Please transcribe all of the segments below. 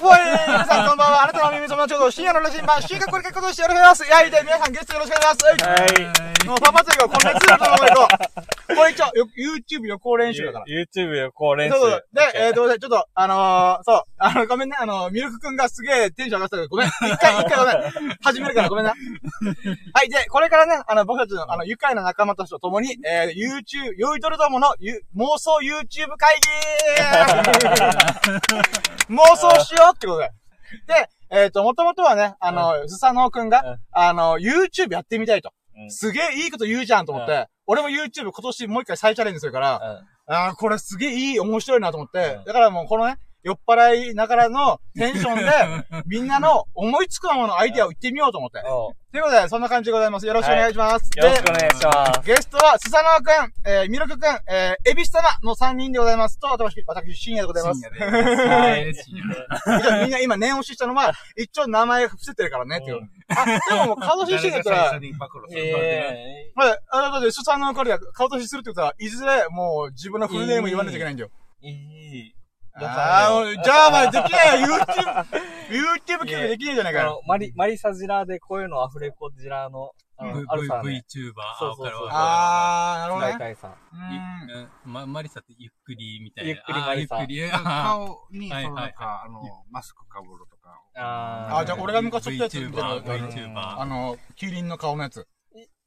皆さんこんばんは。あなたの耳そばのちょうど深夜のラジン版、収穫を結婚しております。やいで、皆さんゲストよろしくお願いします。はいはい。もうパパついこう、こんなツールのとこ行こう。これ一応、よ YouTube 予行練習だから。 YouTube よ、こう練習。そうそう。で OK、えー、ごめんなさい。ちょっと、あのー、そう。あの、ごめんね。あの、ミルクくんがすげえテンション上がってたけど、ごめん。一回、一回ごめん。始めるからご めんな。はい。で、これからね、あの、僕たちの、あの、愉快な仲間たちと共に、えー、YouTube、酔いとるどもの、ゆ妄想 YouTube 会議妄想しようってことで。で、えっ、と、もともとはね、あの、すさのくんうがん、あの、YouTube やってみたいとう。んすげえいいこと言うじゃんと思っうて、俺も YouTube 今年もう一回再チャレンジするから、うんああ、これすげえいい、面白いなと思って、うんだからもうこのね、酔っ払いながらのテンションで、 みんなの思いつくままのアイディアを言ってみようと思って。おということで、そんな感じでございます。よろしくお願いします。よろしくお願いします。でゲストは、スサノワくん、えー、ミルクくん、えー、エビス様の3人でございます。と、私、私、深夜でございます。はいです。 みんな今念押ししたの は、一応名前伏せてるからね、っていう。あ、でももう顔出ししてる から、えはい、あだって、スサノワから顔出しするってことは、いずれもう自分のフルネーム言わないといけないんだよ。ー、いい。ああ、じゃあ、まあ、できないよ、YouTube。YouTube 企画できねえじゃないかあよ。の、マリ、マリサジラでこういうのアフレコジラの、あの、アルさんね。 VTuber。そうそうそうああ、なるほど大ね。会さん。うんま、マリサってゆっくりみたいな。ゆっくりマリサあーゆっくり。あ顔に、そはいのはないんか、あの、マスクかぶるとか。あーあじゃあ俺が昔撮ったやつみたいな VTuber、あ VTuber。の、キリンの顔のやつ。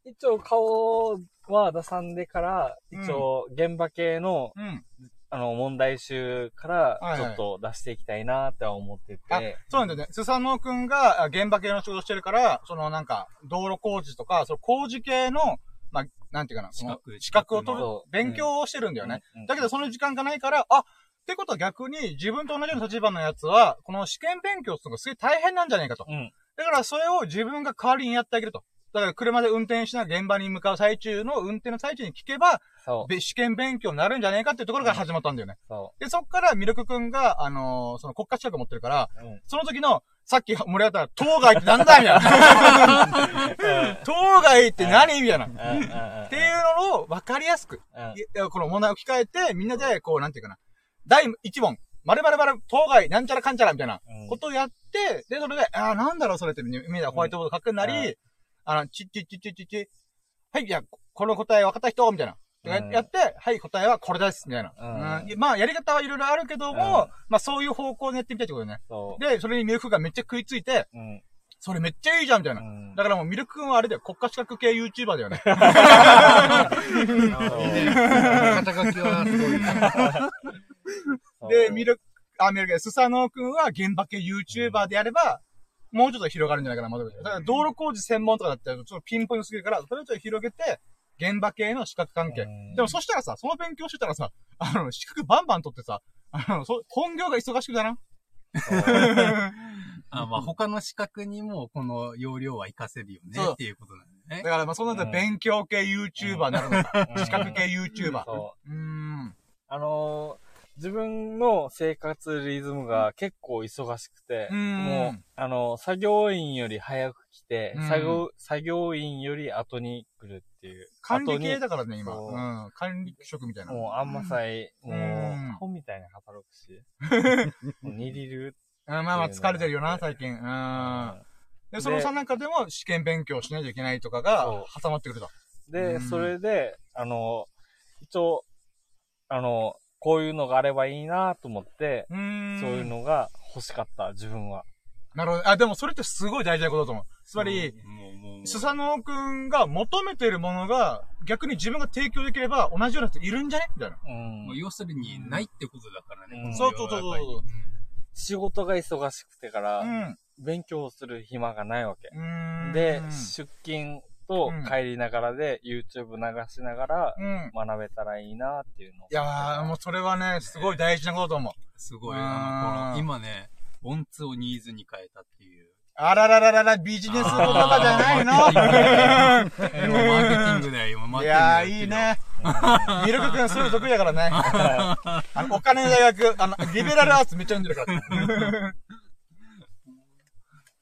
一応顔は出さんでから、一応現場系の、うん。あの、問題集からはい、ちょはいっと出していきたいなっては思ってて。あそうなんだよね。スサノオくんがあ現場系の仕事してるから、そのなんか、道路工事とか、その工事系の、まあ、なんていうかな、資格資格を取るそう、勉強をしてるんだよね。うんだけど、その時間がないから、あ、ってことは逆に自分と同じような立場のやつは、この試験勉強するのがすげえ大変なんじゃないかと。うんだからそれを自分が代わりにやってあげると。だから車で運転しながら現場に向かう最中の運転の最中に聞けば、そう、べ試験勉強になるんじゃないかっていうところから始まったんだよね。そで、そっからミルクくんが、あのーその国家資格持ってるから、うんその時の、さっき盛り上がった、当該ってなんだみたい な。 う。うん当該って何みたいな。っうんうんうんていうのを分かりやすく、うんいやこの問題を置き換えて、みんなで、こう、なんていうかな。第1問、〇〇〇、当該、なんちゃらかんちゃら、みたいなうんことをやって、で、それで、あーなんだろう、それって、みみんなホワイトボード書くようになうり、あの、ちっちっちっちっちっち、はい、じゃあ、この答え分かった人、みたいな。うんややって、はい、答えはこれです、みたいな。うんうんまあ、やり方はいろいろあるけどうんも、まあ、そういう方向でやってみたいってことだよね。そで、それにミルクがめっちゃ食いついて、う。うん。それめっちゃいいじゃん、みたいな。うんだからもうミルク君はあれだよ、国家資格系 YouTuber だよね。いいね。肩書きはすごい。で、ミルク、あ、ミルクで、スサノオくんは現場系 YouTuber でやれば、もうちょっと広がるんじゃないかな、まだ。だから道路工事専門とかだったら、ちょっとピンポイントすぎるから、それをちょっと広げて、現場系の資格関係。でもそしたらさ、その勉強してたらさ、あの、資格バンバン取ってさ、あの、そ本業が忙しくだ な。あ、まあ、他の資格にも、この要領は活かせるよねそう、っていうことなんだだよね。から、まあ、そうなったら勉強系 YouTuber になるのか。資格系 YouTuber。そうーん。う。あのー自分の生活リズムが結構忙しくて、うんもう、あのー作業員より早く来て、うん作業、作業員より後に来るっていう。管理後に系だからね、今。そううん。管理職みたいな。もうあんまさえ、もう、うんアホみたいな働くし。もう握りる。うん、まあまあ疲れてるよな、最近。うん。で、でそのさなんかでも試験勉強しないといけないとかがそ挟まってくると。うで、んそれで、あのー一応、あのーこういうのがあればいいなと思って、うーん。そういう。のが欲しかった、自分は。なるほど。あ、でもそれってすごい大事なことだと思う。つまり、もう、もう、もうスサノオくんが求めているものが、逆に自分が提供できれば同じような人いるんじゃねみたいな。うんもう要するに、ないってことだからね。うんこのそうそうそうそう世の中に仕事が忙しくてから、うん。勉強する暇がないわけ。うーん。で、出勤とうん帰りながらで、YouTube 流しながらうん。学べたらいいなっていうの。いやー、もうそれはね、すごい大事なことだと思う。すごい、うんあの、この、今ね、ボンツをニーズに変えたっていう。あららららら、ビジネス言葉じゃないのマーケティングだよ、今、マーいケティングやだー、よ。いいね。ミルク君、そういうの得意だからね。あのお金の大学、あの、リベラルアーツめっちゃ読んでるから。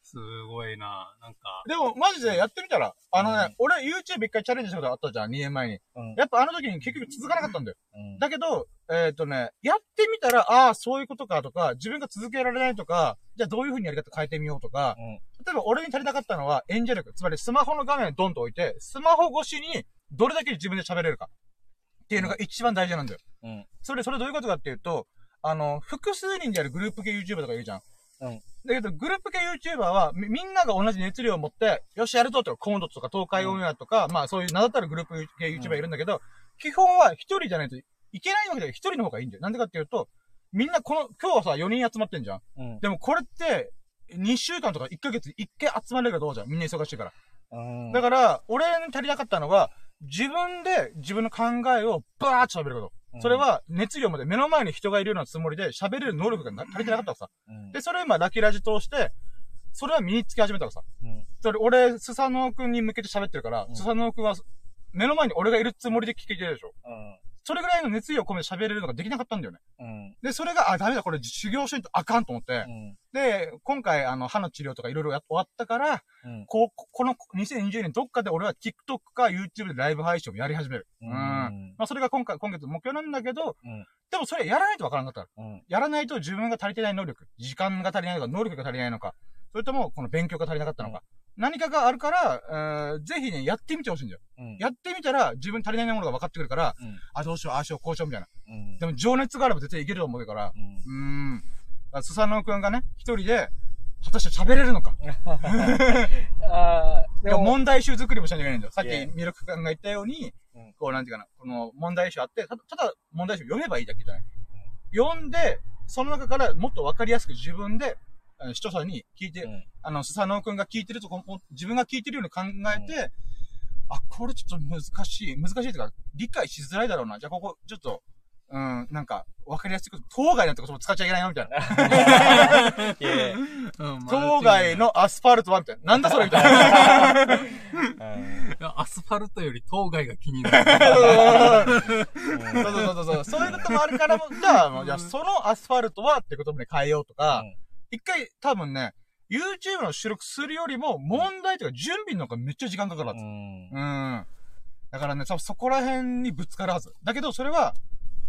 すごいな。なんか、でも、マジでやってみたら。あのね、うん俺 YouTube 一回チャレンジしたことあったじゃん、2年前に。 うん。やっぱあの時に結局続かなかったんだよ。うんだけど、えっ、とね、やってみたら、ああ、そういうことかとか、自分が続けられないとか、じゃあどういう風にやり方変えてみようとか、うん例えば俺に足りなかったのは演者力、つまりスマホの画面をドンと置いて、スマホ越しにどれだけ自分で喋れるかっていうのが一番大事なんだよ。うんそれ、それどういうことかっていうと、あの、複数人でやるグループ系 YouTuber とかいるじゃん。うんだけど、グループ系 YouTuber は、みみんなが同じ熱量を持って、よし、やるぞとか、コンドとか、東海オンエアとか、まあ、そういう名だったらグループ系 YouTuber いるんだけど、基本は一人じゃないといけないわけだよ。一人の方がいいんだよ。なんでかっていうと、みんなこの、今日はさ、4人集まってんじゃん。うん。でもこれって、2週間とか1ヶ月1回集まれるかどうじゃん。みんな忙しいから。うん。だから、俺に足りなかったのは、自分で自分の考えをバーッと喋ること。うんそれ、は熱量まで目の前に人がいるようなつもりで喋れる能力がな足りてなかったわさ。うんで、それを今、ラキラジ通して、それは身につけ始めたわさ。うんそれ、俺、スサノオくんに向けて喋ってるからう、んスサノオくんは、目の前に俺がいるつもりで聞けてるでしょ。うんそれぐらいの熱意を込めて喋れるのができなかったんだよね。うん。で、それが、あ、ダメだ、これ修行しないとあかんと思ってう。ん。で、今回、あの、歯の治療とかいろいろ終わったから、うん。こう、ここの2020年どっかで俺は TikTok か YouTube でライブ配信をやり始める。うまん。あ、それが今回、今月目標なんだけど、うんでもそれやらないとわからなかった。うん。やらないと自分が足りてない能力、時間が足りないのか、能力が足りないのか、それともこの勉強が足りなかったのか、何かがあるから、えーぜひね、やってみてほしいんだよ。うん。やってみたら自分に足りないものが分かってくるから、うんあ、どうしよう、ああしよう、こうしようみたいな。うん。でも情熱があれば絶対いけると思うから、うーん。だからスサノオくんがね、一人で、果たして喋れるのか。ああ、ででもも、問題集作りもしなきゃいけないんだよ。さっきいえミルク君が言ったように、うんこうなんていうかな、この問題集あって、ただただ問題集読めばいいだけじゃない。読んで、その中からもっとわかりやすく自分で、あの視聴者に聞いて、うんあの、スサノオ君が聞いてるとこも、自分が聞いてるように考えて、あ、これちょっと難しい、難しいというか、理解しづらいだろうな。じゃあここ、ちょっと、うん、なんか、わかりやすく、当該のとこ使っちゃいけないよ、みた いな。いやいやうん当該。のアスファルトは、みたいな。なんだそれ、みた いな。うんマルチアスファルトより当該が気に なる。そうそうそうそう。そういうこともあるからも、じゃあ、もうじゃあ、そのアスファルトはってことに変えようとかうん、一、回多分ね、YouTube の収録するよりも、問題というか準備の方がめっちゃ時間かかるはうず。んうん。だからね、多分そこら辺にぶつかるはず。だけど、それは、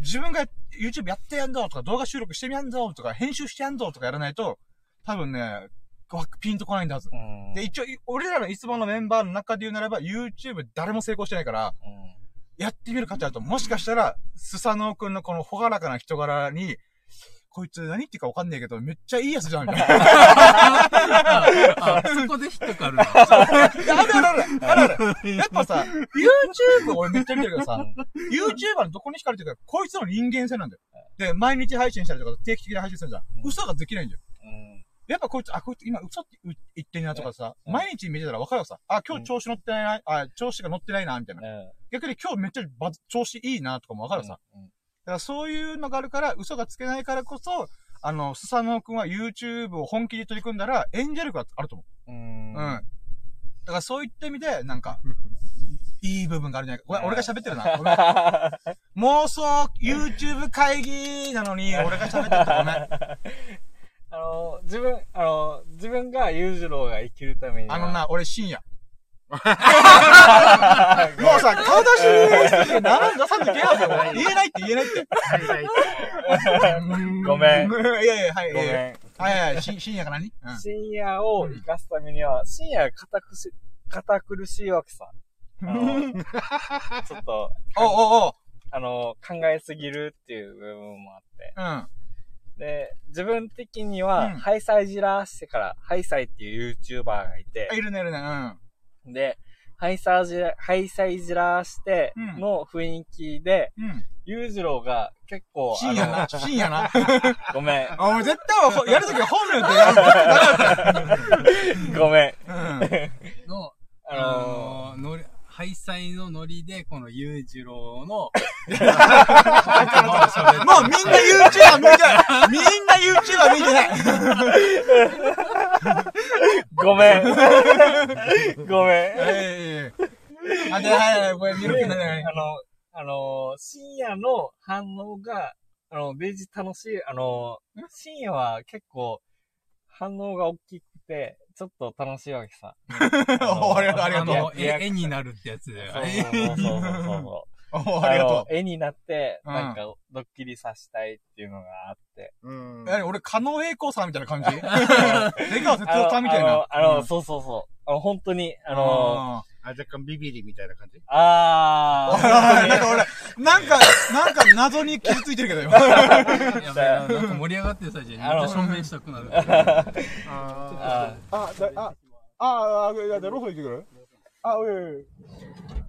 自分が YouTube やってやんぞとか、動画収録してみやんぞとか、編集してやんぞとかやらないと、多分ね、わピンとこないんだはず。うんで、一応、い俺らのいつものメンバーの中で言うならば、YouTube 誰も成功してないから、うんやってみる価値あると、もしかしたら、スサノオくんのこのほがらかな人柄に、こいつ何言ってるかわかんないけど、めっちゃいいやつじゃん、みたい な。あそこで引っかか るな。いやあるあるあるあるあ るやっぱさ、YouTube 俺めっちゃ見てるけどさ、YouTuber のどこに惹かれてるか、こいつの人間性なんだよ。で、毎日配信したりとか、定期的に配信するじゃん。うん嘘ができないんだよ。うんやっぱこいつ、あ、こいつ今嘘って言ってんなとかさ、うん毎日見てたらわかるわさ、あ、今日調子乗ってないな、あ、調子が乗ってないな、みたいな。逆に今日めっちゃバズ調子いいな、とかもわかるわさ。うんだからそういうのがあるから、嘘がつけないからこそ、あの、スサノオくんは YouTube を本気で取り組んだら、演者力があると思うんう。うん。だからそういった意味で、なんか、いい部分があるんじゃないか。ごめん、俺が喋ってる な。ごめん妄想 YouTube 会議なのに、俺が喋ってた。ごめん。あの、自分、あの、自分が裕次郎が生きるためには。あのな、俺 深夜。ごめん、もうさ、顔出してる名前出さんとけよ。言えないって言えないって。ごめ んいやいや、はい、ごえめん。ーはいはい、し深夜か何うん。深夜を生かすためには、深夜が堅苦し、堅苦しいわけさ。あのちょっと、 おうおうおうあの、考えすぎるっていう部分もあって。うん。で、自分的にうんは、ハイサイじらしてから、ハイサイっていう YouTuber がいてあ、いるね、いるね、うん。で、ハイサイじら、ハイサイじらしての雰囲気で、うん。裕次郎が結構、あ深夜の、な、深夜 な。ごめん、あ、俺絶対は、やるときは本名でやる。ごめん。うん。の、ああののー、のり、廃材のノリで、この裕次郎 の、もうみんな YouTuber 見てない。みんな YouTuber 見てない。ご めん。ごめん。ええ。あ、で、はいはい、これ見るけどね。あの、あの、深夜の反応が、あの、デイジ楽しい、あの、深夜は結構、反応が大きくて、ちょっと楽しいわけ さ。おありがとう、ありがとう。うあの、絵絵になるってやつだよ。そうそうそうそうそうそおう。 ありがとの絵になって、うんなんか、ドッキリさしたいっていうのがあって。うんう。何俺、加納栄光さんみたいな感じ 出川哲郎さんみたいな。あの、あのあのそうそうそう。あの、本当に、あの、ああ、若干ビビリみたいな感じあー ー、なんか俺、なんか、なんか謎に傷ついてるけど、今。やばいやばいなんか盛り上がってる最中に、めっちゃ証明したくなる。あああ、だ、あ、あ、あ、だ、ローソン行ってくるあ、おいおいおい。ー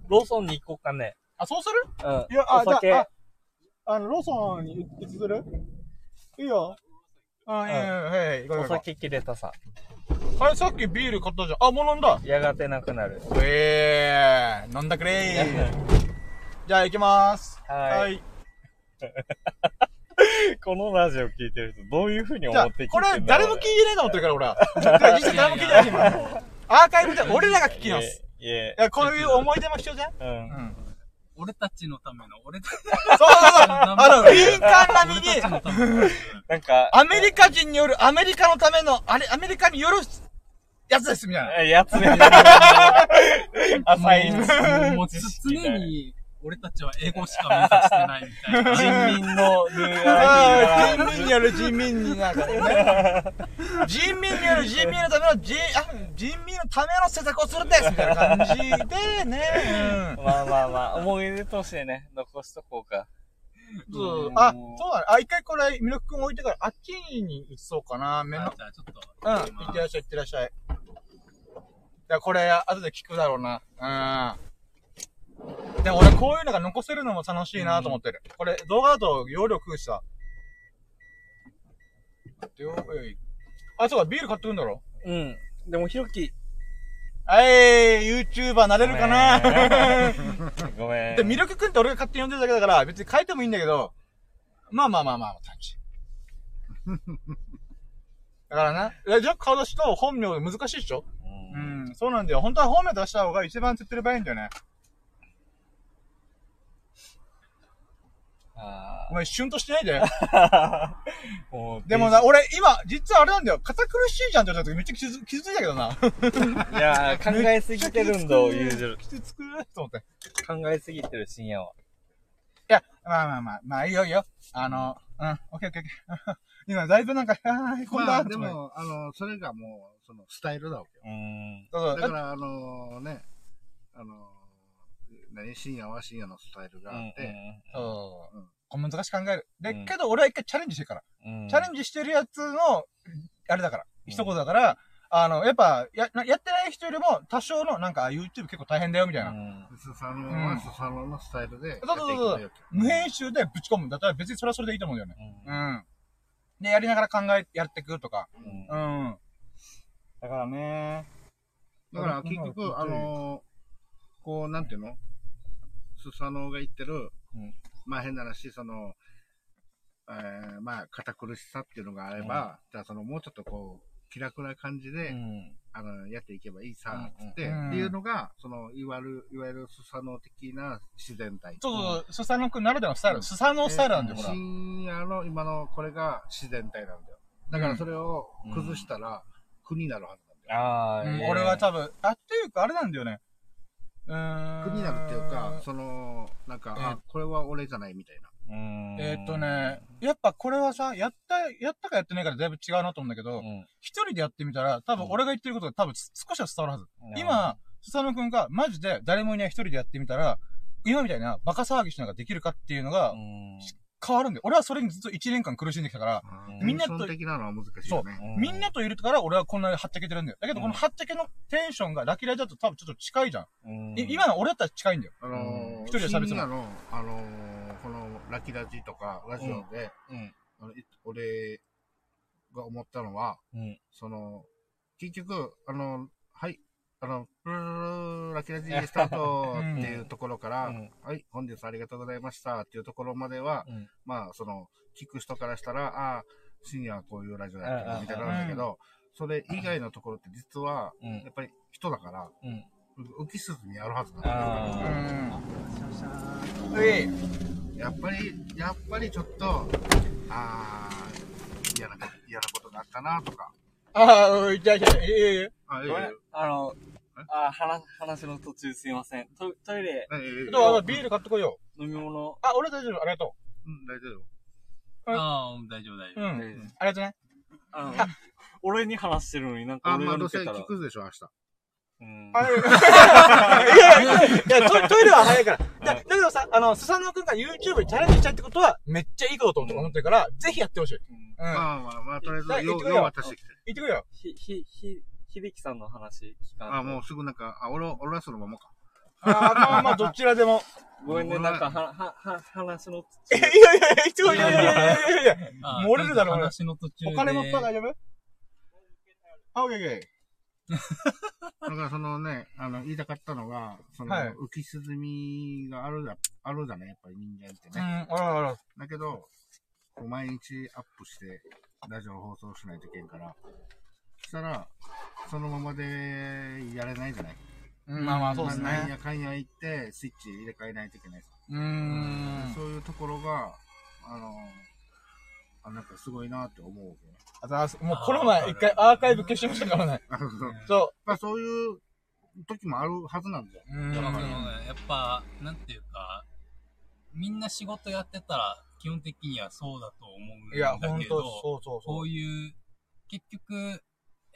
ローソンに行こうかね。あ、そうするうん。いや、あ、お酒じゃあ、あ、あの、ローソンにいいつするいいよ。あ、いやいやはいはい、ごめんおごめん酒切れたさ。あれ、さっきビール買ったじゃん。あ、もう飲んだ。やがてなくなる。ええー、飲んだくれ ー。じゃあ、行きまーす。はいい。このラジオ聞いてる人、どういうふうにじ思ゃっあて聞いてる、んこれ、だろ誰うもね聞いてないと思ってるから、俺 は。実際誰も聞いてない、 今。アーカイブで、俺らが聞きます。いえ。いいや、こういう思い出も必要じゃん。えうん。うん。俺たちのための、俺たちそうそうそう。 あの、敏感な俺に、たちのための。なんか、アメリカ人によるアメリカのための、あれ、アメリカによるやつです、みたいな。やつね。浅いもう知識みたい常なに、俺たちは英語しか目指してないみたいな。人民のルーアああ、人民による人民になんかね。人民による人民のための人、あ人民のための施策をするんですみたいな感じでね。うんまあまあまあ、思い出としてね、残しとこうか。そうあ、そうだね。あ、一回これ、ミルク君置いてから、あっちに行そうかな。目のあ、じゃあちょっと。うん。行ってらっしゃい、行ってらっしゃい。いや、これ、後で聞くだろうな。うん。でも俺、こういうのが残せるのも楽しいなと思ってる。これ、動画だと容量食うしさ。量、えいあ、そうか、ビール買ってくんだろうん。でも、ひろき。はい、YouTuber なれるかなごめん。で、ミルクくんって俺が勝手に呼んでるだけだから、別に変えてもいいんだけど、まあまあまあまあ、感じ。だからな、ラジオ顔出しと本名難しいっしょううんん、そうなんだよ。本当は本名出した方が一番手っ取り早いんだよね。あお前、シュンとしてないで。ーもうでもな、俺、今、実はあれなんだよ。堅苦しいじゃんって言った時めっちゃ傷つ傷ついたけどな。いやー、考えすぎてるんだ、ゆうじる。傷つくと思って。い考えすぎてる、深夜は。や、まあまあまあ、まあいいよいいよ。あの、うん、オッケーオッケーオッケー。今、だいぶなんか、あー、へこんまだあ、ってで思って。も、あの、それがもう、その、スタイルだわけよ。うん。そうそだう。から、あのね、あの、何、深夜は深夜のスタイルがあって、そううん。こう難しく考える。で、うんけど俺は一回チャレンジしてるから。うん。チャレンジしてるやつの、あれだから、うん一言だから、あの、やっぱ、や、なやってない人よりも、多少の、なんか、あ YouTube 結構大変だよ、みたいな。うんスサノンはスサノンのスタイルでやっていそくうそうそうよって無編集でぶち込むんだったら別にそれはそれでいいと思うんだよね。うんうん。で、やりながら考え、やっていくとか。うんうん。だからね。だから結局、ああののこう、なんていうのスサノオが言ってる、うんまあ変な話、その、えー、まあ、堅苦しさっていうのがあれば、じゃあその、もうちょっとこう、気楽な感じで、うんあの、やっていけばいいさ、つって、うんうんっていうのが、その、いわゆる、いわゆるスサノオ的な自然体。そうそうそう、スサノくんならではのスタイうル。んスサノスタイルなんだよ、ほら。深夜の今のこれが自然体なんだよ。だからそれを崩したら、苦になるはずなんだよ。あうーいんいね俺は多分、あ、っていうか、あれなんだよね。うーん。苦になるっていうか、その、なんか、えあ、これは俺じゃないみたいな。うんえーっとね、やっぱこれはさ、やった、やったかやってないからだいぶ違うなと思うんだけうど、ん一人でやってみたら、多分うん俺が言ってることが多分す少しは伝わるはず。今、スサノくんがマジで誰もいない一人でやってみたら、今みたいなバカ騒ぎしながらできるかっていうのがうん変わるんだよ。俺はそれにずっと一年間苦しんできたから、んみんなテンション的なのは難しいいよよね。みんなといるから俺はこんなにはったけてるんだよ。だけどうんこのはったけのテンションがラキラキだと多分ちょっと近いじゃん。うんい今の俺だったら近いんだよ。あのうんー、一人で喋っても深夜の、あのー、このラキラジとかラジオで、うんあのい俺が思ったのは、うんその、結局、あの、はい、あの、プルルルルラキラジスタートっていうところから、うんはい、本日ありがとうございましたっていうところまでは、うんまあ、その、聞く人からしたら、ああ、深夜はこういうラジオやってるみたいなんだけど、それ以外のところって実は、うんやっぱり人だから、うん浮き沈みあるはずなんだようあん。ういやっぱり、やっぱりちょっと、ああ、嫌なこと、嫌なことがあったなとか、あああ、いやいやいやいやあ、いいごよめん。あの、あ、話、話の途中すいません。トイトイレ、いいよいいよちょっとあの、ビール買ってこいよ。飲み物。あ、俺大丈夫、ありがとうん、大丈夫。うんああ、大丈夫、大う。丈う夫。ん。うんありがとうね。あの、俺に話してるのになんかあん俺まが路抜け線た聞ら。くでしょ、明日。うんあ いやいやいやいや、トイトイレは早いから。だだけどさ、あの、スサノオくんが YouTube にチャレンジしたいってことは、めっちゃいいことだと思ってるから、ぜひやってほしい。うんうん。行まあまあまあ、とりあえずだ、よ行くう、よよう渡してきて。ってくよ。ひ、ひ、ひ、ひできさんの話聞かんとあ、もうすぐなんか、あ、俺は、俺はそのままか。あーまあまあ、どちらでも。ごめんね、なんか、は、は、は、話の途い中やいやいや、いやいやいやいやいやいや。あ漏れるだろ話の途中で。お金持ったら大丈夫あ、オッケーオッケだからそのね、あの、言いたかったのが、その、はい浮き沈みがあるだ、あるだね、やっぱり人間っー。てうん、ね。あらあら。だけど、こう毎日アップして、ラジオ放送しないといけんから、そしたら、そのままでやれないじゃないうんまあまあ、そうですまあなんね。やかんや行って、スイッチ入れ替えないといけない。うーん。そういうところが、あの、あなんかすごいなって思うわけね。あざすもうこの前、一回アーカイブ消しましたからね。あそうそまあそういう時もあるはずなんだよ。う。うーん。だからやっぱ、なんていうか、みんな仕事やってたら、基本的にはそうだと思うんいや、だほんけと、ど、そうそうこそういう、結局、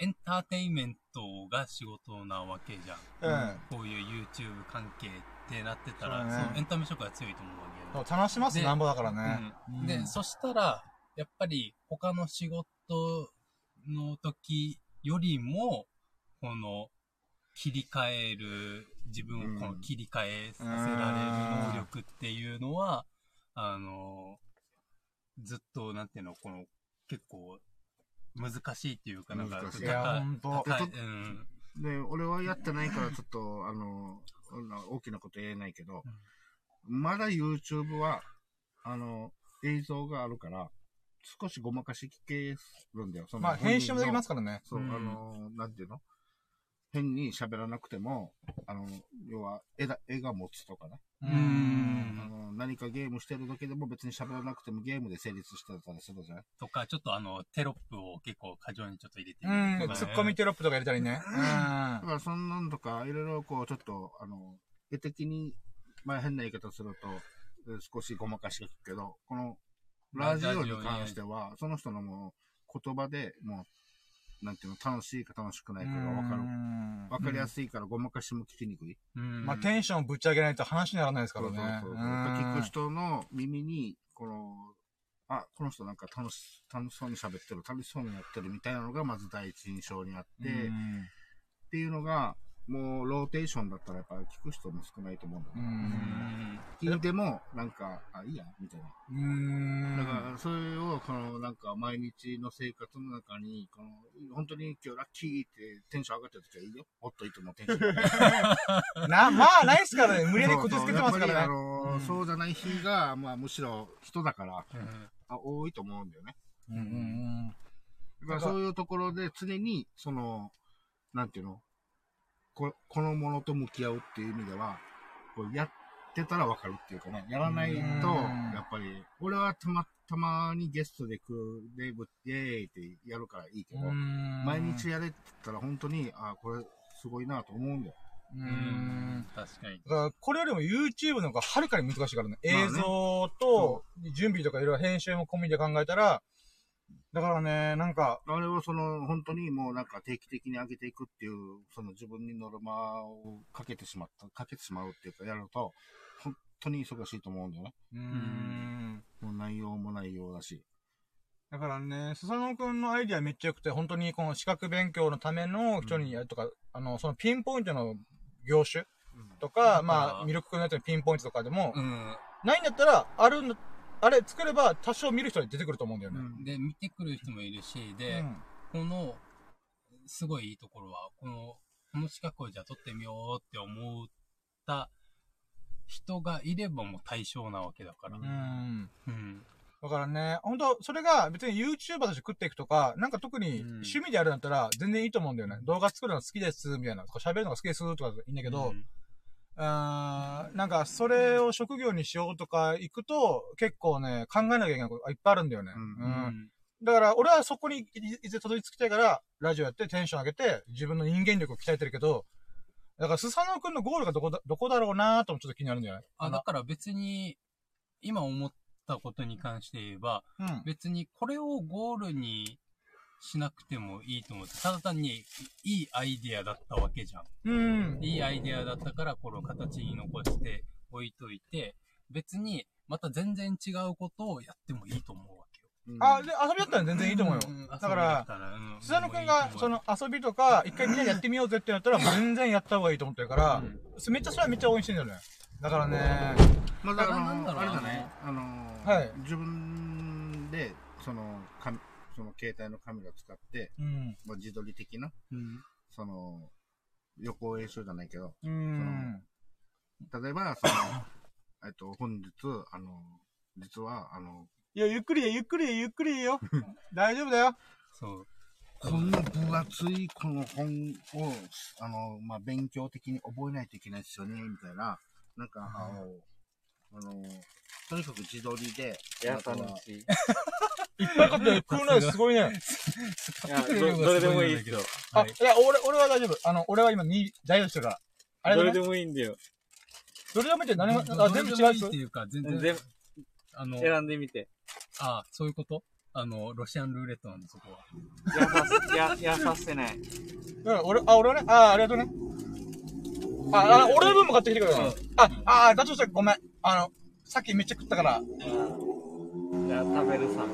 エンターテインメントが仕事なわけじゃん。う。うん。こういう YouTube 関係ってなってたそら、うそだねのエンタメ色が強いと思うわけそよう楽しますでなんぼだからね。。うんで、そしたら、やっぱり他の仕事の時よりも、この切り替える、自分をこの切り替えさせられる能力っていうのは、あの、ずっと、なんていうの、この結構難しいっていうか、なんか、難しいいや、ほ高いんと。高いちょっとうん。で、俺はやってないからちょっと、あの、そんな大きなこと言えないけど、まだ YouTube は、あの、映像があるから、少しごまかしきけるんだよ。その。まあ、編集もできますすからね。そう、うんあの、なんていうの変に喋らなくても、あの、要は絵だ、絵が持つとかね。うう。んあの何かゲームしてる時でも別に喋らなくてもゲームで成立してたりするじゃないとか、ちょっとあの、テロップを結構過剰にちょっと入れてうみんるとかね。ツッコミテロップとか入れたりね。だからそんなんとか、いろいろこう、ちょっと、あの、絵的に、まあ変な言い方すると、え少しごまかしが効くけど、この、ラジオに関しては、その人のもう、言葉でもう、なんていうの、楽しいか楽しくなういかがわかる。ん。わかりやすいからごまかしも聞きにくい。うん。まあ、テンションぶち上げないと話にならないですからね。そうそうそうう。ん聞く人の耳に、この、あ、この人なんか楽し、楽しそうに喋ってる、楽しそうにやってるみたいなのがまず第一印象にあって、うっんていうのが、もうローテーションだったらやっぱ聞く人も少ないと思うんだうよ、ん。聞いても、なんか、あ、いいや、みたいな。うーん。だから、それを、この、なんか、毎日の生活の中に、この、本当に今日ラッキーってテンション上がってる時はいいよ。もっといつもテンション上が るな、まあ、ないっすからね。無理やりこじつけてますかそうそうやっぱりあらね。のーうんそうじゃない日が、まあ、むしろ人だから、うんあ多いと思うんだよね。うんうんだからそういうところで常に、その、なんていうのこ、このものと向き合うっていう意味では、こうやってたらわかるっていうかね、やらないと、うやんっぱり、俺はたま、たまにゲストで来る、で、ぶイエーイってやるからいいけどう、ん。毎日やれって言ったら本当に、あ、これすごいなと思うんだよ。ううんん。。確かに。だからこれよりも YouTube の方がはるかに難しいからね。あね映像と、準備とかいろいろ編集も込みで考えたら、だからね、なんか、あれはその、本当にもうなんか定期的に上げていくっていう、その自分にノルマをかけてしまった、かけてしまうっていうか、やると、本当に忙しいと思うんだよね。うーんん。もう内容も内容だし。だからね、笹野くんのアイディアめっちゃ良くて、本当にこの資格勉強のための人にやるとか、あの、そのピンポイントの業種とか、うんまあ、ミルクくんのやつのピンポイントとかでも、うん。ないんだったら、あるんだ、あれ作れば多少見る人に出てくると思うんだよね。で、見てくる人もいるし、で、この、すごいいいところは、この、この資格をじゃあ取ってみようって思った人がいればもう対象なわけだから。うん。うんうん。だからね、本当それが別に YouTuber として食っていくとか、なんか特にうん趣味でやるんだったら全然いいと思うんだよね。動画作るの好きです、みたいな。こう喋るのが好きです、とかいいんだけど、うーん、なんかそれを職業にしようとか行くと、結構ね、考えなきゃいけないことがいっぱいあるんだよね。うんうん。だから俺はそこにいいずれたどり着きたいから、ラジオやってテンション上げて、自分の人間力を鍛えてるけど、だから、スサノオくんのゴールがどこだ、どこだろうなーともちょっと気になるんじゃないあ、だから別に、今思ったことに関して言えば、うん。別にこれをゴールにしなくてもいいと思って、ただ単にいいアイディアだったわけじゃん。うん。いいアイデアだったから、この形に残して置いといて、別に、また全然違うことをやってもいいと思うわけよ。あ、で、遊びだったら全然いいと思うよ。んんだから、スサノオくんが、そ、の、遊びとか、一回みんなでやってみようぜってなったら、全然やった方がいいと思ってるから、めっちゃ、それはめっちゃ応援してんだよね。だからね、まあだだからからあなんだろの、うなあれだね、あの、はい自分で、その、かその携帯のカメラ使って、うん。まあ、自撮り的な、うんその、予行演習じゃないけど、うん。例えば、その、 えっと、本日、あの、実は、あの、いや、ゆっくりでゆっくりでゆっくりでよ。大丈夫だよ。そう。こんな分厚いこの本を、あの、まあ、勉強的に覚えないといけないですよね、みたいな。なんか、あの、あの、とにかく自撮りで、やだったかのらうち。いいっぱい買って、食うのすごいね。や、どどれでもいいですよ。あ、はいいや、俺、俺は大丈夫。あの、俺は今2、大丈夫してるから。あれどだれねでもいいんだよ。どれでもいいって何も、どあ、全部違うやどれでもいいつっていうか、全全然部、あの、選んでみて。あ、そういうことあの、ロシアンルーレットなんで、そこは。やさせ、や、やさせない。だから俺、あ、俺はね、あ、ありがとうね。あ、あ俺の分も買ってきてくれようんあ、あ、だとしたらごめん。あの、さっきめっちゃ食ったから。じゃあ、食べるさ。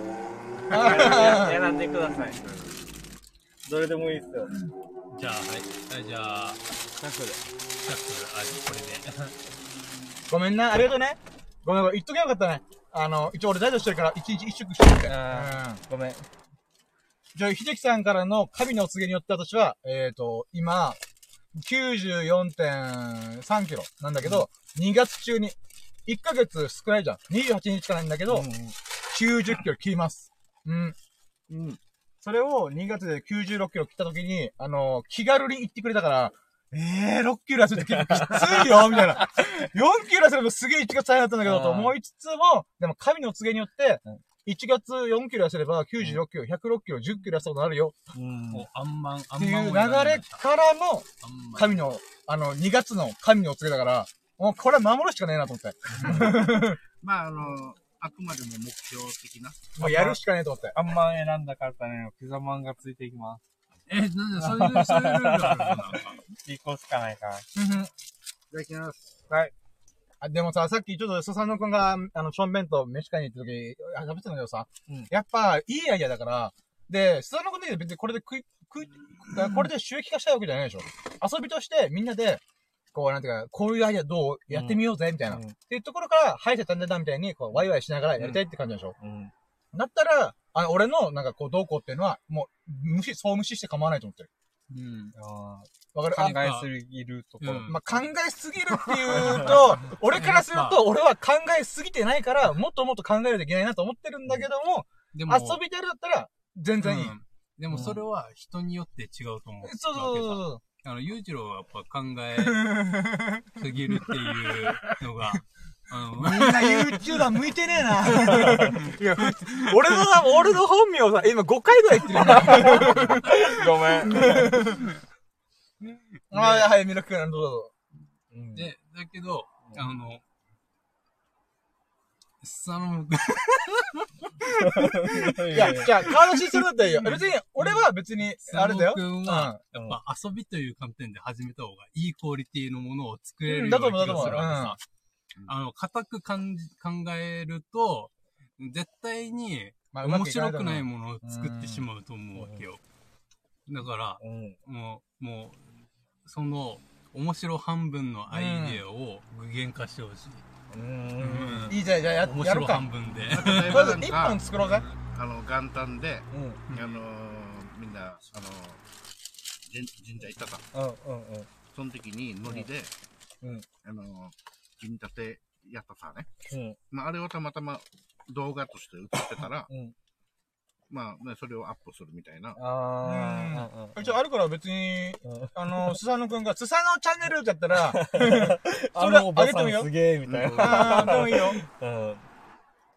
あ選んでください。どれでもいいですよ。じゃあ、はい。はい、じゃあ、タフで。シャッフル、あ、これで。 ごめんな、ありがとうね。ごめんごめん、言っとけばよかったね。あの、一応俺大丈夫してるから、一日一食してるって。うん。あごめん。じゃあ、秀樹さんからの神のお告げによって私は、えっ、ー、と、今、94.3キロなんだけど、2月中に、1ヶ月少ないじゃん。28日からなんだけど、90キロ切ります。うん。うん。それを2月で96キロ切った時に、あの、気軽に言ってくれたから、えー、6キロ痩せるって結構きつい よみたいな。4キロ痩せればすげえ1月大変だったんだけど、と思いつつも、でも神のお告げによって、1月4キロ痩せれば96キロ、106キロ、10キロ痩せたことあるよお、あんまん、あっんてまんいをう選流んれかでました。らのあんまん神の、あの、2月の神のお告げだから、もうこれは守るしかねえなと思って。まあ、あの、あくまでも目標的な。もうやるしかねえと思って。あんま選んだからね、ピザマンがついていきまえ、なんだ、そういう、そういうルールあるの なんか。す。一個しかないから。いただきます。あでもさ、さっきちょっと、笹野くんが、あの、ションベンと飯会に行った時、あ食べてたんだけどさ、うんやっぱ、いいアイデアだから、で、笹野くんだけで別にこれで食い、食い、これで収益化したいわけじゃないでしょ。遊びとして、みんなで、こう、なんていうか、こういうアイデアどうやってみようぜ、みたいな。うんっていうところから、歯医者たんでたみたいに、こう、ワイワイしながらやりたいって感じなんでしょ。うん。だったら、あの、俺の、なんかこう、どうこうっていうのは、もう、無視、そう無視して構わないと思ってる。うん。あわかるーあん考えすぎるところ。うんまあ、考えすぎるっていうと、俺からすると、俺は考えすぎてないから、もっともっと考えるといけないなと思ってるんだけども、でも、遊びでやるだったら、全然いい。うんでもそれは人によって違うと思う。そうそうそうう。そう。あの、裕次郎はやっぱ考えすぎるっていうの が、あの、みんな YouTuber 向いてねえな。いや、俺のさ、俺の本名をさ、今5回ぐらい言ってるよな。ごめん。ああ、はい、ミラクル、どうぞで、だけど、あの、その、どうぞ。いや、じゃあ、顔出しするんだったらいいよ。別に、俺は別に、あれだよ。佐野君は、やっぱ遊びという観点で始めた方がいいクオリティのものを作れるような気がするわけうんだと思うだと思うさ。あの、固く感じ考えると、絶対にまあ面白くないん。ものを作ってしまうと思うわけよ。だから、うん。もう、もう、その、面白半分のアイデアを具現化してほしい。うん。いいじゃん、じゃあや、面やろ白うか。半分で。例えまばずなん1か本、作ろうぜ。あの、元旦で、うん。あの、みんな、あの、神神社行ったか。うん。うん。その時にノリで、うんあの、組み立てやったさね。うん。まあ、あれをたまたま動画として映って たら、うんまあ、ね、それをアップするみたいな。ああ。一応あるから別にうん、あの、スサノくんが、スサノチャンネルだったら、あそのれおおばばささんんすすげえみたたいいな。ああ、でもいいよ。うん。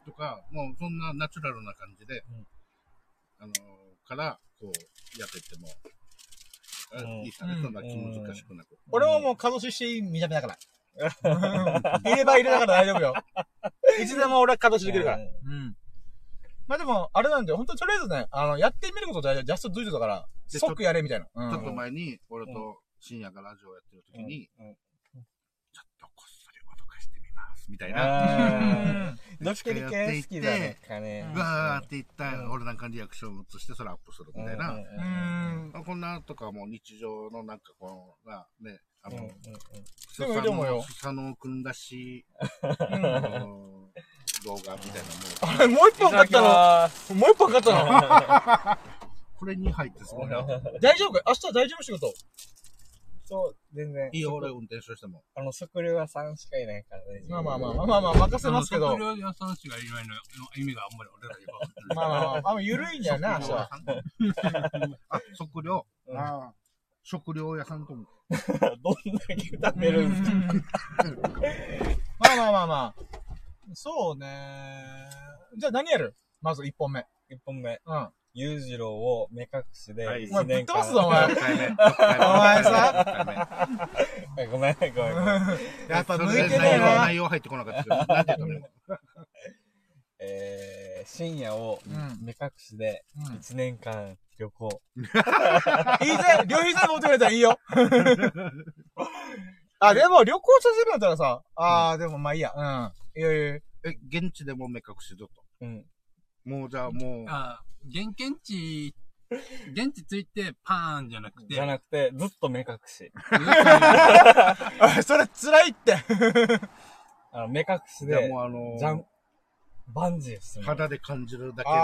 とか、もうそんなナチュラルな感じで、うんあの、から、こう、やってても、あうんいいさね、そんな気難しくなく。俺はもう角しして見た目だから。入れ歯入れながら大丈夫よ。いつでも俺は角しできるから。 うん。まあでも、あれなんで、本当とりあえずね、あの、やってみること大事、ジャストドゥイドだから、で即やれみたいな。うんちょっと前に、俺と深夜がラジオやってる時に、うんうんちょっとこっそり脅かしてみます、みたいな。あーどっち近か寄にっ系ていっ好きだてね。かねうわーって言ったうん俺なんかリアクションを映して、それアップするみたいな。うんう。ん。あこんなとかも日常のなんかこの、まあね、あうんうんの、でもいいと思うよスサノオ君らしい、あ うんの動画みたいあなのも、れ、もう一本買ったのもう一本買ったのこれに入ってすごいな。大丈夫か明日大丈夫仕事。そう、全然。いいよ、俺運転手しても。あの、測量は3しかいないからね。まあまあまあまあまあまあ、任せますけど。そまれあは優しがいないの意味があんまり俺らに分かってない。まあまあ、あんま緩いんだよな、明日は。あ、測量。うんああ食料屋さんとも。あ。どんだけ食べるんですかまあまあまあまあ。そうね。じゃあ何やるまず一本目。 ?1 本目。うん。裕次郎を目隠しではいお前1ぶっ年飛間。ばすぞ、おお前。前ささ、ごめん、ごめん。ごめんやっぱそ向れいでてねえ内容な。内容入ってこなかったけど、なんて言ったのえー、深夜をうん目隠しで1年間旅行。いいぜ両膝持ってくれたらいいよ。あ、でも旅行させるんだったらさ、あー、でもまあいいや。うん。いやいやいやえ、現地でも目隠しだと。うん。もうじゃあもう、あ、現検地、現地ついてパーンじゃなくて、じゃなくて、ずっと目隠し。あそれ辛いって。あの、目隠しじゃあでも、うあジャのン、、バンジーする。肌で感じるだけで、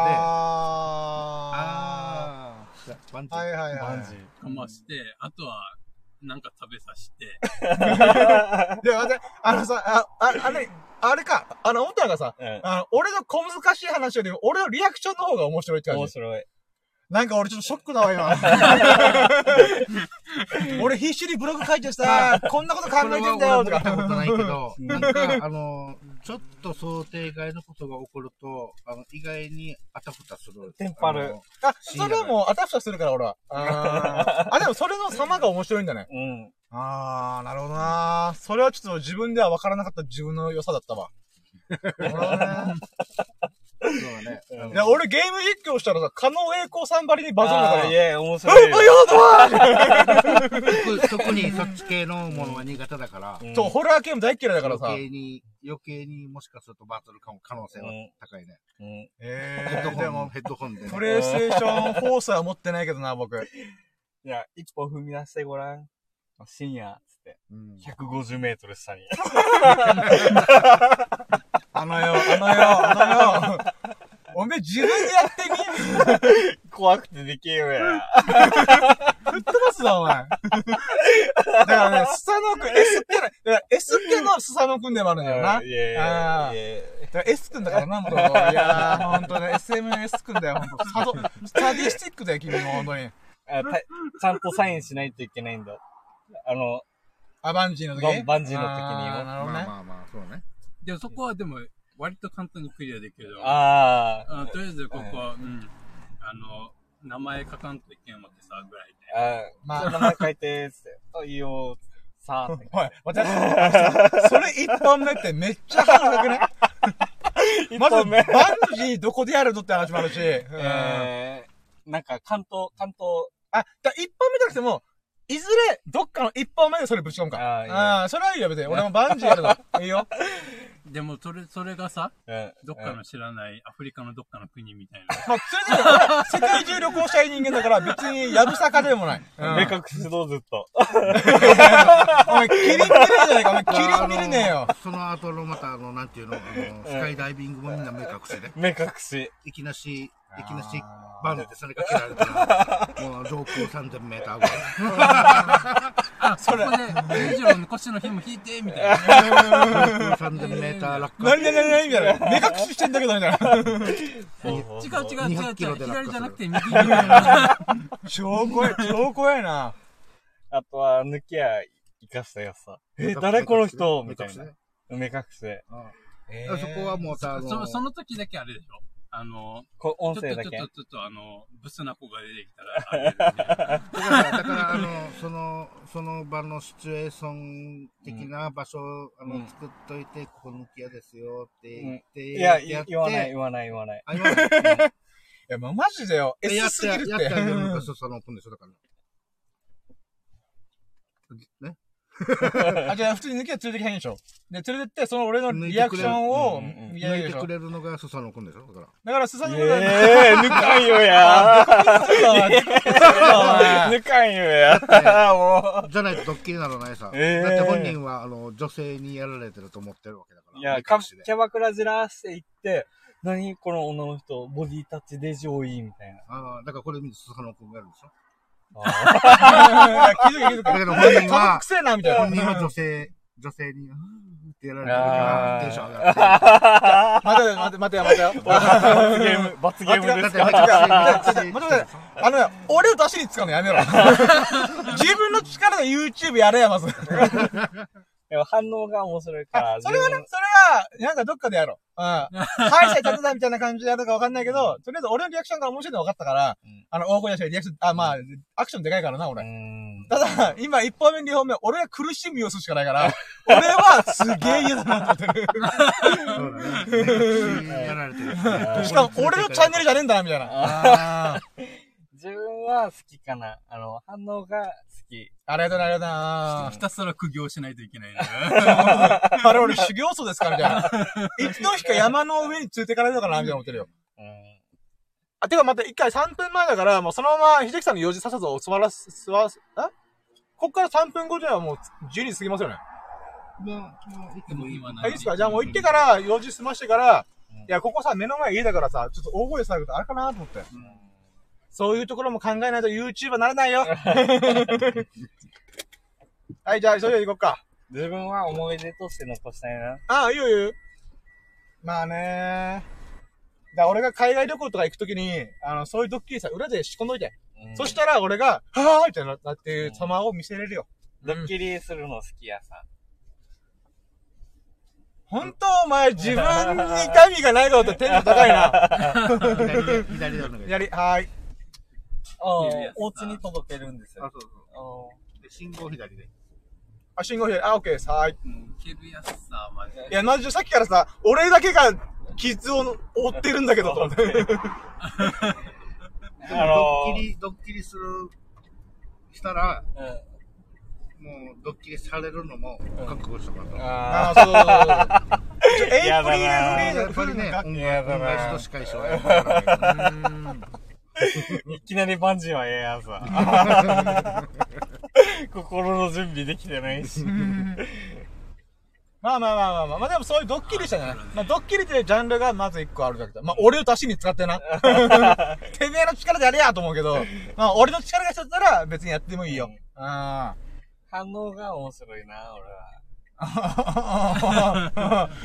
ああーじゃあバンジー。はいー。はいバはンいジ。ー。かまして、あとは、なんか食べさせて、で、待って、あのさ、あ、あ、あれ、あれか、あの、思ったのがさ、うん。あの、俺の小難しい話よりも、俺のリアクションの方が面白いって感面じ。白い。なんか俺ちょっとショックだわ、今。俺必死にブログ書いてさ、こんなこと考こえれてはん俺だよ、とは見たことか。ないけど、なんか、あの、ちょっと想定外のことが起こると、あの、意外にあたふたする。テンパるあ、それはもう、あたふたするから、俺は。あーあ、でもそれの様が面白いんだね。うん。あー、なるほどなー。それはちょっと自分では分からなかった自分の良さだったわ。なるほどねあの。そうだね。あのいや、俺ゲーム実況したらさ、加納栄光さんばりにバズるんだから。あーいえ、え、面白いよ。不要だわー特特にそっち系のものは苦手だから、うんそう、ホラーゲーム大っ嫌いだからさ。余計に、余計にもしかするとバズるかも可能性は高いね。うんヘえッドー、でホン、も、ヘッドホンでね。プレイステーション4すら持ってないけどな、僕。いや、一歩踏み出してごらん。深夜、つって。うん150メートル下に。あのよ、あのよ、あのよ。おめえ自分でやってみ怖くてできんよや。吹っ飛ばすな、お前。だからね、スサノオくん、S っけない。だから S っけのスサノオくんでもあるんだよな。いやいやいや。だから S くんだからな、もともと。いやー、ほんとね、SMS くんだよ、ほんと。スタド、スタディスティックだよ、君も、ほんとに。あたちゃんとサインしないといけないんだ。あの、アバンジーのバ時ンバンジーの時にあーなるほどまあね。まあまあ、そうね。でもそこはでも、割と簡単にクリアできるよ。ああとりあえずここは、うん、あの、名前書かんといけんわけさ、ぐらいで。あ、あまあ、名前書いて、つって。 あ、いいよ、つってさあ、っておい、私、あのさそれ一本目ってめっちゃ腹くね。まず、バ本ン目ジーどこでやるのって話もあるし。うんえー、なんか関東、関東、あ、だから一本目じゃなくても、いずれ、どっかの一本目でそれぶち込むから。あーいいねああー、それはいいよ、別に。俺もバンジーやるの。 いいよ。でも、それ、それがさ、うんどっかの知らない、アフリカのどっかの国みたいな。 まあ、それでも、俺は世界中旅行したい人間だから、別に、やぶさかでもない。うん。目隠しどうずっと。お前、キリン見れねえじゃないか。お前、キリン見れねえよ あ。の。その後のまた、あの、なんていうの、あの、スカイダイビングもみんな目隠しで、目隠し。いきなし、いきなし、あバンってそれかけられ たら、もう上空3000メーターぐらい。あ、そこで、裕次郎の腰の紐引いて、みたいな。上空3000メーター落ー下。何々何々みたい な。目隠ししてんだけど、みたいな。 違違う違う違う違200キロう、で左落下するじゃなくて右みたいな。超怖い、超怖いな。あとは、抜きや、生かしたやつさ。え、誰この人みたいな。目隠しで。うんそこはもうさ、あその、その時だけあれでしょ。あの、こ音ちょ声っとだちょっとけちょ。っとあの、ブスな子が出てきたらあれだよね、だから、だからあの、その、その場のシチュエーション的な場所を、あの、うん作っといて、ここ抜き屋ですよって言って、いや、やいって言わない、言わない、言わない。あ、言わない。やってや、もうマジでよ。S やっすぎるってやってあげるのが、そうそのオープンでしょ、だから。ね。あ、じゃあ普通に抜きは連れてきゃいいんでしょ。で、連れてって、その俺のリアクションを抜いてくれるうん見上げうんうん抜るいでてしょく。れるのが、そうそのオープンでしょ、だから。だから、すさにもね、ええ抜かんよ や。抜かんよや。もじゃないとドッキリなどないさ。ええだって本人は、あの、女性にやられてると思ってるわけだから。う。いや、かかもしキれャバクラじらして行って、何この女の人、ボディタッチで上位みたいな。ああ、だからこれ見て、その子がやるでしょ。 気づけ気づだけど本け。人このはく、せえな、みた本い人はな。女性、女性に、うーってやられてるから、あテンション上がってる。あ待てよ、待て、待てよ、待てよ。罰ゲーム、 罰ゲームだでっすてかめちゃくちゃめちゃくちゃめちゃくちゃ待って待ってあのね、俺を出しに使うのやめ ろ。自分の力で YouTube やれや、まず。でも反応が面白いから。それはね、それは、なんかどっかでやろう。う ん。敗者立てたみたいな感じでやるかわかんないけど、とりあえず俺のリアクションが面白いの分かったからうん、あの、大声出してリアクション、あ、まあ、アクションでかいからな、自俺。分ただ、今、一本目、二本目、俺が苦しむ様子しかないから、俺はすげえ嫌だなって思って そうだね。やられてうる。る。しかも、俺のチャンネルじゃねえんだな、みたいな。あ自分は好きかな。あの、反応が好き。あ。ありがとうな、ありがとうなひ。たすら苦行しないといけないね。あれ、俺、修行僧ですかみたいな。 一の日か山の上に連れてかれるのかな、みたいな思ってるよ。うん。あ、てか待って、一回3分前だから、もうそのまま、秀樹さんの用事ささず、座らす、座らす、えこっから3分後じゃもう12時過ぎますよね。でも今何あ、いいですかじゃあもう行ってから、用事済ましてから、うんいや、ここさ、目の前家だからさ、ちょっと大声で騒ぐとあれかなと思って。そういうところも考えないと YouTuber なれないよ。 はい、じゃあ、それで行こうか。自分は思い出として残したいな。ああ、いいよいいよ。まあねだから俺が海外旅行とか行くときに、あの、そういうドッキリさ、裏で仕込んどいて。うんそしたら俺が、はぁーってななっていう様を見せれるよ。ドッキリするの好きやさ。ほんとお前自分に痛みがないことってテンション高い な。左で、左でやるのがいい。やり、はーい。あいいやあつ、お家に届けるんですあよ。、そうそあーう。で、信号左で。あ、信号左。あ、オッケーです。はーい。いけるやつさ、マジでいや、マジでさっきからさ、俺だけが傷を負ってるんだけど、と思って。あのでも、ドーッキリ、ドッキリする、したら、うんもう、ドッキリされるのも、覚悟しとかんと。あああ、そうそうそう。ちょエイやプだリルフなリーやのっフぱりルねの、恩やだな返しとしか一緒はやっぱりないからねーいきなりバンジーはええやさ。 心の準備できてないし。まあまあまあまあまあ、まあでもそういうドッキリしたじゃない。まあドッキリっていうジャンルがまず一個あるだけだ。まあ俺を足しに使ってな。てめえの力でやれやと思うけど、まあ俺の力が一つなら別にやってもいいよ。うん。反応が面白いな、俺は。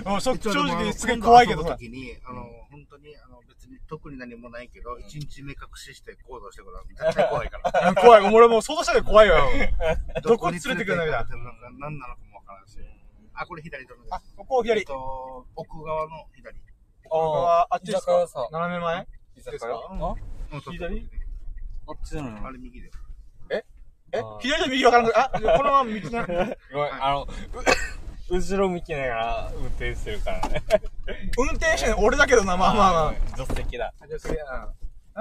もうそ一応正でも直すげえ怖いけど今度さ遊ぶ。時に、あの、本当に、あの、別に特に何もないけど、一日目隠しして行動してごらん。絶対怖いから。怖い。俺もう想像したら怖いわよ。 どこに連れてくるのどこに連れて行かかれてるのか、何なのかもわからんし。あ、これ左とあ、ここをえっ左。と、奥側の左。ここはあっち居です酒か屋さ。斜め前居酒です屋かあうんそうそう左あっちなのあよ。れ右だよ。えあー左と右わからなくあ、このまま道な。ごめん、あの、う後ろ向きながら運転してるからね。運転してんの俺だけどな、まあまあまあ。あ。助手席だ。あじゃあ次だな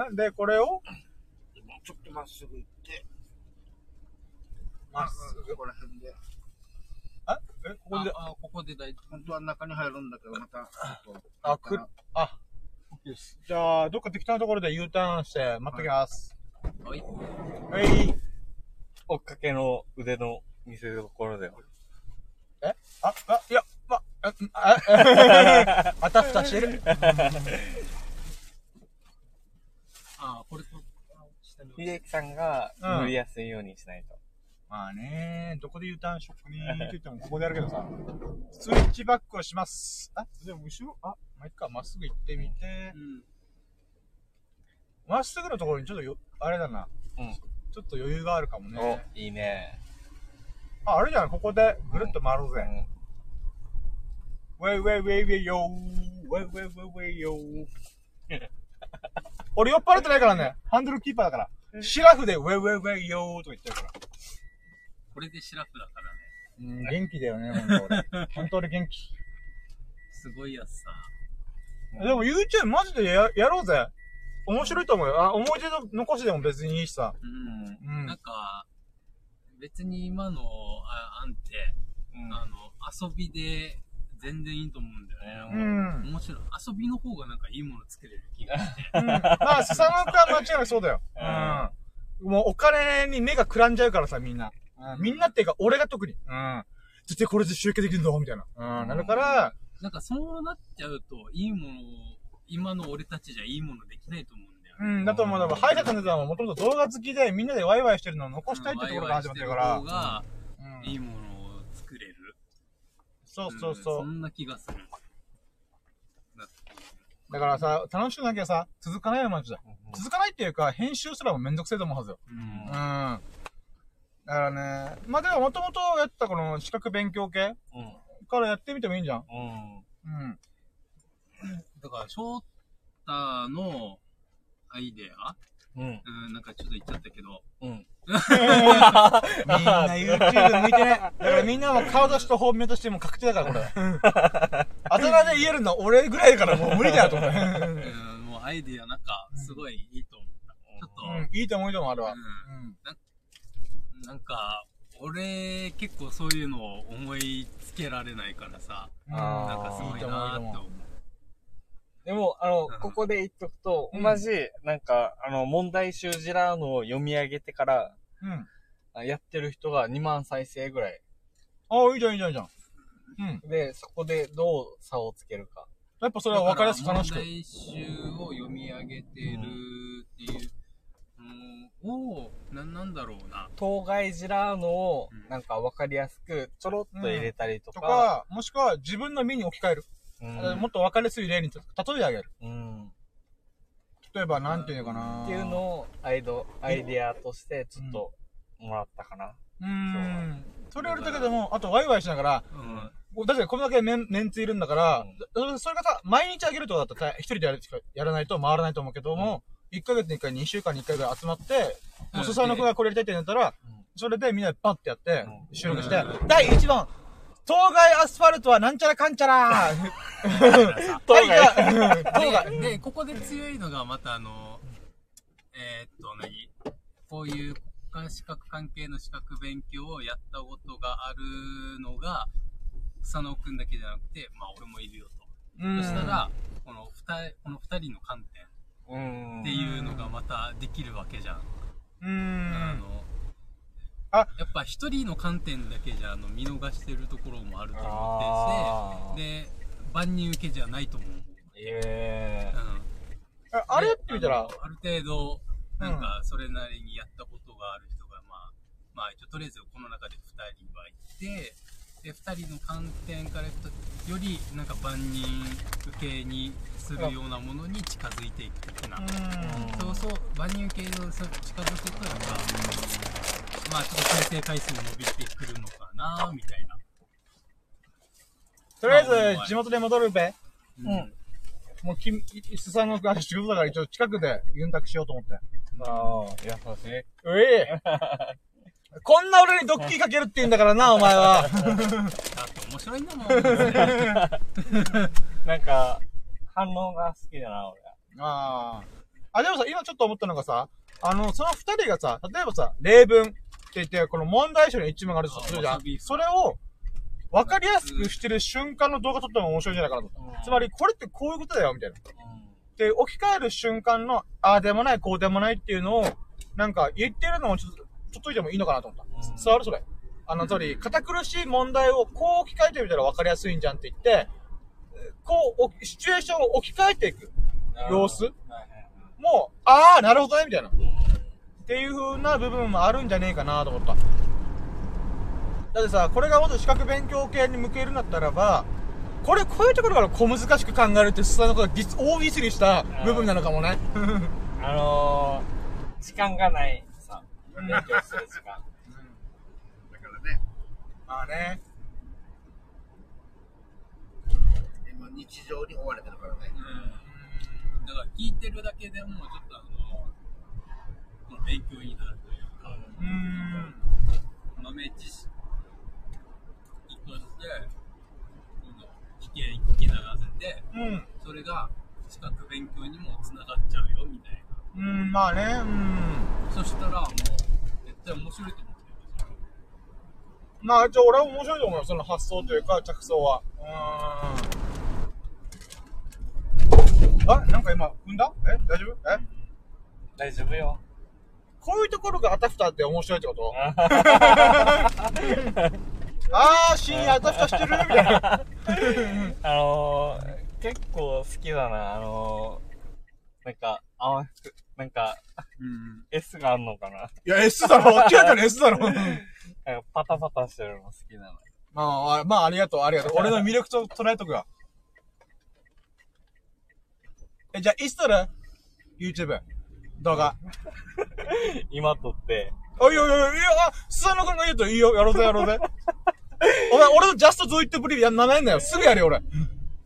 なんで、これをちょっとまっすぐ行って、まっすここら辺で。あえ、ここで、あ、あここで大丈本当は中に入るんだけど、また、ちょっとあ、く、あ、じゃあ、どっか適当なところで U ターンして待ってきます。夫。はい。はい。い追っかけの腕の見せ所だよ。えあ、あ、いや、ま、あ、あ、 あたふたしてる。あ、これと、あ下に。秀樹さんがうん塗りやすいようにしないと。まあねどこで U ターンしようかねって言ってもここでやるけどさ。スイッチバックをします。あ、でも後ろあ、まあ、いっか、まっすぐ行ってみてう。ん。まっすぐのところにちょっとよ、あれだな。うんちょっと余裕があるかもね。いいね。あ、あれじゃん、ここでぐるっと回ろうぜ。ウェイウェイウェイウェイよー。ウェイウェイウェイウェイよー。 俺酔っ払ってないからね。ハンドルキーパーだから。シラフでウェイウェイウェイよーとか言ってるから。これでシラフだからね。うん、元気だよね、本当俺。 本当俺元気。すごいやつさ。でも YouTube マジでややろうぜ。面白いと思うよ。あ、思い出の残しでも別にいいしさ。うん。うんなん。か、別に今のあ案って、あの、遊びで全然いいと思うんだようね。ん。うん。面白い。遊びの方がなんかいいもの作れる気がして。まあ、スサノオくんは間違いなくそうだよ。うん。もうお金に目がくらんじゃうからさ、みんな。うん、みんなっていうか、俺が特に。うん。絶対これで集計できるんだ、みたいな。うん。なるから、なんかそうなっちゃうと、いいものを、今の俺たちじゃいいものできないと思うんだようね。ん。だと思う。だから、歯医者さんのやつはもともと動画好きで、みんなでワイワイしてるのを残したいってところが始まってるからワイ。ワイしてる方がういん。いものを作れる。そうそうそんう。そんな気がする。だからさ、楽しくなきゃさ、続かないよ、マジで。続かないっていうか、編集すらもめんどくせえと思うはずよ。うん。だからね、まあ、でももともとやってたこの資格勉強系からやってみてもいいんじゃん。 うん。だから、翔太のアイデアうん。うん、なんかちょっと言っちゃったけど、みんな YouTube 向いてね。だからみんなも顔出しと本名としても確定だから、これ。 あだ名で言えるの俺ぐらいだからもう無理だよ、と思 う。うん、もうアイデアなんか、すごいいいと思った。ちょっと、うん、いいと思うともあるわ。ううん。ん、なんか、俺、結構そういうのを思いつけられないからさ、あーなんかすごいなーって思う。でも、あのうん、ここで言っとくと、うん同じ、なんか、あの、問題集ジラーノを読み上げてから、うん。あやってる人が2万再生ぐらい。ああ、いいじゃん、いいじゃん、いいじゃん。うん。で、そこでどう差をつけるか。やっぱそれは分かりやすく楽しく。だから問題集を読み上げてるっていう、うん、を、な、なんだろうな。当該ジラーノをう、んなんかわかりやすく、ちょろっと入れたりととか。か、もしくは自分の身に置き換える。うんもっと分かりやすい例に例えてあげる。うん例えば、なんていうのかな。っていうのをアイド、アイディアとして、ちょっと、もらったかな。うーん。それやるだけでも、あとワイワイしながら、うん。だってこれだけメンメンツいるんだから、だそれがさ、毎日あげるとかだったら大一人でやるしかやらないと回らないと思うけども、1ヶ月に1回、2週間に1回ぐらい集まって、もう笹の子がこれやりたいってなったら、それでみんなでバッてやって、収録して、第1問当該アスファルトはなんちゃらかんちゃ らはい、じゃあ、うん当該。で、でここで強いのが、またあの、えー、っと、何こういう国家資格関係の資格勉強をやったことがあるのが、佐野くんだけじゃなくて、まあ俺もいるよと。うんそした、ら、この二人、この二人の観点うんっていうのがまたできるわけじゃん。うあん。の、あやっぱ一人の観点だけじゃ、あの、見逃してるところもあると思あってて、で、万人受けじゃないと思う。ーえうん。ああれやってみたらで、あのある程度、なんか、それなりにやったことがある人が、まあ、まあ、一応とりあえずこの中で2人はいて、で、2人の観点からいくと、より、なんか万人受けにするようなものに近づいていく的な。うんそうそう、万人受けにそう近づいていくのが、まあ、ちょっと再生回数も伸びてくるのかな、みたいな。とりあえず、地元で戻るべ。うん。もう、き、すさのく仕事だから一応近くでユンタクしようと思って。ああ、優しい。うえこんな俺にドッキリかけるって言うんだから な、お前は。だって面白いん だもん。うんなんか、反応が好きだな、俺。ああ。あ、でもさ、今ちょっと思ったのがさ、あの、その二人がさ、例えばさ、例文って言って、この問題書に一問があるとするじゃんあ遊び。それを、わかりやすくしてる瞬間の動画撮っても面白いんじゃないかなと。つまり、これってこういうことだよ、みたいな。で、置き換える瞬間の、ああでもない、こうでもないっていうのを、なんか言ってるのをちょっと、ちょっといてもいいのかなと思った。伝わるそれ。あの、つまり、堅苦しい問題をこう置き換えてみたらわかりやすいんじゃんって言って、こうお、シチュエーションを置き換えていく様子もう、ああ、なるほどね、みたいな。っていう風な部分もあるんじゃねえかなと思った。だってさ、これがもっと資格勉強系に向けるんだったらば、これ、こういうところから小難しく考えるって、スタのことがディス大ミスにした部分なのかもね。 あのー、時間がないさ、勉強する時間。だからね、まあね。今日常に追われてるからね。だから聞いてるだけでも、ちょっとあの、この勉強になるというか、うーん。豆知識として、この聞け、聞き流せて、うん。それが資格勉強にもつながっちゃうよ、みたいな。うん、まあね、うん。そしたら、もう、絶対面白いと思ってるんですよ。まあ、一応俺は面白いと思うよ、その発想というか、着想は。うーん。あ、なんか今、踏んだえ大丈夫え大丈夫よ。こういうところがあたふたって面白いってこと あー、深夜あたふたしてるみたいな。あのー、結構好きだな、あのー、なんか、あわふ、なんか、うん。 S があんのかな。いや、S だろ明らかに S だろなんかパタパタしてるの好きなの。まあ、あまあ、ありがとう、ありがとう。俺の魅力と捉えとくわ。え、じゃあ、いつ撮る ?YouTube。動画。今撮って、おいおいおい、いや、あ、スサノ君が言うといいよ、やろうぜ、やろう ぜ。お前、俺のジャストズイットブリーやんなないんだよ。すぐやれよ、俺。い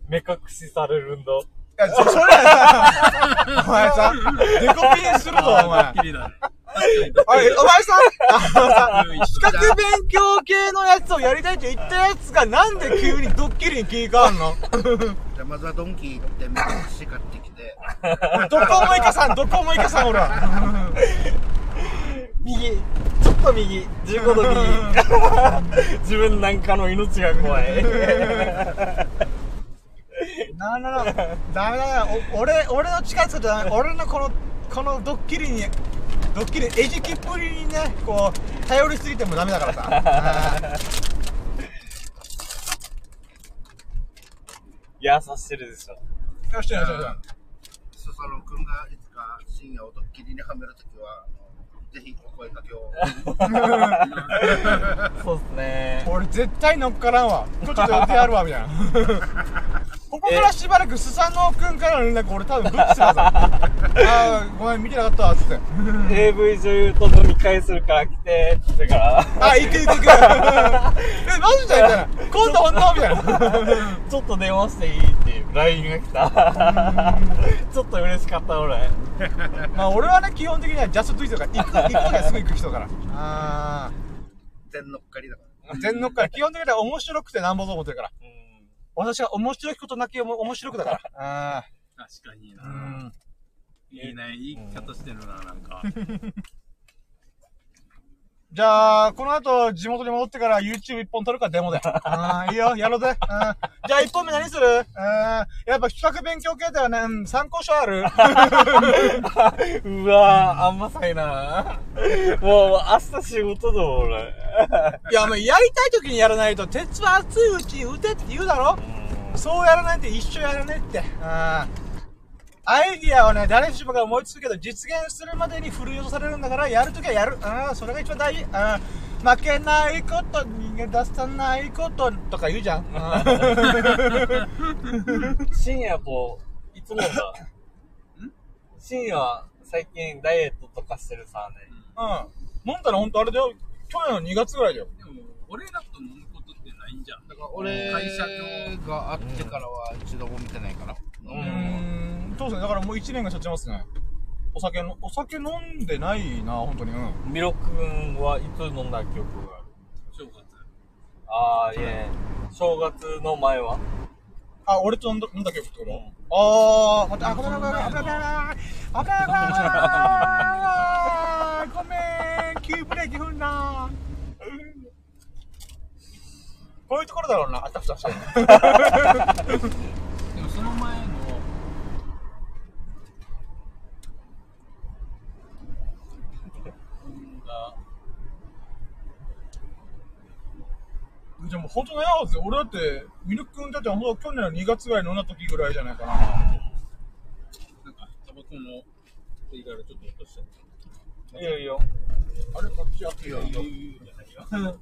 目隠しされるんだ。や、そ、それさ、 お前さ、デコピンするぞ、お前。はっきりだね。おい、お前さ、あのさ、うん 一資緒だ格勉強系のやつをやりたいって言ったやつがなんで急にドッキリに切り替わんのじゃあまずはドンキ行って、目隠し買ってきて、どこもいかさん、どこもいかさん、俺は。 右、ちょっと右、15度 右。自分なんかの命が怖い。 なあなあなあ、ダメだよ。お俺、俺の力使っちゃダメ。俺のこの、このドッキリに、ドッキリ、餌食っぷりにね、こう、頼りすぎてもダメだからさ。 あーいや、察してるでしょ。よしよしよしよスサロくんがいつか深夜をドッキリにはめるときは、あのぜひお声かけを。そうっすねし。。俺絶対乗っからんわ。ちょっと予定あるわ、み たいな。ここからしばらくスサノオくんからの連絡俺多分ブッチす るはずああ、ごめん、見てなかったわ、つって。 AV 女優と飲み会するから来て、って言ってから、あ、行く行く行く。 え、マジでみたいな。今度本当みたいな。 ちょっと電話していいっていう LINE が来た。ちょっと嬉しかった、俺。まあ俺はね、基本的にはジャストツイートとか行く、行くときはすぐ行く人だから。あ全乗っかりだから。あ。全乗っから、基本的には面白くてなんぼと思ってるから。私は面白いことなきおも面白くだから。あ確かにあ。うな。ん。いいね、いい方してるな、なんか。じゃあ、この後、地元に戻ってから YouTube 一本撮るか、デモで。ああ、いいよ、やろうぜ。うんじゃあ一本目何するうん。やっぱ、比較勉強系だよね。うん参考書あるうわぁ、あんまさいなもう、明日仕事だ、俺。いや、もうやりたい時にやらないと、鉄は熱いうちに打てって言うだろそうやらないって一生やらねえって。うん。アイディアをね、誰しもが思いつくけど、実現するまでに振り落とされるんだから、やるときはやる。うん、それが一番大事。うん。負けないこと、逃げ出さないこと、とか言うじゃん。うん。深夜こう、いつもさ、深夜は最近ダイエットとかしてるさね。うん。モンタのほんとあれだよ。去年の2月ぐらいだよ。でも、俺らと飲むことってないんじゃん。だから俺会社があってからは一度も見てないから。うーん。そうですね。だからもう1年が経ちますね。お酒の、お酒飲んでないな、本当に。うん。ミロ君はいつ飲んだ記憶がある正月。あー、いえ。正月の前はあ、俺と飲んだ飲んだけどってこと、うんあー、待って、あ、ごめんごめんごめん、危ない危ない危ない危ないごめん、急ブレーキ踏んだこういうところだろうな、あたふたして。でもその前の、がじゃあもう本当ないはずよ。俺だって、ミルク君だってほんと去年の2月ぐらい飲んだ時ぐらいじゃないかな。なんか、タバコの、吸い殻ちょっと落としちゃった。いいよいいよ。あれ、こっちやっていいよ。その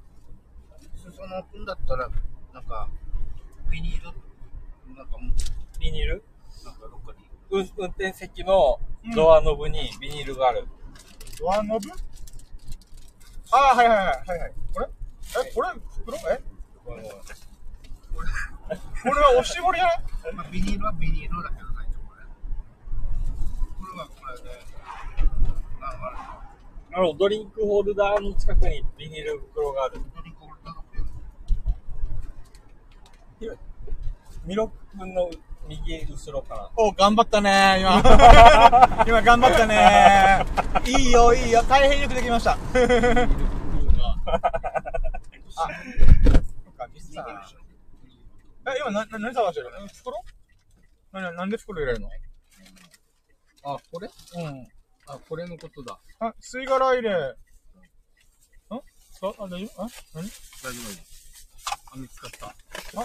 くんだったら、なんか、ビニール、なんか、ビニールなんかどっかに。う運転席のドアノブにビニールがある。ドアノブあー、はいはいはい、はいはい。これえ、これ袋えこのこれはおしぼりじゃないまあ、ビニールはビニールだけど大丈夫これ。がこれで、なんかああの、ドリンクホルダーの近くにビニール袋がある。れ、ドリンクホルダーのことミロック君の右後ろかお、頑張ったね今。今頑張ったねいいよ、いいよ。大変よくできました。あ、そっか、ミスさん。え、今、な、な、何探してるの袋な、な、なんで袋入れるのあ、こうれん。あ、これのことだ。あ、吸い殻入れ。んあ、あ、大丈夫あ、何大丈夫あ、見つかった。あ、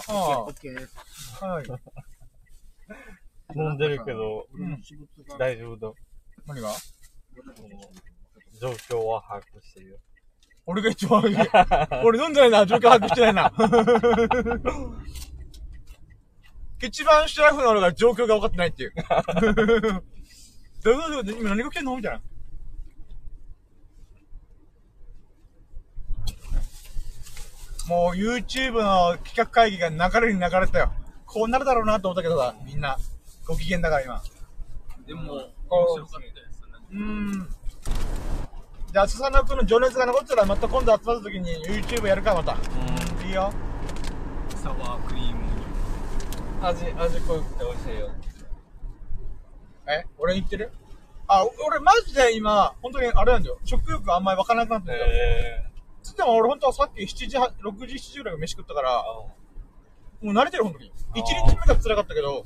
あオッケーです。ー、はい。飲んでるけど、俺の仕事が、大丈夫だ。何が状況は把握してるよ。俺が一番悪い。俺飲んでないな、状況把握してないな。一番シラフの俺が状況が分かってないっていう。どういうことどういうこと今何が起きてんのみたいな。もう YouTube の企画会議が流れに流れてたよ。こうなるだろうなと思ったけどさ、みんな。ご機嫌だから今。でも、面白かったですね。うーん。じゃあ、笹野くんの情熱が残ってたら、また今度集まった時に YouTube やるか、また。いいよ。サワークリームに。な。味、味濃くて美味しいよ。え俺に言ってるあ、お俺マジで今、本当にあれなんだよ。食欲あんまり湧かなくなってんだよ。えつっても俺本当はさっき7時、は6時、7時ぐらいが飯食ったから、もう慣れてる本当に。1日目が辛かったけど、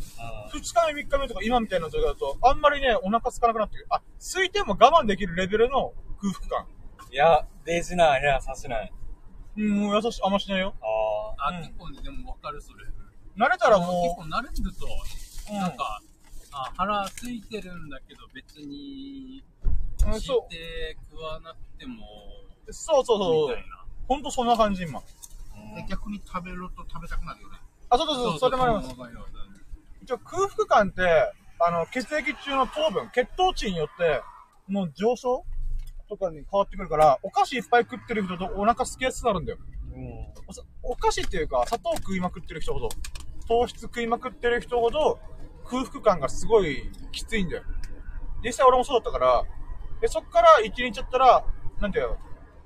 2日目、3日目とか今みたいな状況だと、あんまりね、お腹空かなくなってくる。あ、空いても我慢できるレベルの空腹感。ー、いや、デジない、いや、さしない。うん、もう優しい、あんましないよ。ああ、うん結構ね、でもわかる、それ。慣れたらも結構慣れると、う、うんなんか、あ、腹空いてるんだけど、別に、うん、しそて食わなくても、う、そうそうそみうたい。な。ほんとそんな感じ、今。で逆に食べると食べたくなるよね。あ、そうそうそう、それもあります。わかるわかる一応空腹感って、あの、血液中の糖分、血糖値によって、の上昇とかに変わってくるから、お菓子いっぱい食ってる人とお腹すきやすくなるんだよ。おさお菓子っていうか、砂糖食いまくってる人ほど、糖質食いまくってる人ほど、空腹感がすごいきついんだよ。実際俺もそうだったから、で、そっから一日やったら、なんていうの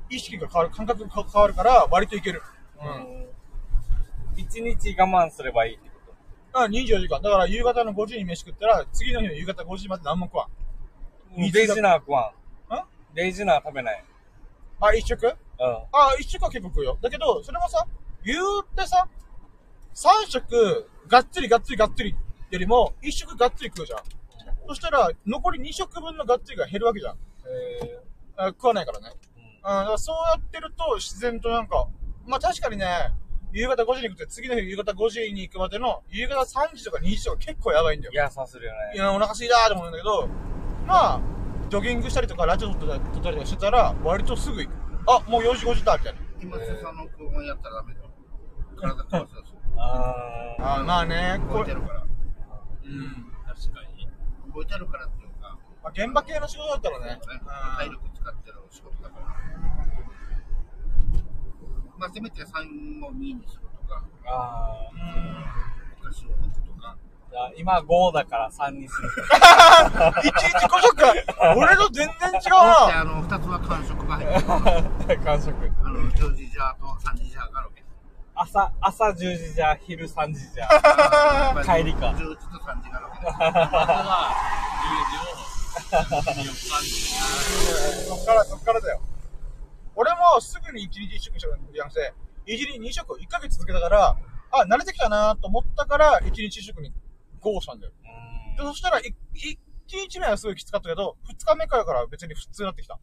意識が変わる、感覚が変わるから、割といける。あ。うん。一日我慢すればいいってこだから24時間。だから夕方の5時に飯食ったら、次の日の夕方5時まで何も食わん。と。もうデジナー食わん。んデジナー食べない。あ、一食うん。あ、一食は結構食うよ。だけど、それもさ、言うてさ、三食、がっつりがっつりがっつりよりも、一食がっつり食うじゃん。そしたら、残り二食分のがっつりが減るわけじゃん。えあ食わないからね。うん、んだからそうやってると、自然となんか、まあ確かにね、夕方5時に行くって、次の日夕方5時に行くまでの、夕方3時とか2時とか結構やばいんだよー、い。や、さするよいね。や、お腹すいたーと思うんだけど、まあ、ジョギングしたりとか、ラジオ撮ったり撮ったりとかしてたら、割とすぐ行く。あ、もう4時5時だ、みたいな。今、セサの高音やったらダメだよ。体壊すやああまあね、つ。こ動いれて、るから。うん、確かに。動いてるからっていうか、まあ、現場系の仕事だったらねね、体うん力使ってる仕事だから。まあ、せめて3を2にするとか、ーあお菓子を抜くとか。ー。じゃあ今5だから3にする。一日5食俺と全然違うで、なあの、2つは間食が入ってる。完食。あの、10時じゃと3時じゃがあるわけ。 朝、朝10時じゃ、昼3時じゃ。帰りか10時と3時があるわけ。ただ、家でを、4日そっから、そっからだよ。俺もすぐに一日一食じゃなくて、一日二食、一ヶ月続けたから、あ、慣れてきたなと思ったから、一日一食にゴーしたんだよ。でそしたら、い一日目はすごいきつかったけど、二日目からから別に普通になってきた。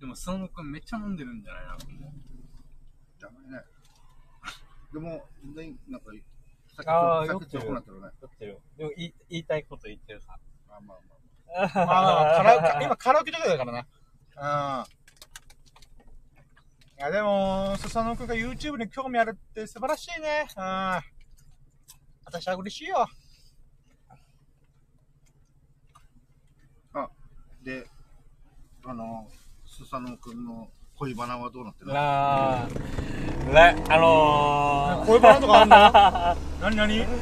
でも、そのくんめっちゃ飲んでるんじ ゃないな、もじゃあね。でも、全然、なんか、さっきあーさっよきく強くなってるね。撮ってるよ。でも言い、言いたいこと言ってるさ。まあまあまあ。まあまあ、カラオケ今カラオケ状態だからね。うん。いや、でも、スサノオくんが YouTube に興味あるって素晴らしいね。うん。私は嬉しいよ。で、あの、スサノオ君の恋バナはどうなってるのなあ。ね、あのこういうバナとかあんの何何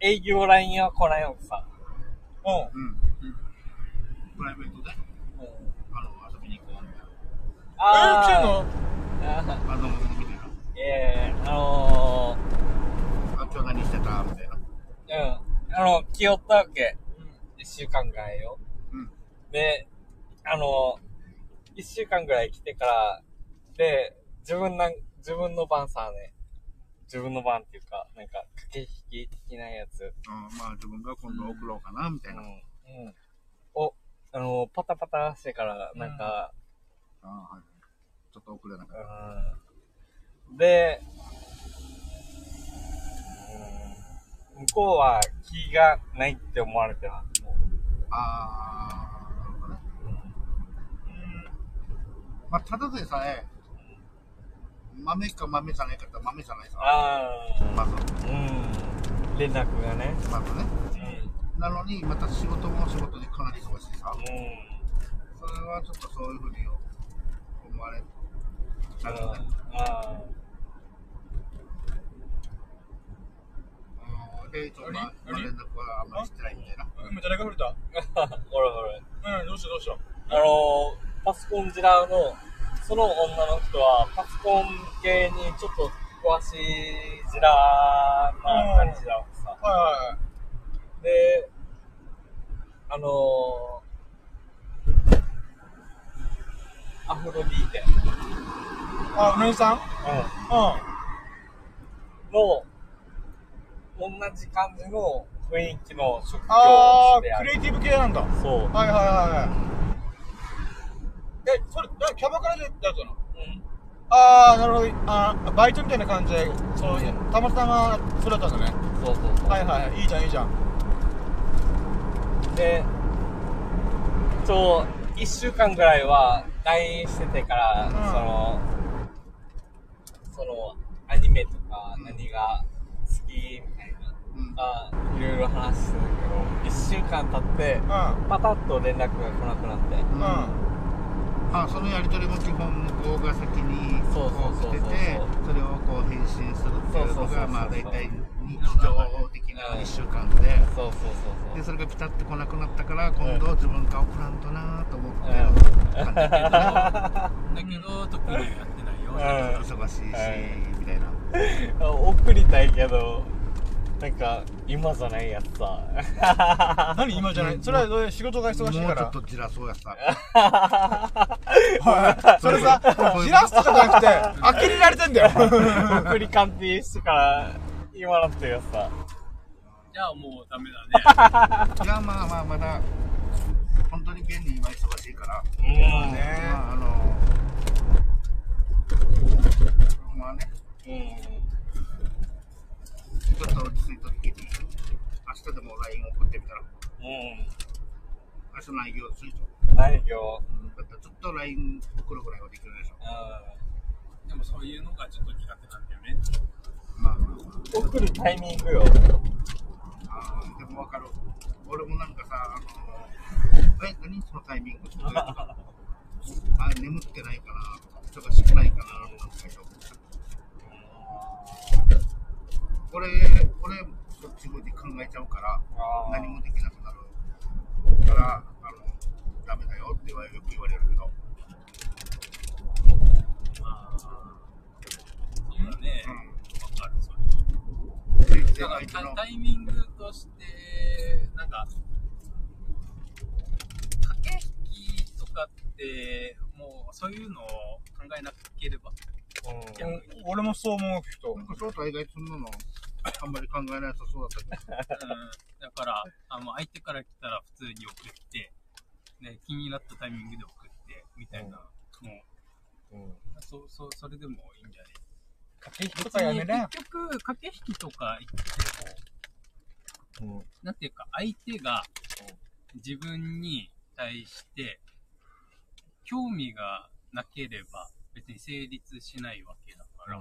営業ラインは来ないのさ。ううん。プライベートで、ん。あの、遊びに行こうみたいあーえー、来のあな。あ、どうも、みたいな。ーいやいやあのあ、今日何してたみたいー、な。うん。あの、気負ったわけ。一週間ぐらいよ。うんで、あのー、一週間ぐらい来てから、で、自分なん、自分の番さね、自分の番っていうか、なんか、駆け引き的なやつ。うん、まあ自分が今度送ろうかな、みたいな。うん。うん。お、あの、パタパタしてから、なんか、あはい。ちょっと遅れなかっうん。で、うん、向こうは気がないって思われてます。もた。あー、なるほどね。まあただでさえ、豆か豆じゃないかって豆じゃないうさ。あまず、あ、うん。連絡がね。まずね。うなのに、また仕事も仕事でかなり忙しいさ。ん。うん。それはちょっとそういうふうに思われちゃうよね。ああ。うんで、ちょっとまああれあれ連絡はあんまりしてないみたいな。今誰が降りたほらほら。うん、どうしたどうしたあのー、パソコンジラーの、その女の人は、パソコン系にちょっと詳しいジラーな感じだわさ。はいはいはい。で、あのー、アフロディーテあ、うなぎさんの、同じ感じの雰囲気の職業をあしてー、あクリエる。イティブ系なんだ。はいそう。はいはいはい。え、それ、だキャバクラでやったのうん。あー、なるほど。あーバイトみたいな感じで、そういう、たまたま、それだったんだね。そうそうそう。はいはいはい。いいじゃん、いいじゃん。で、ちょ、一週間ぐらいは LINE しててから、んその、その、アニメとか何が好きみたいな、うんあいろいろ話してたけど、一週間経って、うパタッと連絡が来なくなって、ん。うん。あそのやり取りも基本向こうが先にそうそうそうそうこう来ててそれをこう返信するっていうそうそうそうのそうがまあ大体日常的なうん1週間でそうそうそうでそう。それがピタッて来なくなったから今度自分が送らんとなと思って感じてるだけど、特にやってないよ。忙しいしはいみたいな送りたいけど、なんか、今じゃないやつ さ。何今じゃないそれはどういう仕事が忙しいもかうちょらっ。とじらそうやさはい それさ、じらすとかじゃなくて、あきれられてんだよ。送り鑑定してから、今だってやつさ。じゃあもうダメだね。いやまあまあまだ本当に現に今忙しいからうん。まああのまあねうん。ちょっと落ち着いた時に明日でも LINE 送ってみたらう。明日内容ついちゃうん何よ。だったらちょっと LINE 送るぐらいはできるでしょ。うでもそういうのがちょっと苦手なんだよね。まあまあん。ま送るタイミングよ。あ、あーでもわかる。俺もなんかさ、あのー、え、何そのタ イミングとか、あ、眠ってないかな、とか忙しくないかな、とかって思って俺、俺、そっち向いて考えちゃうから、あ何もできなくなる。から、あの、ダメだよってはよく言われるけど、そうだね。うわかる、それは。ん。全然だ相手かのらタ、イミングとして、なんか、駆け引きとかって、もうそういうのを考えなければ、う逆に。俺もそう思うけどなん。か翔太意外とそんなの、あんまり考えなさそうだったけど、うんだから、あの相手から来たら普通に送って、ね、気になったタイミングで送って、みたいな、もん。うん。うそそそれでもいいんじゃない駆け引きと別かやにめなよ。結局、駆け引きとか言っても、うん。なんていうか、相手が自分に対して、興味がなければ別に成立しないわけだから、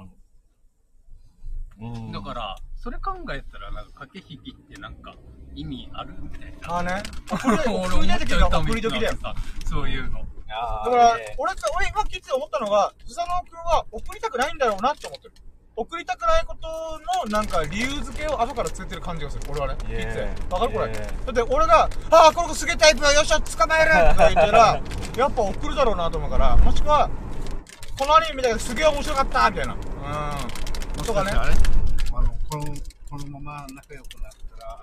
うん。だから、それ考えたら、なんか駆け引きってなんか意味あるみたいな。ああね。 俺送り時が送り時だよ。さ、そういうの。ら、あだーからね、俺さ、俺今聞いてて思ったのが、スサノオ君は送りたくないんだろうなって思ってる。送りたくないことのなんか理由付けを後からつけてる感じがする。俺はね、ピッツェ。わかるこれ。だって俺が、ああ、この子すげえタイプだ、よっしゃ、捕まえるとか言ったら、やっぱ送るだろうなと思うから、もしくは、このアニメみたいなすげえ面白かったみたいな。うもとかねあれあの、この、このまま仲良くなったら、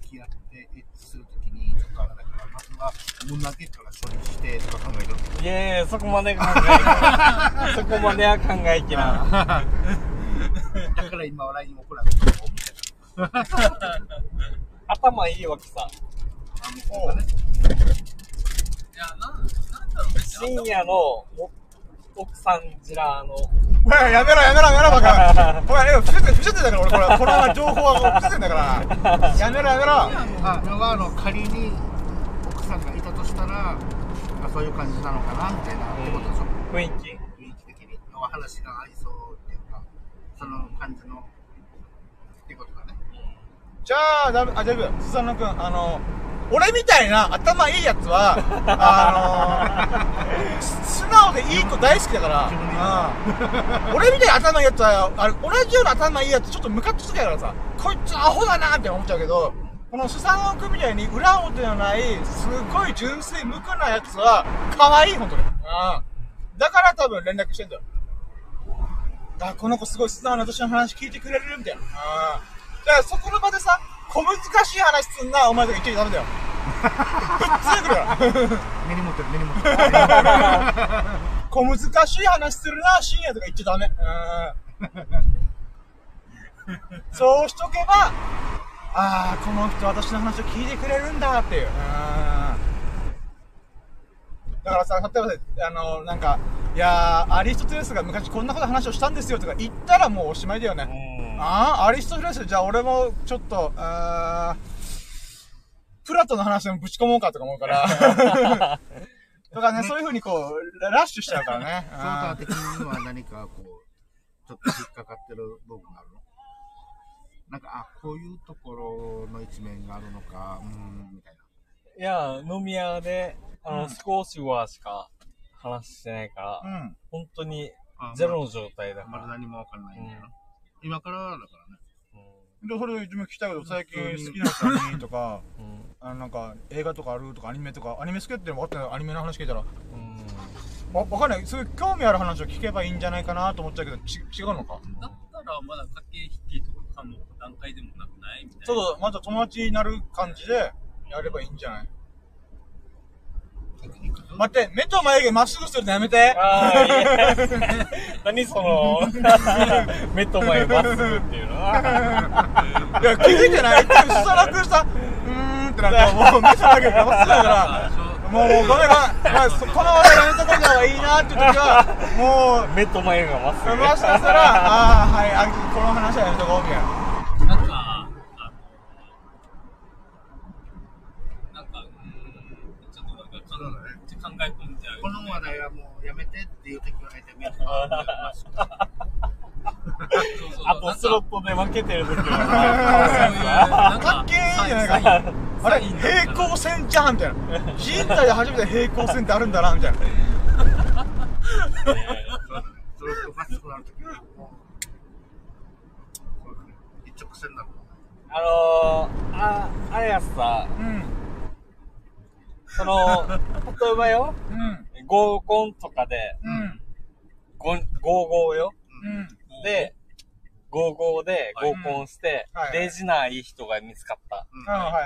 付き合ってエッチするときに、とか、だから、まずは、女結果から処理して、とか考えてる。いやいや、そこまで考えきらん。そこまでは考えきらん。だから今は LINE も来なくても、みたい頭いいわけさ。な。あ、向こうがね。いや、なん、なんだろうね。深夜のお奥さんじらの、ん。おい、やめろやめろやめろ、バカ。おい、え、伏せて、伏せてだから俺、これ、これは情報は伏せてんだから。やめろやめろ。あ、のが、あの、仮に、奥さんがいたとしたら、あ、そういう感じなのかな、みたいな、ってことでしょ。雰囲気。雰囲気的に、の話が合いそうっていうか、その感じの、ってことだね。じゃあ、だぶ、あ、だぶ、スサノ君、あの、俺みたいな頭いいやつは、あの、す素直でいい子大好きだから、うん、俺みたいな頭いいやつは、あれ、同じような頭いいやつちょっとムカッとするからさ、こいつアホだなって思っちゃうけど、このスサノ君みたいに裏表のない、すごい純粋無垢なやつは、可愛い、本当に。うん。だから多分連絡してんだよ。あ、この子すごい素直な私の話聞いてくれるみたいな。あーだからそこの場でさ、小難しい話すんな、お前とか言っちゃダメだよ。ぶっついてくるから。目に持ってる、目に持ってる。 小難しい話するな、深夜とか言っちゃダメ。うーんそうしとけば、ああ、この人私の話を聞いてくれるんだっていう。うーんだからさ、例えばさあの、なんか、いやー、アリストテレスが昔こんなこと話をしたんですよとか言ったらもうおしまいだよね。うん。ああ、アリストテレス、じゃあ俺もちょっと、あープラトの話でもぶち込もうかとか思うから。 とかね、そういう風にこう、ララッシュしちゃうからね。ソータうんー的には何かこう、ちょっと引っかかってる部分があるのなんか、あ、こういうところの一面があるのか、うーん、みたいな。いや、飲み屋で、あの、うん少しはしか話してないから、うん。本当にあゼロの状態だかまだら。何もわかんないんだよなう。今からだからね。で、それで自分聞きたいけど、最近好きな人は何とか、うんあの、なんか、映画とかあるとか、アニメとか、アニメ好きって分かってないアニメの話聞いたら、うんわ、わかんない。そういう興味ある話を聞けばいいんじゃないかなと思っちゃうけど、ち、違うのかだったら、まだ駆け引きとかの段階でもなくないみたいな。ちょっと、また友達になる感じで、やればいいんじゃないテクニックと待って、目と眉毛まっすぐするのやめてああ、いや。何その、目と前まっす ぐっていうのは。いや、気づいてないって、スサノ君さ、うーんってなって、もう目と眉毛がまっすぐだから、もう、ごめんごめん、まあ、そこの話題やめとこうがいいなっていう時は、もう、目と前がまっすぐ。回し出したら、ああ、はい、あこの話はやめとこうみたいな。なんか、あの、なんか、うーん、ちょっとなんか考え、考え込んじゃう。この話題はもうやめてっていう時は相手 目とそうそうあとスロットで分けてる時は、かかっけーいいじゃないかあれ、平行線じゃんみたいな。人体で初めて平行線ってあるんだな、みたいな。それとマスクなる時はもう、そうだね。一直線だもん。あのー、あ、あれやさ、うん、その、例えばよ、うん、合コンとかで、うん、ゴン合合よ。うん。で、合合で合コンしてうんはい、はいレジないい人が見つかった。あはいはい。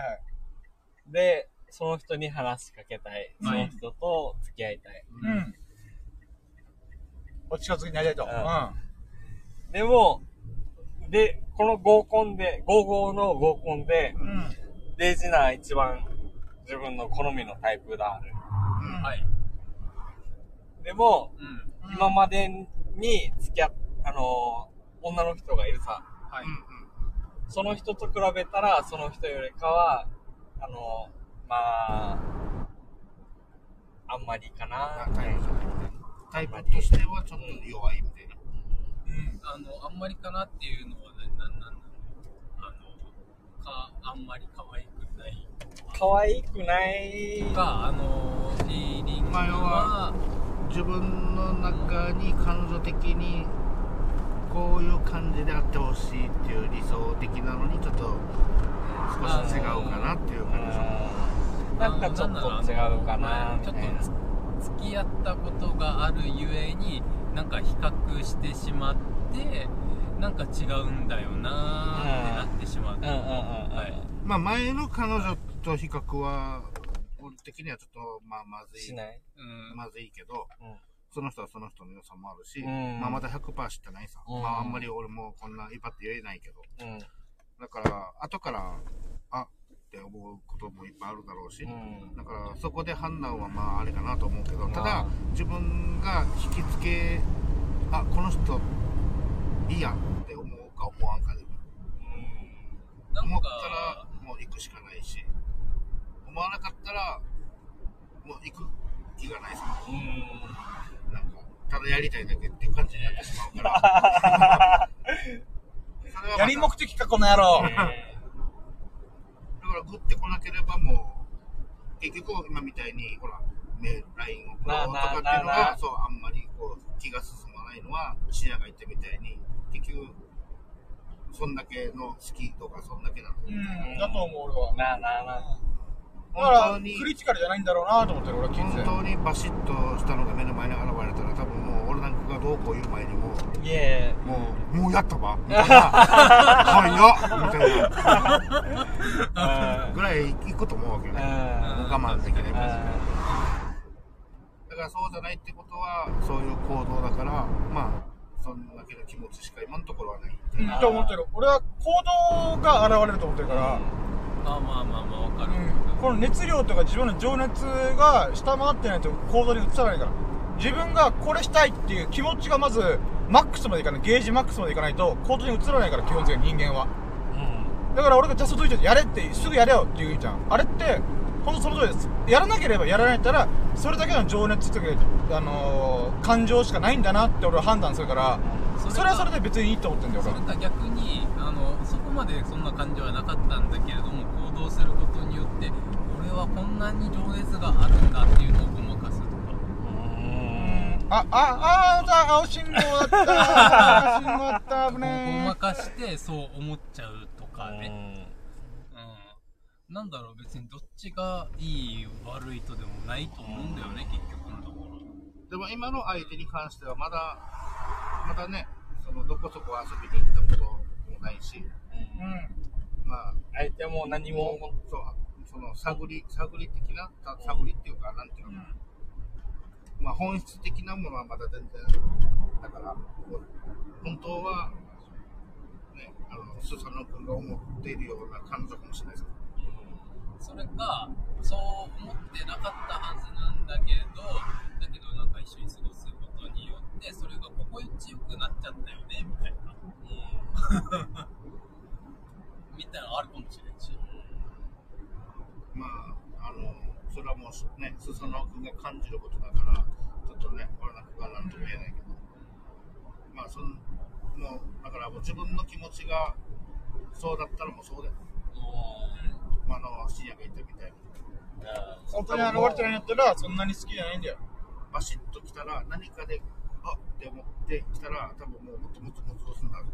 で、その人に話しかけたい。そはのい人と付き合いたい。うん。お近づきになりたいと。ううんん。でも、で、この合コンで、合合の合コンで、うん。レジな一番自分の好みのタイプだ。はい。でも、うん。今までに付き合っ、あのー女の人がいるさ。はい。その人と比べたら、その人よりかは、あの、まあ、あんまりかな。タイプじゃないみたいな。タイプとしてはちょっと弱いみたいな。あの、あんまりかなっていうのは、な、な、なんなのあの、か、あんまり可愛くない。可愛くない。が、あの、フィーリングまあ要はは、自分の中に感情的にこういう感じであってほしいっていう理想的なのにちょっと少し違うかなっていう感じでしょうんなんかちょっと違うかなちょみったいなとつ付き合ったことがあるゆえになんか比較してしまってなんか違うんだよなーってなってしまう、うんうんうんうんはいまあ前の彼女と比較は俺的にはちょっとまあまずしいないうんまずいけど、うんその人はその人の良さもあるし、うんまあまだ100%知ってないさ、うんまああんまり俺もこんな威張って言えないけどうんだから後からあって思うこともいっぱいあるだろうし、うんだからそこで判断はまああれかなと思うけどまたあだ自分が引きつけあこの人いいやって思うか思わんかでなん思っかたらもう行くしかないし思わなかったらもう行く気がないさなんかただやりたいだけっていう感じになってしまうから それはまたやり目的か、この野郎。だから食ってこなければもう、結局今みたいに、ほら、メール、LINE を送ろうとかっていなあなあうのなあなが、そう、あんまりこう、気が進まないのは、シナが言ったみたいに、結局、そんだけの好きとか、そんだけなの。うん、だと思う、俺は。なあなあなあだか本当ら、にク、リティカルじゃないんだろうなと思ってる、俺は聞いて本て。当にバシッとしたのが目の前に現れたら、多分もう、俺なんかがどうこう言う前にもう、いえもう、もうやったわみたいな。はい、やみたいな。ぐらい行くと思うわけようんね。もう我慢できない。うんだからそうじゃないってことは、そういう行動だから、まあ、そんだけの気持ちしか今のところはない。うん、と思ってる。俺は行動が現れると思ってるから、まあまあまあまあわかる、うん、この熱量とか自分の情熱が下回ってないと行動に移さないから。自分がこれしたいっていう気持ちがまず、マックスまでいかない、ゲージマックスまでいかないと行動に移らないから、基本的に人間は。だから俺がジャストドゥイットやれって、すぐやれよって言うじゃん。あれって、ほんとその通りです。やらなければやらないったら、それだけの情熱とか、あのー感情しかないんだなって俺は判断するから、それがはそれで別にいいと思ってんだよ、そ俺れは。か逆にあのそこまでそんな感じはなかったんだけれども行動することによって俺はこんなに情熱があるんだっていうのをごまかすとかあ、あ、あー、青信号だった。青信号だった、危 ごまねかしてそう思っちゃうとかうね、んうん、なんだろう別にどっちがいい悪いとでもないと思うんだよね結局のとこでも今の相手に関しては、まだ、まだね、その、どこそこ遊びに行ったこともないし、え。うん。まあ、相手も何ももう、そう、その、探り、探り的な、た探りっていうか、なんていうのかな。まあ、本質的なものはまだ全然、だから、本当は、ね、あの、スサノ君が思っているような感情かもしれないです。ろそれかそう思ってなかったはずなんだけどだけどなんか一緒に過ごすことによってそれが心地よくなっちゃったよねみたいな みたいなのあるかもしれんしまあ、あの、それはもうね、スサノ君が感じることだから、ちょっとね、俺なんかが何とも言えないけど、まあ、その、もう、だからもう自分の気持ちが、そうだったらもうそうだよ。まあ、あの、深夜が言ったみたいに。本当にあの、俺たちにやったら、そんなに好きじゃないんだよ。バシッと来たら何かであっって思って来たら多分もうもっともっともっとするんだろう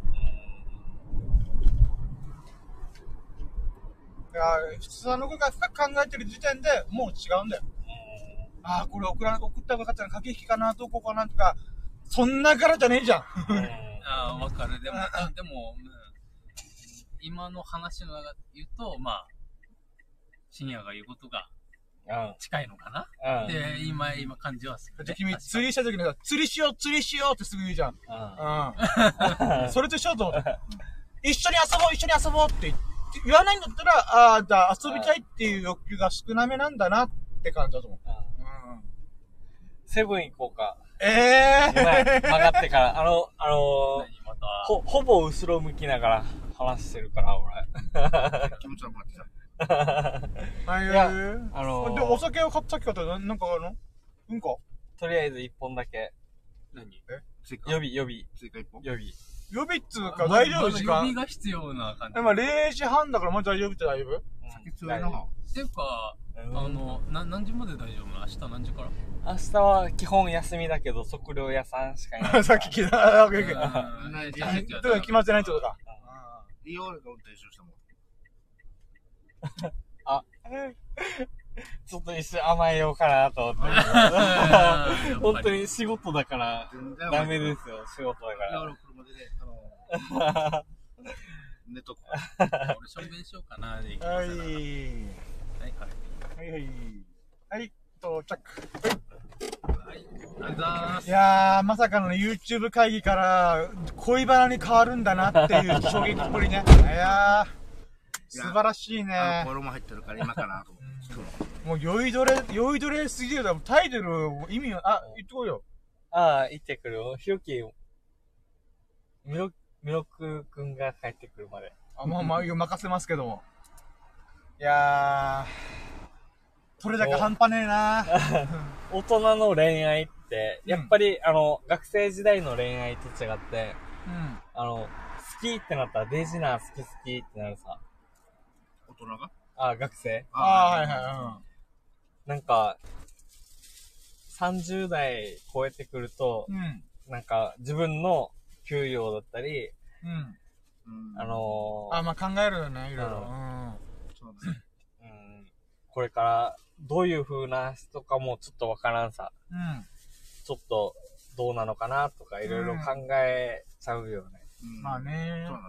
いや普通の子が深く考えてる時点でもう違うんだよ。ああ、これ送ら、送った方がよかったな、駆け引きかな、どこかなとか、そんなからじゃねえじゃん。ああ、わかる。でも、でも、うん今の話の中で言うと、まあ、深夜が言うことが近いのかな、うんで、今、今感じはする、だって 君、ね。確か釣りした時にさ、釣りしよう、釣りしようってすぐ言うじゃん。うん。 それと一緒だと思った。一緒に遊ぼう、一緒に遊ぼうって言って言わないんだったら、ああ、じゃあ遊びたいっていう欲求が少なめなんだなって感じだと思う。うん。セブン行こうか。えごめんえ 曲がってから。あの、あのーにまた、ほ、ほぼ後ろ向きながら話してるから、俺。気持ちは待ってたー。はいやああののーでもお酒を買ったっき方ななんかあるのうんかとりあえず一本だけ。追加予備、予備、追加1本予備。予備っつうか、大丈夫まだ時予間。備が必要な感じ。今、0時半だから、もう大丈夫って大丈夫。先強いな。っていうか、ああの、な何時まで大丈夫なの明日何時から明日は基本休みだけど、測量屋さんしかいないさっき聞いた。あ、オッケーオッケー。うんないやる気はとか決まってないってことか。いいよ、俺が運転手したもん。ちょっと一瞬甘えようかなと思って。うん本当やっに仕事だから、全然ダメですよ、仕事だかいや、ら。俺車でね、あの、寝とく。ぱり俺証明しようかな。ではい。はいはい。はいはい。はい、到着。ありがとうございますい。やー、まさかのね YouTube 会議から恋バナに変わるんだなっていう衝撃っぷりね。いやー、素晴らしいあねの、。衣入ってるから今かなと思って聞くの。もう酔いどれ、酔いどれすぎるだろ。タイトル、意味を、あ、言ってこいよ。ああ、行ってくるよ。ひろき、みろ、みろくくんが帰ってくるまで。あ、もう、まあ、任せますけども。いやー、取れ高半端ねえな大人の恋愛って、やっぱり、あの、学生時代の恋愛と違って、うん。あの、好きってなったら、デジナー好き好きってなるさ。大人がああ、学生。あー、はいはなんか、30代超えてくるとい、、うん。なんか、自分の給料だったり、うん。うん。うんあ、のーあ、まあ考えるよね、いろいろ。ううん。そうだね。うん、これから、どういう風な人かもちょっとわからんさ。うん。ちょっとどうなのかなとかいろいろ考えちゃうよね。うんまあ。ねそうだね。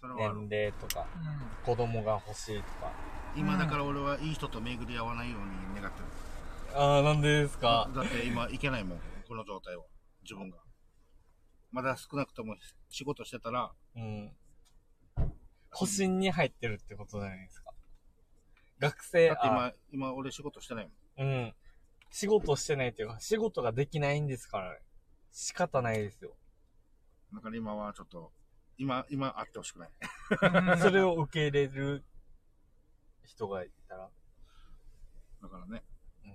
それはある。年齢とか、うん。子供が欲しいとか。今だから俺はいい人と巡り合わないように願ってる。ああ、なんでですか。だって今いけないもん、この状態は。自分が。まだ少なくとも仕事してたら、うん。保身に入ってるってことじゃないですか。学生、だってあ今、今俺仕事してないもん。うん。仕事してないっていうか、仕事ができないんですから、ね、仕方ないですよ。だから今はちょっと、今、今会ってほしくない。それを受け入れる人がいたら。だからね、うん。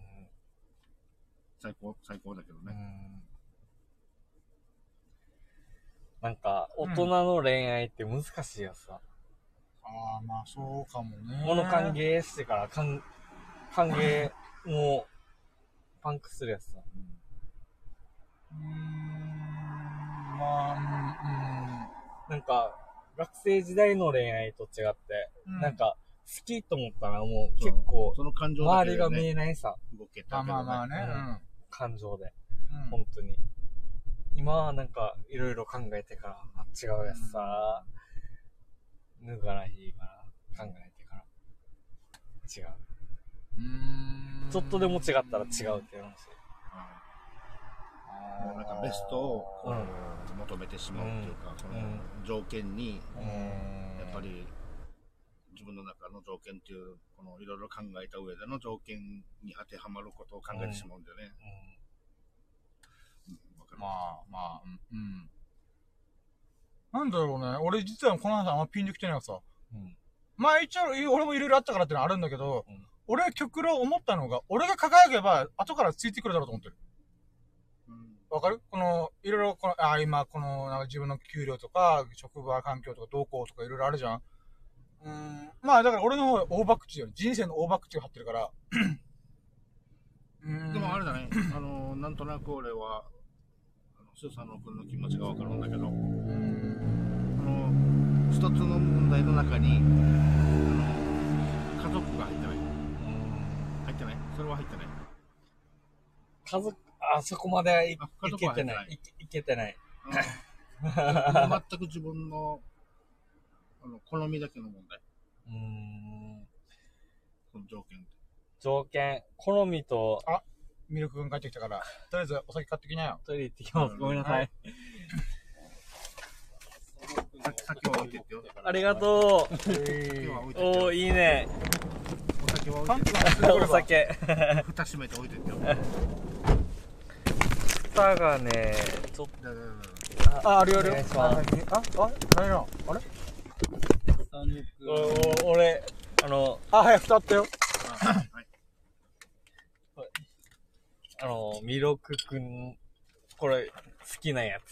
最高、最高だけどうね。んなんか、大人の恋愛って難しいやつさ。ああ、まあそうかもね。物歓迎してから、歓、歓迎、もう、パンクするやつさ。うーん、まあ、なんか、学生時代の恋愛と違って、うん。うんなん、か、好きと思ったらもう結構、その感情だ周りけで、が見ね、えないさ、動けまたあけまあど、まあね、ね。感情で。うん。うん本当に。今はなんか、いろいろ考えてから、あ、違うやつさ、脱がらひいから、考えてから。違う。うーんちょっとでも違ったら違うっていう話。うんもうなんかベストをこうんう求めてしまうっていうか、そうんの条件に、うーんやっぱり自分の中の条件っていう、このいろいろ考えた上での条件に当てはまることを考えてしまうんだよね。うんうんわかるまあまあ、うんうん。なんだろうね。俺実はこの話あんまピンできてないやつさ。うんまあ一応、俺もいろいろあったからってのはあるんだけど、うん俺は極論思ったのが、俺が輝けば後からついてくるだろうと思ってる。うんわかるこの、いろいろ、この、あ、今、この、なんか自分の給料とか、職場環境とか、動向とかいろいろあるじゃん。うーん。まあ、だから俺の方が大博打より、人生の大博打が張ってるから。うーん。でもあれだね、あの、なんとなく俺は、あのスーサノ君の気持ちがわかるんだけど、うーん。あの、一つの問題の中に、あの、家族が入ってない。入ってないそれは入ってない。家族、あそこまであい家い族けは入てってな。ないい。いけいけてない。うん全く自分の、あの、好みだけの問題。うん。その条件って。条件、好みと、ミルク君帰ってきたから、とりあえずお酒買ってきなよ。トイレ行ってきます。ごめんなさい。さ酒は置いてってよ。ありがとう。酒は 置いてっておよ。ー、いいね。お酒はパン置いてツのってよ。話お 酒。蓋閉めて置いてってよ。蓋がね、ちょっと、だだだだあ、あるよあるよお願いしあ、まあ、何よあれお俺、あの、あ、はい、蓋あったよ。あはいあの、ミロクくん、これ、好きなやつ。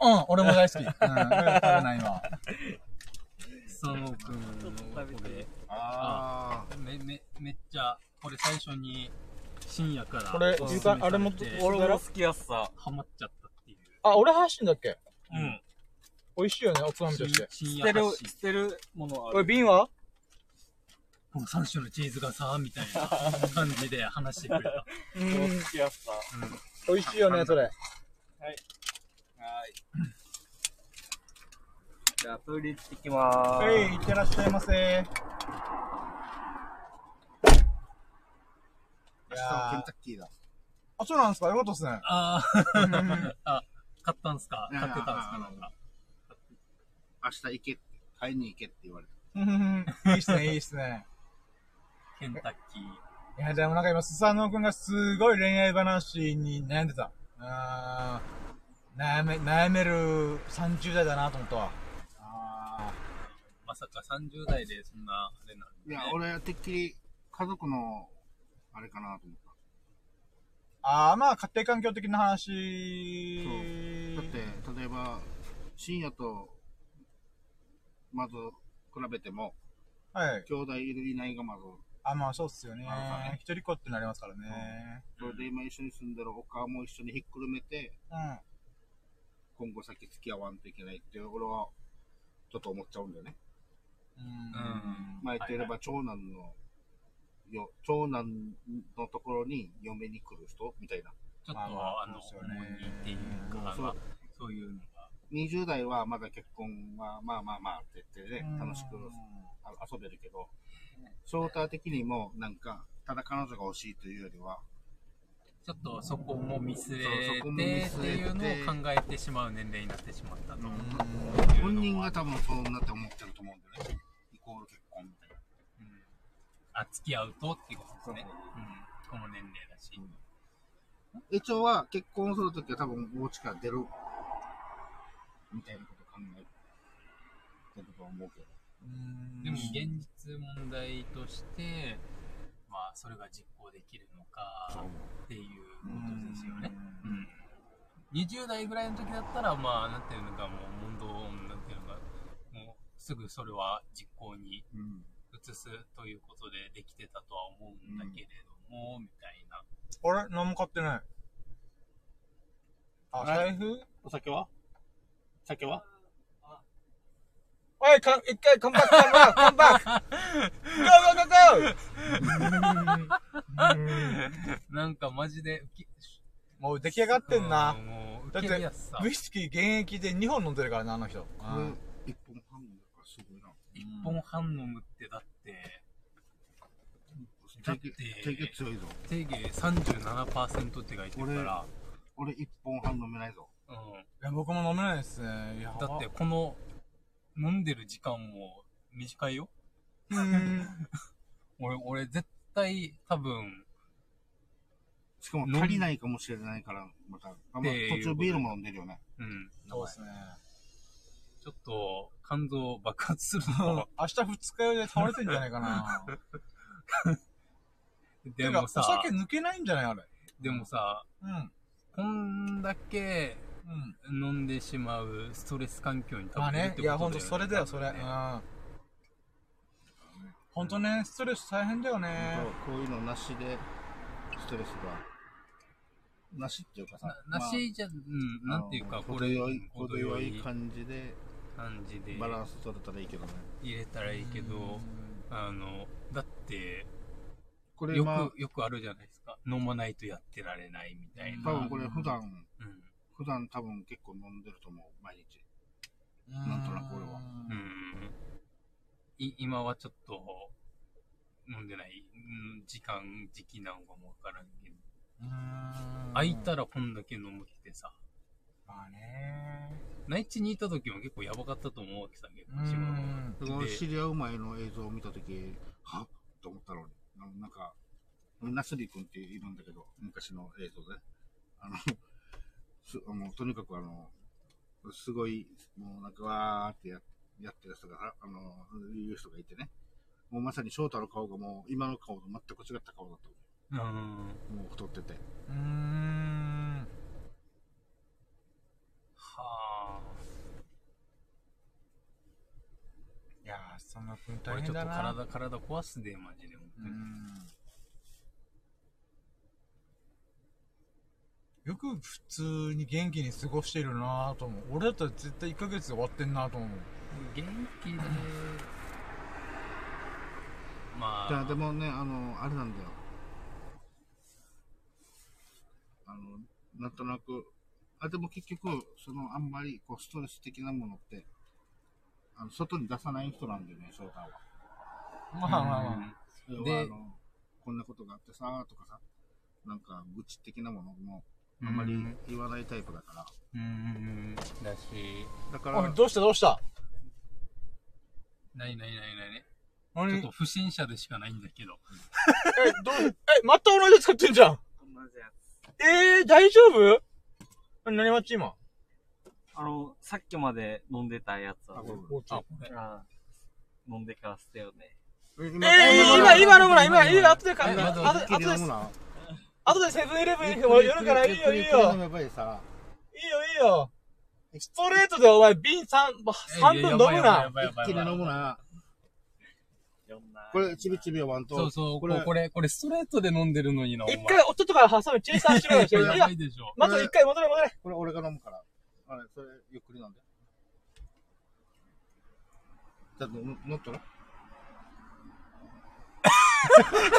うん、俺も大好き。うん、だから食べないわ。そのくん、これ、 あめ、め、めっちゃ、これ最初に、深夜から、これおすすめゆさかれ、てあれも、俺俺だも好ろきやすさ。ハマっちゃったっていう。あ、俺発信だっけうん。美味しいよね、おつまみとして。深捨て夜る、発捨てるものあこれる。瓶はこの3種のチーズがさ、みたいな感じで話してくれた。う俺も好。きやすさ。は美味しいよね、それ。ーい。じゃあ、プール行ってきまーす。はい、いってらっしゃいませ。いやーあ、明日もケンタッキーだ。あ、そうなんですかよかったっすね。あー、あ、買ったんすかいや買ってたんすかなんか。明日行け、買いに行けって言われた。うん いいっすね、いいっすね。ケンタッキー。いや、でもなんか今、スサノオくんがすごい恋愛話に悩んでた。あー悩め、悩める30代だなと思ったわ。あまさか30代でそんな、あれなんいで、やね。、俺、てっきり家族の、あれかなと思った。あー、まあ、家庭環境的な話。だって、例えば、深夜と、まず、比べても、はい。兄弟いるいないがまず、あ、まあ、そうっすよねなるほどね。一人っ子ってなりますからね。それで今一緒に住んでるお母も一緒にひっくるめて、うん。今後先付き合わんといけないって、俺は、ちょっと思っちゃうんだよね。うん。まあ言っていれば、長男の、よ、長男のところに嫁に来る人みたいな。ちょっと、まああまあの、そう重ですよね荷っていうか、そうそういうのが。 20代はまだ結婚は、まあまあまあって言ってね、楽しくうあ遊べるけど、翔太的にも、なんか、ただ彼女が欲しいというよりは、ちょっとそこも見据そうえそこも見て据えてっていうのを考えてしまう年齢になってしまったと。本人が多分そうなって思ってると思うんだよね。イコール結婚みたいな。うんあ、付き合うとっていうことですね。うん。この年齢だし。一応は結婚するときは多分お家から出る、みたいなこと考えてると思うけど。んでも現実問題として、まあ、それが実行できるのかっていうことですよね。うん。20代ぐらいの時だったら、まあ、なんていうのか、もう問答、なんていうのか、もうすぐそれは実行にうん。移すということでできてたとは思うんだけれども、みたいな。あれ何も買ってない。あ、財布お酒は酒はおい、かん、一回、カンバック、カンバック、カンバック !Go, go, go, go! なんかマジで浮き、もう出来上がってんなう。もうだっ浮てきやすさウ。イスキー現役で2本飲んでるからね、あの人。これ、一本半だからすごいな。一本半飲むってだって、だって定期定期強いぞ。定義37%って書いてるから、俺一本半飲めないぞ。うん。いや、僕も飲めないですね。いやだって、この、飲んでる時間も短いよ。うん。俺、俺絶対多分、しかも足りないかもしれないから、また。あまあで途中ビールも飲んでるよね。うん。そうですね。ちょっと、肝臓爆発する明 の。日二日酔いで倒れてんじゃないかな。 でもてかさお酒、抜けないんじゃないあれ。でもさ、うん。こんだけうん。飲んでしまうストレス環境に多まあ分いるっねいてこ、とだよや、ほんと、それだよ、それ。う多分ねん。ほんとね、ストレス大変だよね。こういうのなしで、ストレスが。なしっていうかさ。ななしじゃ、うん、まあなんていうあか、のこれ、程よい、程程よよいい感じで、感じでバランス取れたらいいけどね。入れたらいいけど、あの、だって、これよ今、く、よくあるじゃないですか。飲まないとやってられないみたいな。多分これ普段、うん。普段多分結構飲んでると思う、毎日。うなんとなく俺はうん。い、今はちょっと、飲んでない、うん、時間、時期なんかもわからんけど。うん空いたらこんだけ飲むってさ、まあね。内地にいた時も結構やばかったと思うわけさ、結う構自分は。ん。そので知り合う前の映像を見たとき、はっと思ったのに。ななんか、ナスリ君っているんだけど、昔の映像で。あの、すあのとにかくあの、すごい、もうなんかわーってややってる人が、あの、いう人がいてね。もうまさに翔太の顔がもう今の顔と全く違った顔だった。うん。もう太ってて。うーん。はあ。そんな分こ大れちょ変っとだな。体、体壊すで、マジで。うんよく普通に元気に過ごしてるなぁと思う。俺だったら絶対1ヶ月で終わってんなぁと思う。元気で、まじゃああ、でもね、あの、あれなんだよ。あの、なんとなく、あ、でも結局、その、あんまり、こう、ストレス的なものって、あの、外に出さない人なんだよね、翔太は。まあまあまあ。要では、あの、こんなことがあってさ、とかさ、なんか、愚痴的なものも、あんまり言わないタイプだから。うんうんうん。だし、だかおいら、どうしたどうしたないないないないね。ちょ何っと不審者でしかないんだけど。え、どう、え、また同じやつ買ってんじゃん。えー、大丈夫何待ち今。あの、さっきまで飲んでたやつは、ああ飲んでから捨てようね。え、えー、今、今飲むな、今、いいよ、後で買うな。今今後で、後で、な。後でセブンイレブン行く夜からいいよ、いいよ。いいよ飲、めばいいさ。いいよ。ストレートでお前、瓶三、三分飲むな。やばいやばいやばいやばい一気に飲むな。いろんな。これ、ちびちび読まんと。そうそう、ここれ、れこれ、これストレートで飲んでるのにな、お前一回、音とか挟む、チェイサーしろよ。いややば、いでしょ。まず一回戻れ、戻れ。これ俺が飲むから。あれ、それ、ゆっくり飲んで。ちょっと、もっとな。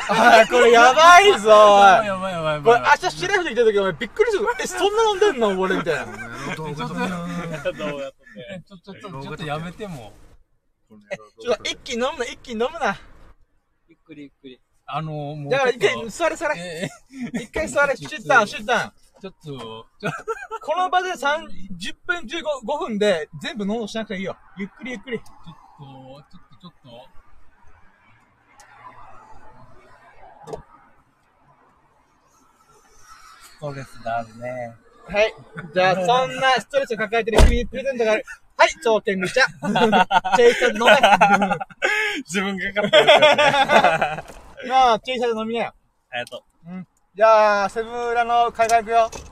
あー、これやばいぞ、やおばいい。やばいやばいやこばれい。明日シラフで来た時お前びっくりする。え、そんな飲んでんの俺みたいな。動画撮れよえちょ、ちょ、ちょ、ちょっとやめても。ちょっと一気に飲むな、一気に飲むな。ゆっくりゆっくり。あの、もうちょだっかと。ら一回座れ座れ。え一回座れ、シュッタン、シュッタン。ーちょっと、ちょっこの場で3、10分15、5分で全部濃度しなくていいよ。ゆっくりゆっくり。と、ちょっと、ちょっと。ストレスだね。はい。じゃあ、そんなストレスを抱えてる君にプレゼントがある。はい、頂点無茶。 チェイサーで飲め。 自分が買ったやつやねなあ、チェイサーで飲みなよ。ありがとじゃあ、セブン裏の海外行くよ。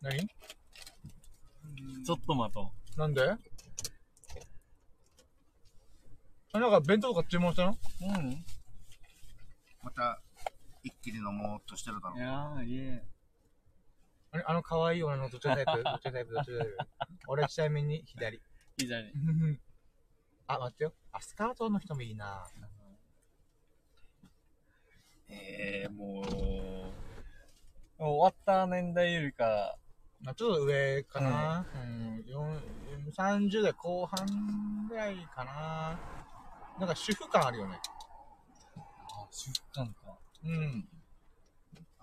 何ちょっと待となんであなんか弁当とか注文したのう。うん。また、一気に飲もうとしてるだろいやー、いえ。あれあの可愛い女のどっちがタイプどっちがタイプどっちがタイプ俺ちなみに左。いいじゃね。 あ、待ってよ。あ、スカートの人もいいなえー、ももうう、終わった年代よりか、まあ、ちょっと上かな、うん、うん、30代後半ぐらいかななんか主婦感あるよね。あ、出感か。うん。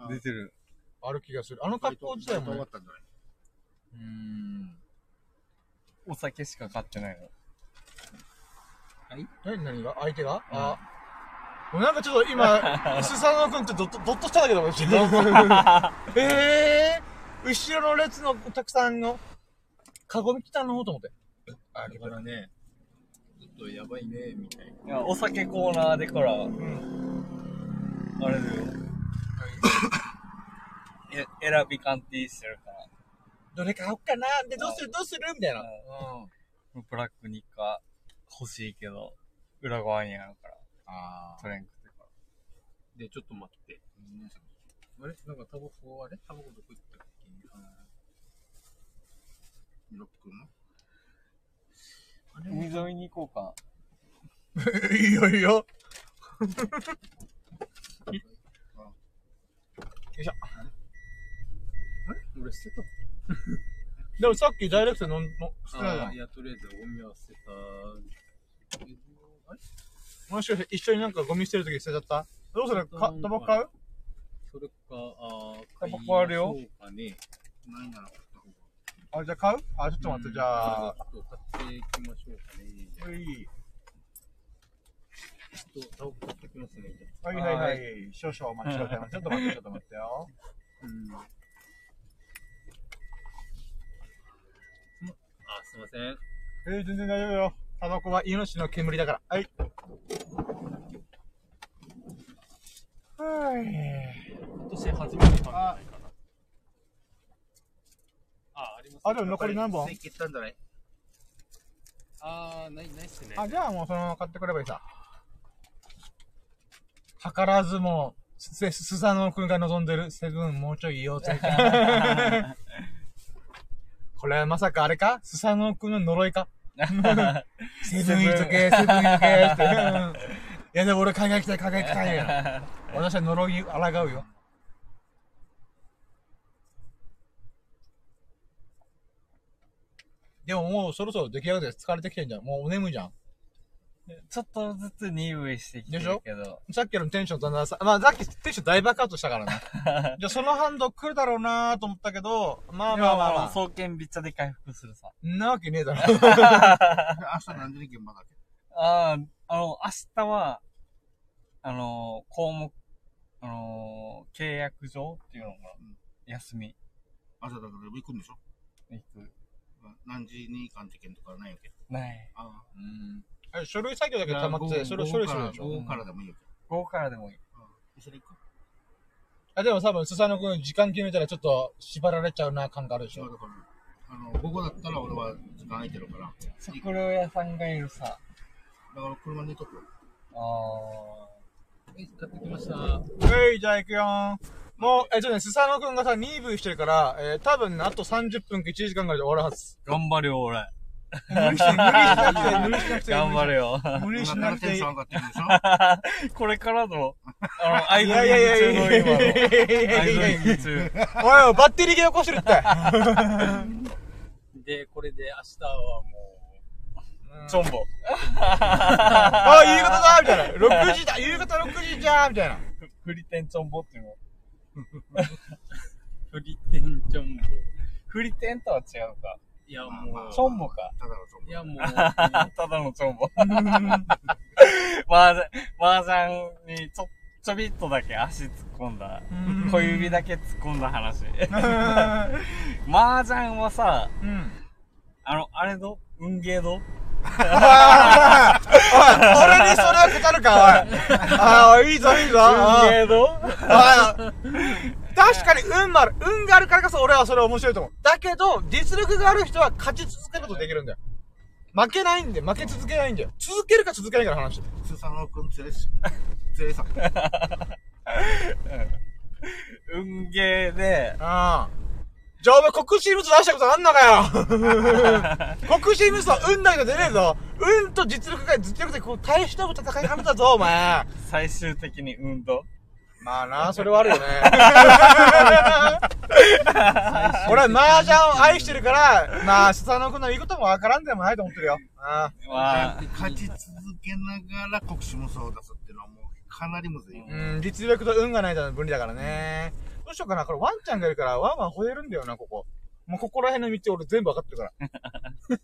う。出てる。ある気がする。あの格好自体も終わねっ。たんじゃないうん。お酒しか買ってないの。え、何が相手が、あ。もうなんかちょっと 今、すさのくんってドッと、ドッとしたんだけど、私。 えー、後ろの列のお客さんの、カゴミ来たのと思って。あれからね、ちょっとやばいね、みたいな。いや、お酒コーナーでから、うん。あれだよ。え、選び鑑定してるから。どれ買おっかなで、どうするどうするみたいな。ううん。ブラックニカ欲しいけど、裏側にあるから、あ取れんくてかで、ちょっと待って。あれなんかタバコ、あれタバコどこ行ったっけロックのあれら。海沿いに行こあ。いいよいいよ。あれ俺捨てたでもさっきダイレクト飲ん、の、してないじゃあんいや、とりあえずゴミは捨てたけど。あれもしかして一緒になんかゴミ捨てるとき捨てちゃったどうするか、タバコ買うそれか、あー、タバコあるよ買いましょうかね。ないなら買った方が。あ、じゃあ買うあ、ちょっと待って、じゃあ。ちょっと買っていきましょうかね。はいちょっとタバコ買ってきますね。じゃはいはいはい。少々お待ちくださいませ。ちょっと待って、ちょっと待ってよ。ああ、すいません。えー、全然大丈夫よ。タバコは命の煙だから。はい。はい。今年初めて買った。あ、あ、あります。あ、でも残り何本切ったんじゃないあー、ない、ないっすね。あ、じゃあもうそのまま買ってくればいいさ。図らずも、す、すスサノオくんが望んでる、セブンもうちょい言おうぜ。 これはまさかあれかスサノオくんの呪い かセブン言っとけ、セブン言っとけ、 って。うんいやでも俺海外行きたい、海外行きたいよ。私は呪いに抗うよ。でももうそろそろ出来上がって疲れてきてんじゃん。もうお眠いじゃん。ちょっとずつ鈍いしてきてるけど。さっきのテンションだんだんさ、まあさっきテンション大爆発したからね。じゃあその反動来るだろうなーと思ったけど、まあまあまあまあ、総研びっちゃで回復するさ。んなわけねえだろ。明日何時に現場だっけああ、あの、明日は、あの、項目、あの、契約上っていうのが、休み朝だから行くんでしょ行く。何時に行かんといけんとかないわけ。ない。ああ。あれ書類作業だけ溜まってて、それを処理するでしょ。午後からでもいいよ。午後からでもいい。それ行くあ、でも多分、スサノ君時間決めたらちょっと縛られちゃうな感があるでしそうょ。だから、あの、午後だったら俺は時間空いてるから、だか食料屋さんがいるさ。ら車に行っとくよ。ああ。はい、買ってきました。はい、じゃあ行くよーん。もう、え、ちょっとね、スサノ君がさ、2部してるから、えー、多分ね、あと30分か1時間ぐらいで終わるはず。頑張れよ、俺。無理しなくて、無理しなくて、頑張れよ。無理だしかならくてテいンい。ション上がってるでしょこれからの、あの、アイいドやいやいやいやいリングやい中の今の。アやイいドやリいンやグ中。おいおい、バッテリー切れ起こしてるって。で、これで明日はもうんチョンボ。あ、夕方だみたいな。6時だ夕方6時じゃーみたいな。フリテンチョンボっていうの。う、フリテンチョンボ。フリテンとは違うか。いや、まあまもあう、チョンボか。ただのと思いや、も う、あただのチョンボ。麻雀、麻雀にちょ、ちょびっとだけ足突っ込んだ。小指だけ突っ込んだ話。麻雀はさ、うん。あの、あれど運ゲーどおいおいおいおい俺にそれを語るか、おい。ああ、いいぞ、いいぞ。運ゲあーどあ確かに運もある。運があるからこそ俺はそれ面白いと思う。だけど、実力がある人は勝ち続けることできるんだよ。負けないんで、負け続けないんだよ。続けるか続けないかの話。う。スサノオくん連れし、連れさ。運ゲーで、ああ。じゃあお前黒人物出したことあんのかよ 黒人物は運だけど出ねえぞ運と実力が実力でこう対しのぶ戦い方だぞ、お前最終的に運動まあな、それはあるよね。俺は麻雀を愛してるから、まあ、スサノオ君の言うこともわからんでもないと思ってるよ。あは、勝ち続けながら国士無双を出すっていうのはもうかなりむずいよ。あうん、実力と運がないと分離だからね。どうしようかな、これワンちゃんがいるから、ワンワン吠えるんだよな、ここ。もうここら辺の道俺全部わかってるから。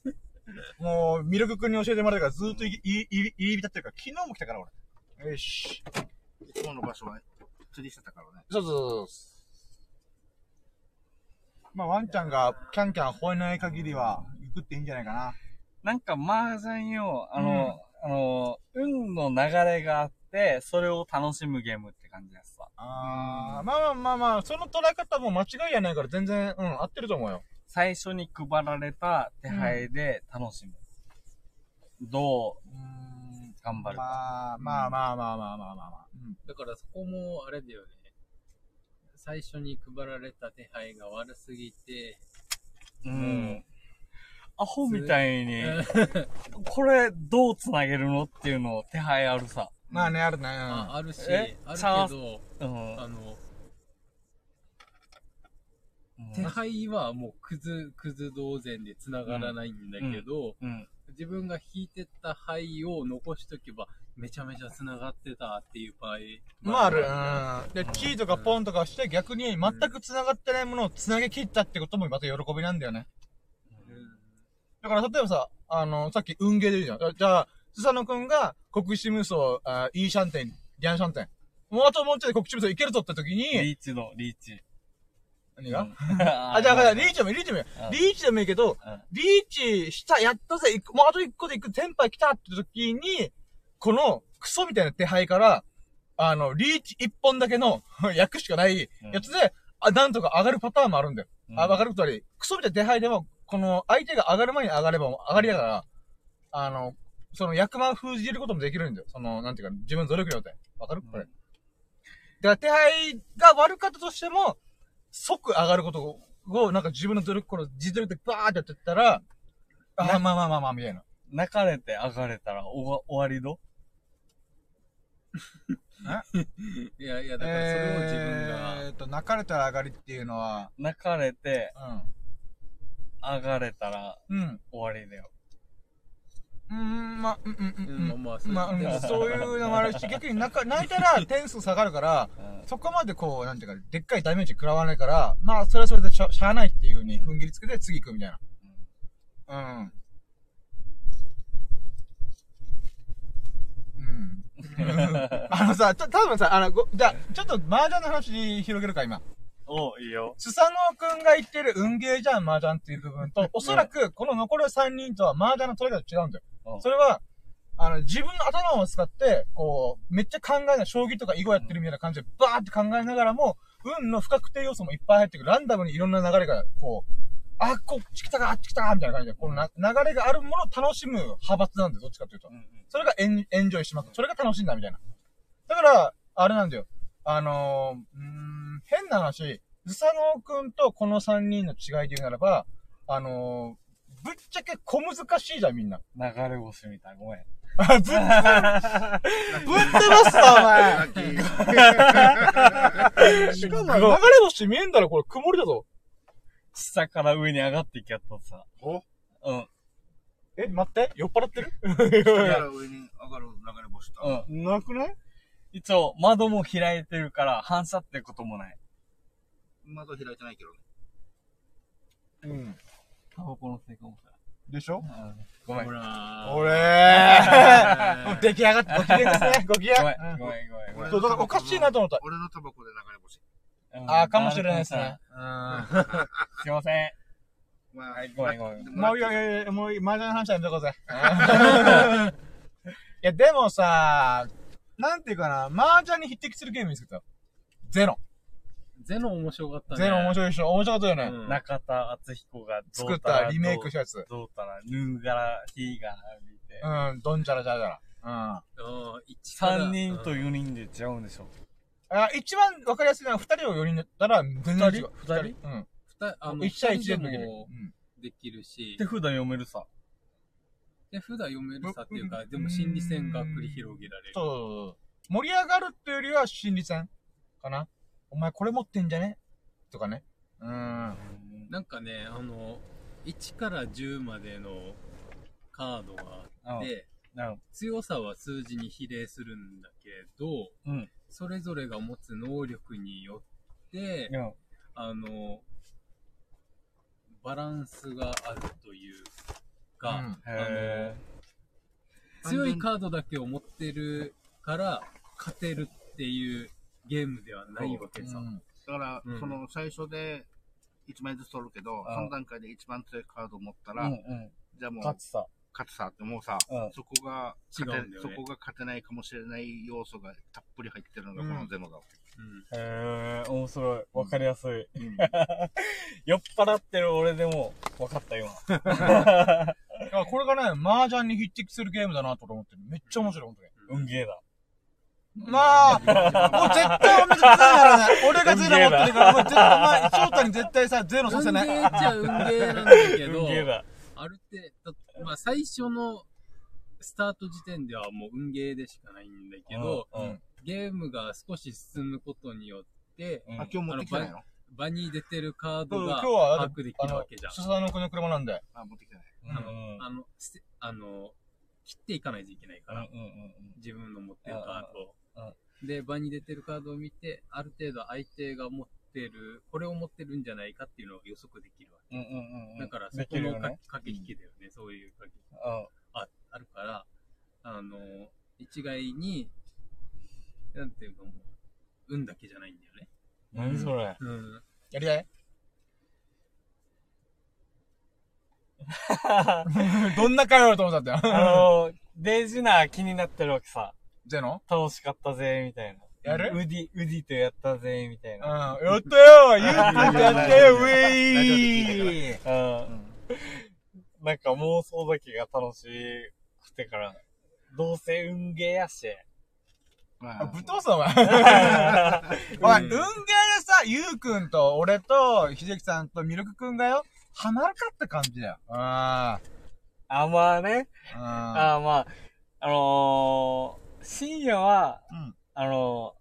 もう、ミルク君に教えてもらったからずーっといい入り入り浸ってるから、昨日も来たから俺。よし。いつもの場所は釣りしてたからね。そうそうそうそう。まあ、ワンちゃんがキャンキャン吠えない限りは、行くっていいんじゃないかな。なんか麻雀よ、あの、あの、運の流れがあって、それを楽しむゲームって感じですさ。あー、まあまあまあまあ、その捉え方も間違いやないから全然、うん、合ってると思うよ。最初に配られた手配で楽しむ。どう頑張るか。まあまあまあまあまあまあまあまあ。うんだからそこもあれだよね。最初に配られた手配が悪すぎて、うん。アホみたいに、これどう繋げるのっていうの手配あるさ。まあね、あるね。ああるし、えあチャンるけスど、うん。あの、うん手配はもうクズ、クズ同然で繋がらないんだけど、うん。自分が引いてた牌を残しとけば、めちゃめちゃ繋がってたっていう場合。まああある。うん。で、キーとかポンとかして逆に全く繋がってないものを繋げ切ったってこともまた喜びなんだよね。るうんだから例えばさ、あの、さっき運ゲーで言うじゃんだ。じゃあ、スサノ君が国士無双、あイーシャンテン、リャンシャンテン。もうあともうちょいで国士無双いけるぞって時に、リーチの、リーチ。何が、ああ、じゃあ、じゃあリチーチでもいい、リーチでもいいうん。リーチでもいいけどうん、リーチした、やったぜ、一個もうあと一個で行く、テンパイ来たって時に、この、クソみたいな手配から、あの、リーチ一本だけの、 役しかないやつで、あ、なんとか上がるパターンもあるんだよ。あ、上がることあり、クソみたいな手配でも、この、相手が上がる前に上がれば、上がりだから、あの、その役満封じることもできるんだよ。その、なんていうか、自分の努力によって。わかるこれ。だから手配が悪かったとしても、即上がることを、をなんか自分の努力、この自努力でバーってやってったら、あーまあまあまあまあ、みたいな。泣かれて上がれたらおわ終わりどいやいや、だからそれを自分が、えーっと、泣かれたら上がりっていうのは、泣かれて上がれたらうん。うん。終わりだよ。うーん、まあ、うんうんうんうん。まあまあ、まあ、れうんそういうのもあるし、逆に泣か泣いた ら点数下がるから、うんそこまでこう、なんていうか、でっかいダメージ食らわないから、まあ、それはそれでしゃしゃあないっていうふうに踏ん切りつけて次行くみたいな。うん。うん。 あのさ、た多分さ、あの、ごじゃあちょっと麻雀の話広げるか、今。おいいよ。スサノオくんが言ってる運ゲーじゃん、麻雀っていう部分と、おそらく、この残る3人とは麻雀の取り方違うんだうよ。んそれは、あの、自分の頭を使って、こう、めっちゃ考えない、将棋とか囲碁やってるみたいな感じで、バーって考えながらも、運の不確定要素もいっぱい入ってくる。ランダムにいろんな流れが、こう、あ、こっち来たか、あっち来たか、みたいな感じで、このな流れがあるものを楽しむ派閥なんだよ、どっちかというとう。んそれがエンエンジョイしまくそれが楽しいんだ、みたいな。だから、あれなんだよ。あのー、うーん、変な話、ズサノオくんとこの3人の違いで言うならば、あのー、ぶっちゃけ小難しいじゃん、みんな。 うん、流れ星みたい。ごめん。あぶっ、ぶっ飛ばすラな、ッキおー。前。しかも、流れ星見えんだろ、これ、曇りだぞ。下から上に上がっていきやったさ。おうん。え、待って、酔っ払ってる上から上に上がる流れ星うと。ん。なくない一応、窓も開いてるから反射ってこともない。窓開いてないけどね。うん。タバコのせいかもしでしょれない。うん。ごめん。ごめん。俺 ー出来上がって、ご機嫌ですね、ご機嫌。ごめうんん。ごめん。ごめんそう、だからおかしいなと思った。俺のタバコで流れ星。うんああ、かもしれないですね。。うん。すいません。まあはいごめんごめんでもういいよ、いやいや、もういい、麻雀の話はやめとこうぜ。いや、でもさ、なんていうかな、麻雀に匹敵するゲーム見つけたよ。ゼロ。ゼノ面白かったね。ゼロ面白いでしょ面白かったよね。うん中田敦彦がど作っうたた、らリメイクしたやつ。どうたら、ヌーガラ、ヒーガラ見て。うん、ドンジャラジャラジャラ。うん。うん一から3人と4人で違うんでしょ。あ一番わかりやすいのは、二人を四人だったら、全然違う。二人二人二人あうのん。一対一で二人できでる。もできるし手、札読めるさ。で、普段読めるさっていうか、でも心理戦が繰り広げられる。そうそうそうそう。盛り上がるっていうよりは、心理戦かな。お前これ持ってんじゃねとかね。うん。なんかね、あの、1から10までのカードがあって、うん。強さは数字に比例するんだけど、うんそれぞれが持つ能力によって、うん。あの、バランスがあるというか、うんへ強いカードだけを持ってるから勝てるっていうゲームではないわけさ。うんだから、うんその最初で1枚ずつ取るけど、ああその段階で一番強いカードを持ったぇー。ら、うんうん。じゃあもう勝勝つさ。つさってもうさ、うんそこが勝て違うんだよそねこが勝てないかもしれない要素がたっぷり入ってるのがこのゼノだわ、うんへぇー。面白い。わかりやすい。うん酔っ払ってる俺でも、わかった今。いや、これがね、麻雀に匹敵するゲームだなと俺思ってる。めっちゃ面白い、本当に。運ゲーだ。まあ、もう絶対おめでとうやら ない。俺がゼロ持ってるから、もう絶対、お前、翔太に絶対さ、ゼロさせ運ゲない。ーっちゃ運ゲーなんだけ 運ど、ゲーだ。ある程度、まあ最初のスタート時点ではもう運ゲーでしかないんだけど、うんうんゲームが少し進むことによって、うんあ今日持ってきてないの場に出てるカーそうドが今日は把握できるわけじゃん。スサノオ君の車なんで。あ持ってきてないうんうんあの、捨てあの、切っていかないといけないから、うんうん自分の持ってるカードうんうを。で、場に出てるカードを見て、ある程度相手が持ってる、これを持ってるんじゃないかっていうのを予測できるわうんうんうんうん。け。だから、そでこきるよのかね。駆け引きだよね、そういう駆け引き。うん。ああるから、あの、一概に、なんていうかもう、運だけじゃないんだよね。何それ。うん。やりた いどんな会話だと思ったんだよ。あのー、デイジナー気になってるわけさ。ゼノ楽しかったぜ、みたいな。やるウディ、ウディとやったぜ、みたいうん。な。やったよユーやプやったよウェイ大うん。なんか妄想だけが楽しいくてから、どうせ運ゲー やし。あまぶっ飛ばすな、お前。お前、運ゲーでさ、ゆうくんと俺と、ひじきさんとミルクくんがよ、離れかった感じだよ。ああ、まあね。あ。ああ。あまあ、あのー、深夜は、うんあの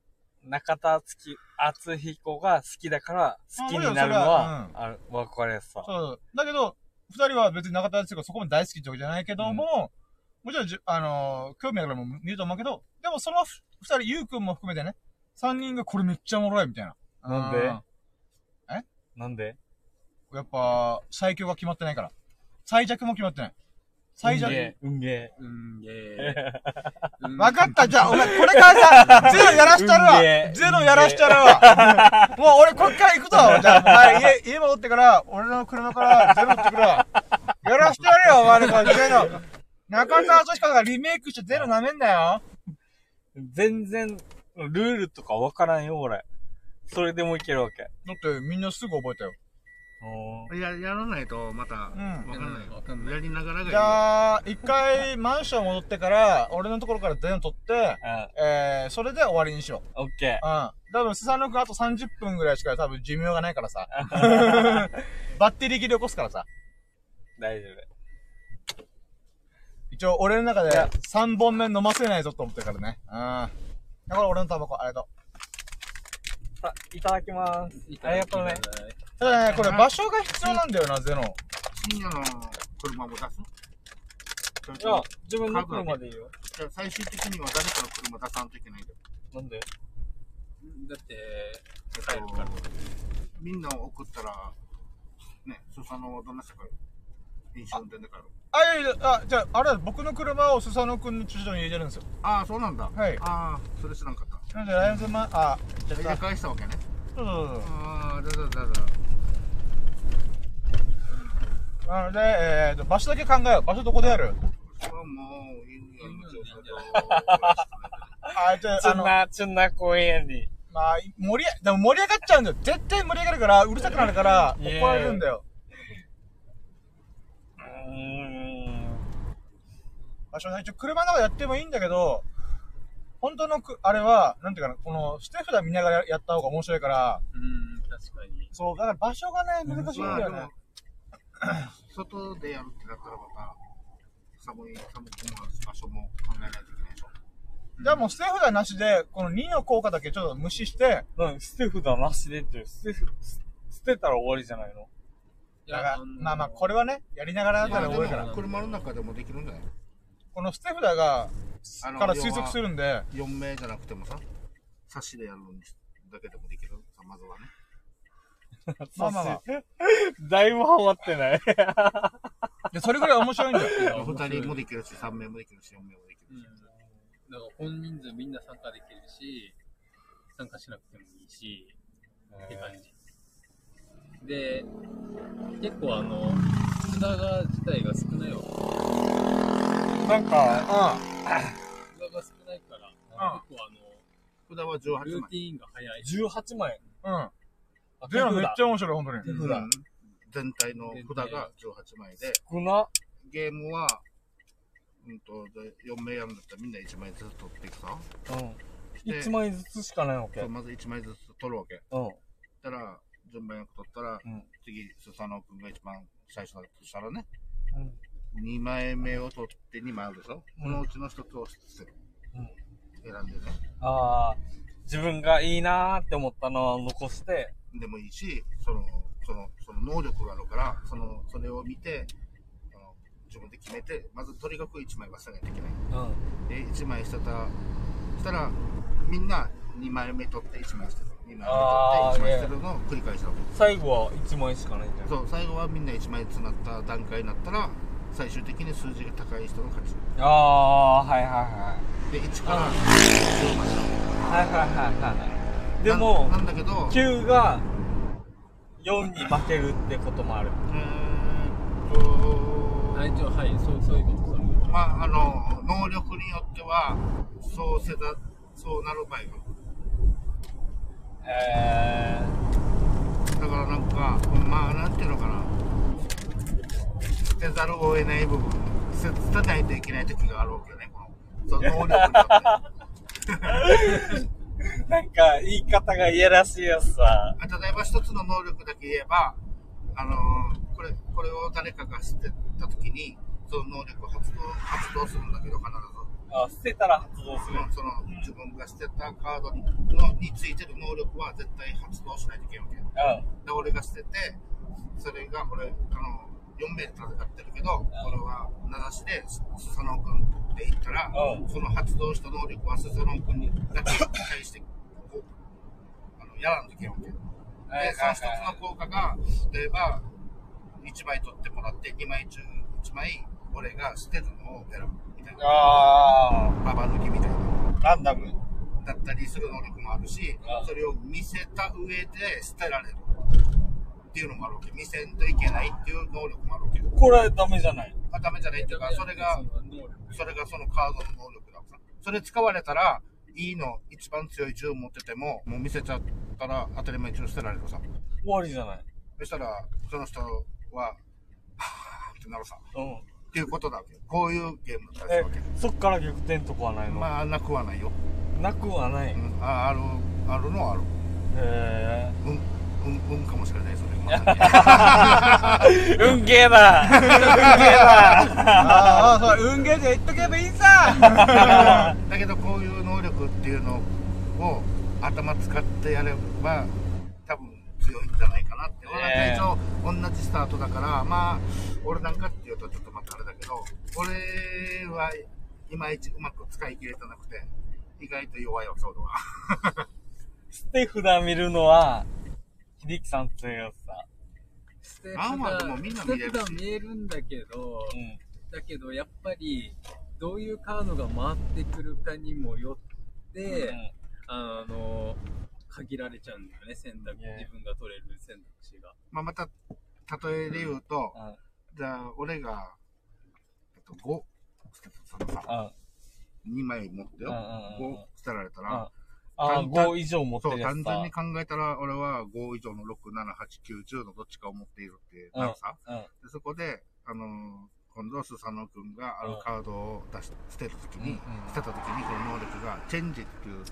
ー、中田敦敦彦が好きだから、好きになるのあもは、あるわかりやすさ。そう。だけど、二人は別に中田敦子そこまで大好きってわけじゃないけども、もちろんじゅ、あのー興味あるからも見ると思うけど、でもそのふ二人、ゆうくんも含めてね、三人がこれめっちゃおもろいみたいな。なんでうなんでんやっぱ、最強が決まってないから。最弱も決まってない。最弱。運ゲうん、え 分かった、じゃあ、お前、これからさ、ゼロやらしたる運ゲわーゼロやらしたるわもう俺、こっから行くぞじゃあ、お前、家、家 戻ってから、俺の車からゼロってくれやらしてやれよ、お前の感じゼロ。中田敦彦がリメイクしてゼロ舐めんなよ。ー。全然、ルールとかわからんよ、俺。それでもいけるわけ。だって、みんなすぐ覚えたよ。おーあ、や、やらないと、また、わんかんないわかんないやりながらがいい。じゃあ、一回、マンション戻ってから、俺のところからゼロ取って、うん、えー、それで終わりにしよう。オッケうん。多分、スサノ君あと30分ぐらいしか多分寿命がないからさ。バッテリー切れ起こすからさ。ー。大丈一応、俺の中で3本目飲ませないぞと思ってるからね。うん。だから俺のタバコ、ありがとう。夫。さいただきます。ーありがとうね。ただね、これ場所が必要なんだよな、ゼノン。深夜の車も出すそれいやと、自分の車でいいよ。じゃあ最終的には誰かの車出さんといけないんだよ。なんでだって、えっとみんなを送ったら、ね、スサノはどんな人か、飲酒運転で帰ろう。あ、いやいや、あ、じゃあ、あれだ、僕の車をスサノ君の駐車場に入れてるんですよ。ああ、そうなんだ。はいああ、それ知らんかった。なんで、ライオンズマン、あ、ちょっ入とれ、返したわけね。そうそうそうああ、だだだだ。そう。なので、えーと、場所だけ考えよう。場所どこでやるそれはもう、いいんや、もちろんだけど。あ、じゃあ、チあュンの、ナ、チュンナ公園に。まあ、盛りあ、でも盛り上がっちゃうんだよ。絶対盛り上がるから、うるさくなるから、いや怒られるんだよ。うーん。場所ね、一応車の中でやってもいいんだけど、本当のく、あれは、なんていうかな、この、ステフ札見ながらやった方が面白いから、うん、確かに。そう、だから場所がね、難しいんまあ、だよでねも。、外でやるってなったらまた、寒い、寒くもあるし場所も考えないといけないでしょ。じゃあもう捨て札なしで、この2の効果だけちょっと無視して、何捨て札なしでって、捨て、捨てたら終わりじゃないのいだから、のーまあまあ、これはね、やりながらだまかあらで多もいから、車の中でもできるんじゃないこの捨て札が、あのから推測するんで、 4名じゃなくてもさ、差しでやるのにだけでもできるさ、まずはね。まあまあまあ。だいぶハマって ない。いやそれぐらい面白いんだよ。面白2い人もできるし、3名もできるし、4名もできうるんし。だから本人数みんな参加できるし、参加しなくてもいいし、って感じ。で、結構あの、札が自体が少ないわ。なんか、う札が少ないから、結構あの、札はル18ー枚。ティーンが早い。 18枚。ん。うん。ゼロめっちゃ面白い、本当に。手う札。ん全体の札が18枚で、少な。ゲームは、うんと、4名やるんだったらみんな1枚ずつ取っていくさ。うん。1枚ずつしかないわけ。そううまず1枚ずつ取るわけ。ん。たら、順番よく取ったら、うん次、スサノオ君が一番最初だとしたらね、うん2枚目を取って2枚あるでしょ、このうちの1つを捨てる。うん選んでね。ああ、自分がいいなーって思ったのは残して、でもいいし、その、その、その能力があるから、その、それを見て、あの自分で決めて、まずとにかく1枚忘れないといけない。うん。で1枚捨てたしたらみんな2枚目取って1枚捨てる2枚あー目取って1枚捨てるのを繰り返したわけ最後は1枚しかないんだよ。そう最後はみんな1枚つなった段階になったら最終的に数字が高い人の勝ちああ、はいはいはで1からあ10までい。はいはいはいはい。でなもな、んだけど、え9が4に負けるってこともある。ーっとあ、一応、はい、そう、そういうこと、そういうこと。まああの能力によってはそうせざそうなる場合がえだからなんかまあなんていうのかな捨てざるを得ない部分ー、せ立てないといけない時があるわけよね、この。その能力によって。なんか、言い方がいやらしいやつさ。例えば一つの能力だけ言えば、あのーこれ、これを誰かが知ってた時に、その能力を発動、発動するんだけど、必ず。あ、捨てたら発動する。その、その自分が捨てたカードに、のについてる能力は絶対発動しないといけないわけよ。うで、俺が捨てて、それがこれ、あの、4名で戦ってるけど、これは名指しで、スサノオ君って言ったら、うその発動した能力はスサノオ君にだけ返して、こう、あの、やらんといけんわけ。で、はいはいその一つの効果が、例えば、1枚取ってもらって、2枚中1枚、俺が捨てるのを選ぶみたいん。な、あババ抜きみたいな。ー、ランダム。だったりする能力もあるしあ、それを見せた上で捨てられるっていうのもあるわけ。見せんといけないっていう能力もあるわけ。これダメじゃない。あ、ダメじゃないっていうか、それが、それがそのカードの能力だから。それ使われたら、いいの、一番強い銃持ってても、もう見せちゃったら当たり前中捨てられるさ。終わりじゃない。そしたら、その人は、 はぁーってなるさ。うん。っていうことだわけ。こういうゲームだったりえするわけ。、そっから逆転とかはないの、まあ、なくはないよ。。なくはないうん、あある、あるのはある。へうん、うん、うんかもしれない、それ。まさにえー。運ゲーだ運ゲーだ ああ、そう、運ゲーで言っとけばいいさ。だけどこういう能力っていうのを頭使ってやれば多分強いんじゃないかなって、ねえ俺なんか一応同じスタートだからまあ俺なんかっていうとちょっとまたあれだけど俺はいまいちうまく使い切れてなくて意外と弱いわ強度が 捨て札見るのは、秀樹さん強いやつだ。ステップまあまあでもみんな見れるスしテップが見えるんだけど、うん。だけどやっぱり、どういうカードが回ってくるかにもよって、あの、限られちゃうんだよね、選択、ね自分が取れる選択肢が。まあまた例えで言うと、うんじゃあ俺が、えっと、5そのさうん。うん。 2枚持ってうんよ、うんうん5捨てられたら、うんあー、単単5以上持ってそるう、や単つ純だに。考えたら、俺は5以上の6、7、8、9、10のどっちかを持っているってなるさ。うんうんでそこで、あのー今度はスサノオ君があるカードを出し、捨てるときに、捨てたときにこの能力がチェンジっていう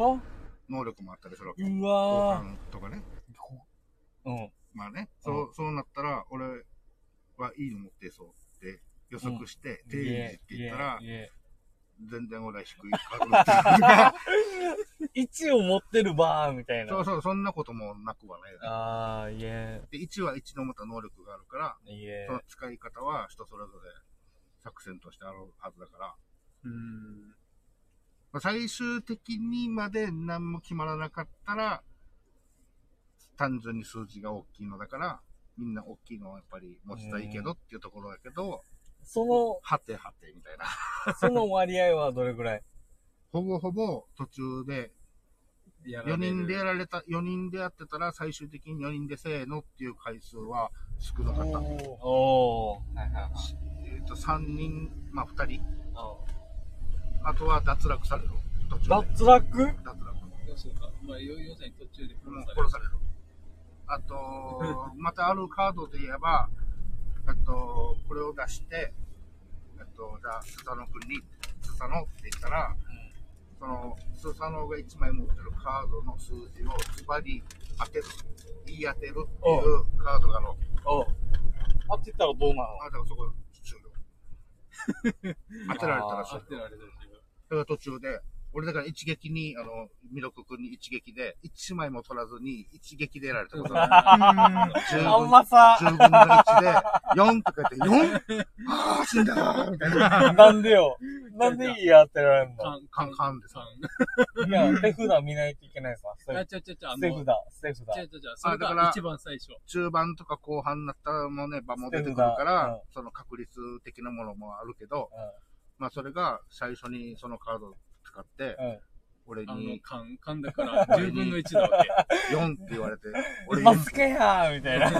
あ能力もあったりするわけ。う交わ換とかね。ー。うん。まあね、そう、そうなったら、俺はいいの持ってそうって予測して、チェンジって言ったらい、え全然俺は低いカードだった。 いえ1を持ってるバーみたいな。そうそう、そんなこともなくはないよね。あー、いえで、1は1のまた能力があるから、いえその使い方は人それぞれ作戦としてあるはずだから、うん。まあ最終的にまで何も決まらなかったら、単純に数字が大きいのだから、みんな大きいのはやっぱり持ちたいけどっていうところだけど、その、はてはてみたいな。その割合はどれぐ らいほぼほぼ途中で、や4られる人でやられた、4人でやってたら最終的に4人でせーのっていう回数は少なかった。おー。はいはいはい。えっと、3人、まあ2人。うあとは脱落される。途中んで。脱落脱落。要するにまあ、要要するに途中でもう殺される殺。される。あ と、またあるカードで言えば、えっと、これを出して、えっと、じゃあ、スサノ君に、スサノって言ったら、その、スサノが1枚持ってるカードの数字をズバリ当てる、言い当てるっていうカードがあるわけ。おあって言ったらどうなのあ、だからそこ終 了。当てられたらしい。当だてられたりするから途中で、俺だから一撃に、あの、ミロク君に一撃で、1枚も取らずに一撃でやられたことある。 十分あんまさ、 10分の1で、4とか言って、4? ああ、死んだーみたいな。なんで よ。なんでいいやってられんの勘カンカンでさ。勘いや、手札見ないといけないさ。あ、違捨う違う違う、あての、違う違う札、捨て札。違う、それあだからが一番最初。中盤とか後半になったらもうね、場も出てくるかうんら、その確率的なものもあるけど、まあそれが最初にそのカードを使ってうん、俺あのに、勘、勘だから10分の1だわけ。 4って言われ て、うん。俺一4、発けやーみたいな。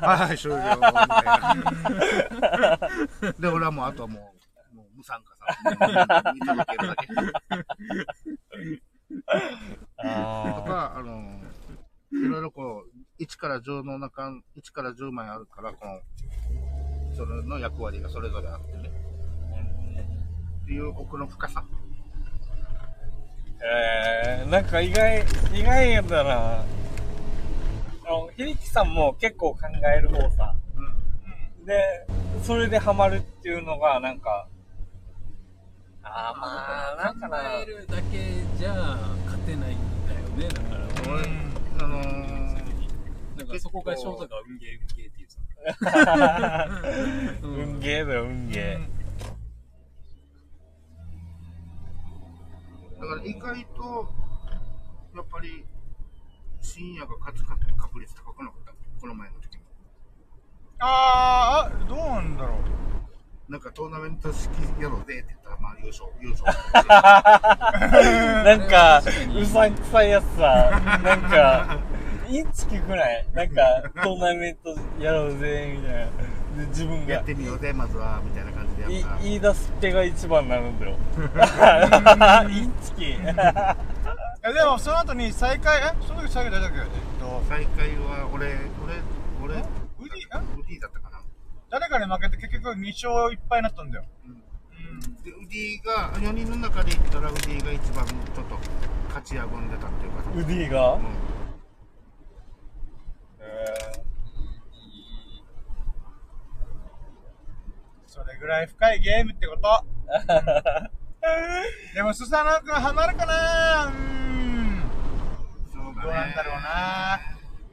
はい、終了みたいな。で、俺はもうあとはもう、もう無参加さ、見続けるだけ。とあか、あの、いろいろこう、1から10の中、1から10枚あるから、この、それの役割がそれぞれあってね。ーっていう奥の深さ。えー、なんか意外、意外やったな。あの、ひりきさんも結構考える方さ。で、それでハマるっていうのが、なんか、あーまあ、なんか考なえ。るだけじゃ勝てないんだよね、だから。俺、あのー、だからそこが翔太が運ゲー運ゲーって言ってた。運ゲーだよ、運ゲー。だから意外と、やっぱり、深夜が勝つ確率高くなかった。この前の時も。あーあ、どうなんだろう。なんかトーナメント式やろうぜって言ったら、まあ優勝、優 勝。なんか、うさんくさいやつさ、なんか、インチキくないなんか、トーナメントやろうぜ、みたいな。で、自分やがっ、てみようぜ、まずは、みたいな感じでいやった。言い出す手が一番になるんだよ。インチキ。え、でもその後に再開、えその時再開誰だっけえっと、再会は俺、俺、ウ俺、ディ、えウディだったかな。誰かに負けて結局2勝1敗になったんだよ。で、ウディが、4人の中で言ったらウディが一番ちょっと勝ちあぐんでたっていうかさ、ウディがうん、それぐらい深いゲームって こと。でも、スサノオ君ハマるかなうーん。そうだねどうなんだろうな。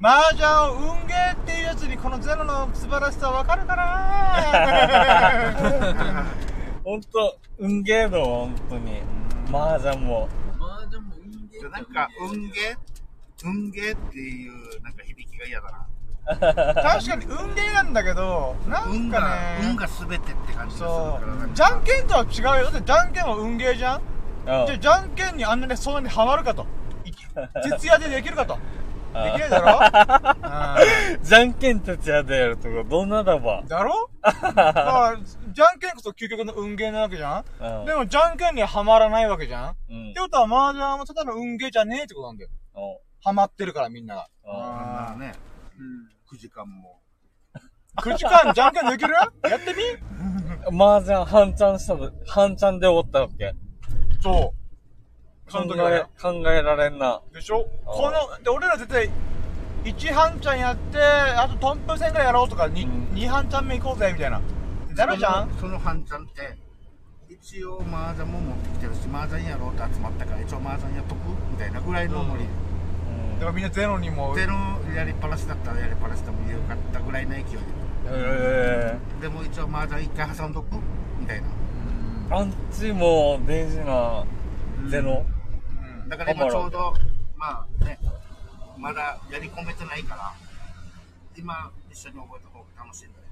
麻雀を運ゲーっていうやつにこのゼロの素晴らしさわかるかな ほんと、運ゲーだわ、ほんとに。麻雀も。まあでも運ゲーじゃあなんか、運ゲー運ゲーっていう、なんか響きが嫌だな。確かに運ゲーなんだけど、なん運かが、ね。運が全てって感じがするそからなんう。かじゃんけんとは違うよ。だってじゃんけんは運ゲーじゃんうじゃあん。じゃんけんにあんなにそんなにハマるかと。い徹夜でできるかと。できあないだろうんじゃんけん徹夜でやるとか、どんなだば。だ ろだから、じゃんけんこそ究極の運ゲーなわけじゃんうんでも、じゃんけんにはハマらないわけじゃんっうんて。ことは、麻雀もただの運ゲーじゃねえってことなんだよ。おハマってるから、みんなが。おあんなね、9時間も。 9時間じゃんけんできる やってみ麻雀半チャンしたの、半チャンで終わったわけ。そう。そ考の時はねえ、。考えられんな。でしょあーこの、で、俺ら絶対、1半ちゃんやって、あとトンプ戦ぐらいやろうとか、にうん2半ちゃん目行こうぜ、みたいな。なるじゃんその半ちゃんって、一応麻雀も持ってきてるし、麻雀やろうって集まったから、一応麻雀やっとくみたいなぐらいのノリ。だからみんなゼロにも、ゼロやりっぱなしだったらやりっぱなしでもよかったぐらいの勢いで。えでも一応麻雀一回挟んどくみたいな。えアンチも大事なゼロ。だから今ちょうど、まあね、まだやり込めてないから、今一緒に覚えた方が楽しいんだよ。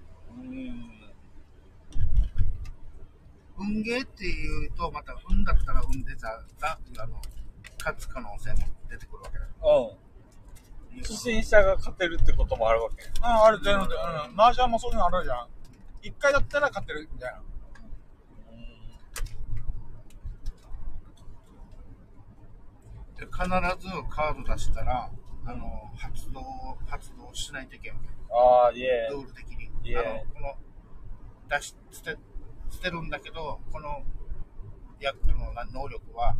運ゲーっていうと、また運だったら運でザ、ザ、あの、勝つ可能性も出てくるわけだ。うん。初心者が勝てるってこともあるわけ。うん、あるゼロで、うん。麻雀もそういうのあるじゃん。1回だったら勝ってる、みたいな。で必ずカード出したら、あの、発動、発動しないといけないわああ、いえけ。ルール的に。 Yeah. あの、この、出し、捨て、捨てるんだけど、この、役のな能力は、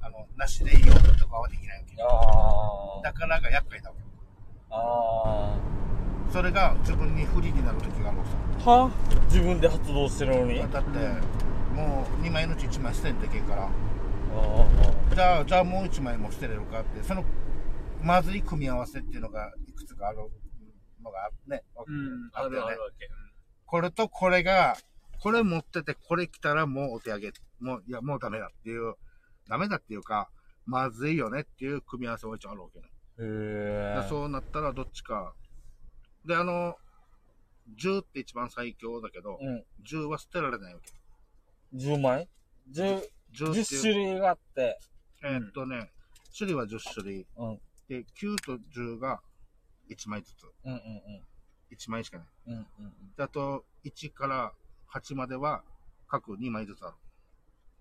あの、なしでいいよとかはできないわけ。あだからが厄介だわけ。あ。あそれが自分に不利になる時があるわけさ。あ。は自分で発動してるのに。あだって、もう2枚のうち1枚捨てんといけんから、あ。じゃあ、じゃあもう1枚も捨てれるかって、その、まずい組み合わせっていうのが、いくつかあるのがね、うん、ああったるよあねる。わけ。これとこれが、これ持ってて、これ来たらもうお手上げ。もう、いや、もうダメだっていう、ダメだっていうか、まずいよねっていう組み合わせも一応あるわけね。へだえから。そうなったらどっちか。で、あの、10って一番最強だけど、うん。 10は捨てられないわけ。 10枚 ?10、 10って10いう、種類があって。えーっとね、種類は10種類。うん。うんで、9と10が1枚ずつ。うん1枚しかない。うん。うんで、あと、1から8までは各2枚ずつある。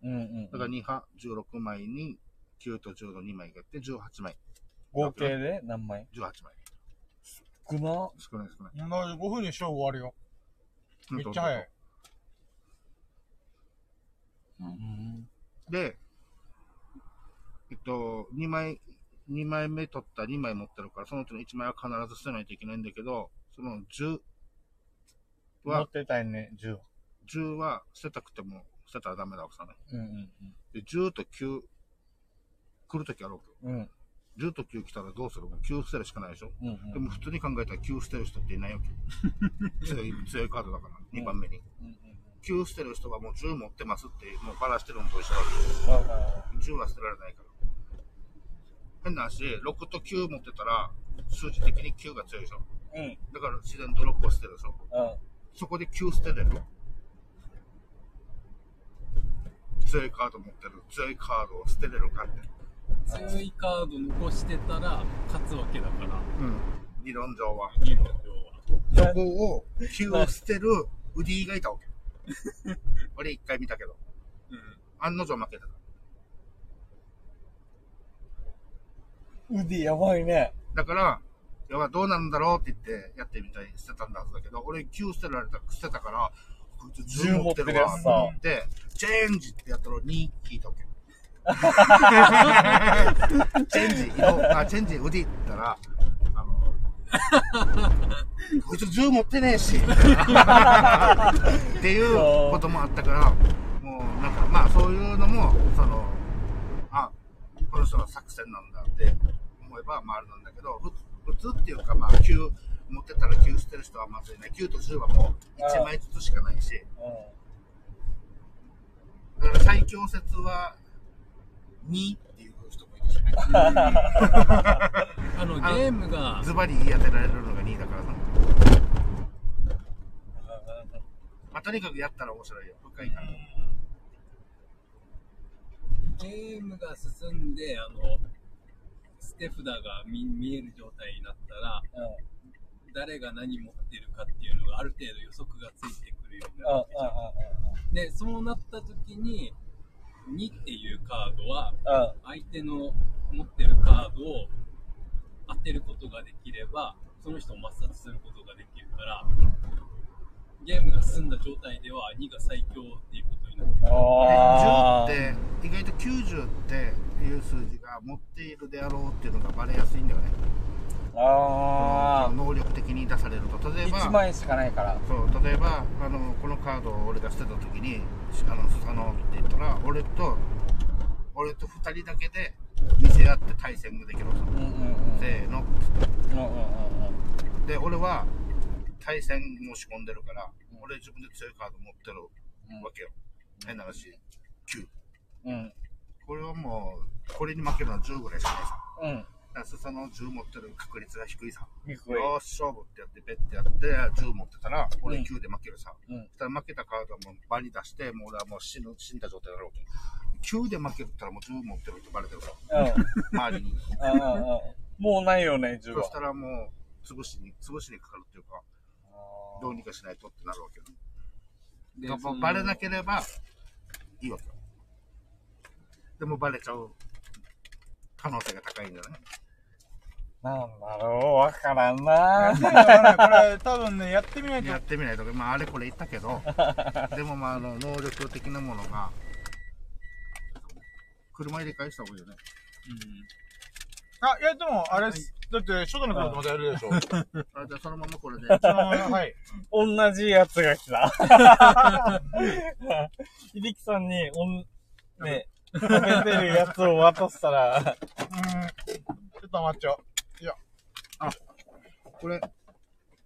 うんうん。うんうだからん。 2波16枚に9と10の2枚があって18枚。合計で何枚18枚。少な。少ない少ない。もう5分に勝負終わるよ。めっちゃ早い。で、えっと、2枚、二枚目取った2枚持ってるから、そのうちの1枚は必ず捨てないといけないんだけど、その10持はっ、てたいね、10。 10は捨てたくても捨てたらダメだ、奥さんね。うんうんで、10と9、来るときあろううん。うんけど。10と9来たらどうするもう ?9 捨てるしかないでしょうんでも普通に考えたら9捨てる人っていないわ け。強い、強いカードだから、2番目に。9捨てる人はもう10持ってますって、もうバラしてるのと一緒だ10は捨てられないから。変な話、6と9持ってたら、数字的に9が強いでしょ。うんだから自然と6を捨てるでしょ。そこで9捨てれる。強いカード持ってる。強いカードを捨てれるかって。強いカード残してたら勝つわけだから、理論上は。理論上そこを9を捨てるウディがいたわけ。俺一回見たけど。案の定負けてた。うん。腕やばいね。だから、いやばいどうなるんだろうって言ってやってみたりしてたんだはずだけど、俺9捨てられた、捨てたから、こいつ10持ってるわって思って、チェンジってやったら2聞いたわけ。チェンジ、移動あ、チェンジ、ウディって言ったら、あの、こいつ銃持ってねえし、っていうこともあったから、もうなんか、まあそういうのも、その、あ、この人の作戦なんだって思えば、まああれなんだけど、普普通っていうか、まあ9、持ってたら9捨てる人はまずいね。9と10はもう1枚ずつしかないし、だから最強説は2っていう人もいるし、 ね、あのゲームがズバリ言い当てられるのが2だからさ。まあ、とにかくやったら面白いよ。深いから。ゲームが進んで、あの、捨て札が見見える状態になったら、誰が何持ってるかっていうのがある程度予測がついてくるようになるわけじゃん。で、そうなった時に、2っていうカードは、相手の持ってるカードを当てることができれば、その人を抹殺することができるから、ゲームが進んだ状態では2が最強っていうことになってくる。で10あっーて意外と90っていう数字が持っているであろうっていうのがバレやすいんだよねあ能力的に出されると例えー。1ば枚しかないから。そう例えばあのこのカードを俺が捨てた時に「あのスサノオ」って言ったら俺と俺と2人だけで見せ合って対戦ができるわうんうんうんけせーのうんうんうんで俺は対戦申し込んでるから俺自分で強いカード持ってるわけよ変な話9うん。これはもうこれに負けるのは10ぐらいしかないさうん。だからその銃持ってる確率が低いさ。うん。いくよーし、勝負ってやって、ベッてやって、銃持ってたら、俺うん9で負けるさ。うんそしたら負けたカードはもう場に出して、もう俺はもう死ぬ、死んだ状態だろうけ。9で負けるったらもう銃持ってるってバレてるさ。周り に。もうないよね、10そしは。たらもう、潰しに、潰しにかかるっていうか、どうにかしないとってなるわけよ。でやっぱそのバレなければ、いいわけよ。でもバレちゃう可能性が高いんだよね。なんだろう、わからんな。これ多分ね、やってみないとや。ってみないと、まあ、あれこれ言ったけど、でもまあ、あの、能力的なものが、車入れ替えした方がいいよね。あ、いや、でも、あれっす。だって、初代のカードまたやるでしょ。あじゃあ、そのままこれで。そのままはい。同じやつが来た。 ひできさんに、おん、ね、食べてるやつを渡したら、うーん。ちょっと待っちゃう。これ、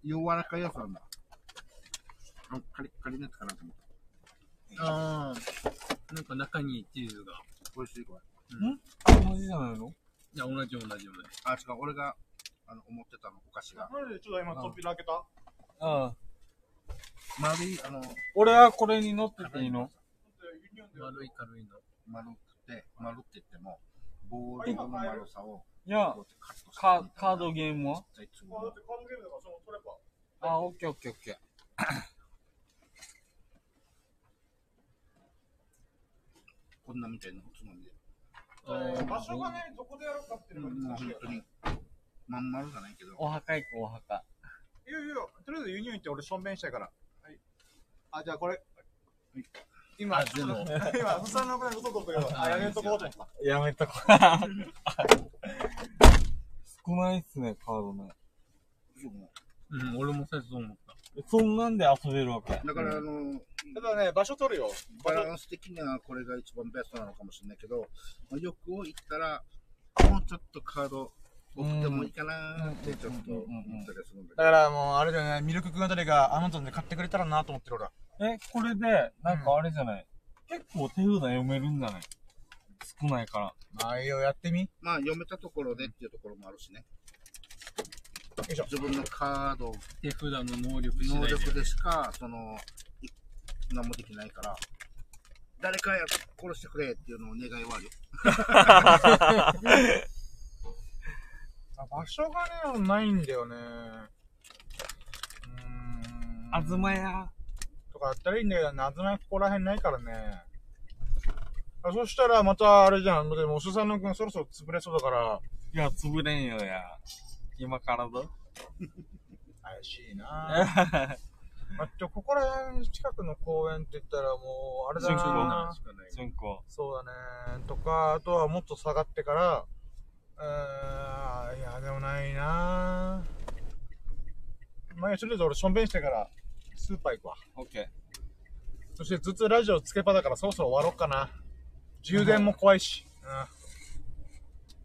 柔らかいやつなんだ。あカリッカリのやつかなと思っああ。なんか中にチーズが。た。美味しい、これ。同じじゃないのいや、同じ同じ同じ。あ、違う、俺が、あの、思ってたの、お菓子が。なんでちょっと今扉開けたうん。丸い、あの、俺はこれに乗ってていいの丸い軽いの。丸くて、丸って言っても、ボールの丸さを、いこやうや、ってカットして。カカードゲームは絶対つぶあ、だっるてカードゲームだからその取れば。あ、オッケーオッケーオッケー。こんなみたいなおつまみで。あー場所がね、どこでやるかっていうのもが難うしい本よ当ね。に、まん丸じゃないけど。お墓行こう、お墓。いやいやいや、とりあえず輸入行って俺しょんべんしたいから。はい。あ、じゃあこれ。今あ、でも 今、普通のぐらい嘘取ったけど、あ、やめとこうと思っやめとこ う。少ないっすね、カードね。うん、俺も最初そう思った。そんなんで遊べるわけ。だから、あの、た。ただね、場所取るよ。バランス的にはこれが一番ベストなのかもしれないけど、まあ、欲を言ったら、もうちょっとカード送ってもいいかなーってちょっと思ったりするんだだけど。からもう、あれだよね、ミルク君あたりがアマゾンで買ってくれたらなと思ってる俺は。え、これで、なんかあれじゃない、結構手札読めるんじゃない少ないから。あいいよ、やってみ。よまあ、読めたところでっていうところもあるしね。いしょ。自分のカード、手札の能力次第能で。力でしか、その、い何もできないから、誰かや殺してくれっていうのを願いはあるよ。あ場所がね、ないんだよね。うーん。あずまや。とかやったらいいんだけど、なずなここら辺ないからね。あそしたら、またあれじゃん。でも、おすさんの君そろそろ潰れそうだから、いや、潰れんよや。今からだ。怪しいなぁ。まあ、でもここら辺近くの公園って言ったらもう、あれだ人工なな純子。そうだね。とか、あとはもっと下がってから、うーん、いや、でもないなぁ。まあ、とりあえず俺、しょんべんしてから、スーパー行くわ。オッケそして、ずっとラジオつけっぱだから、そろそろ終わろうかな。充電も怖いし。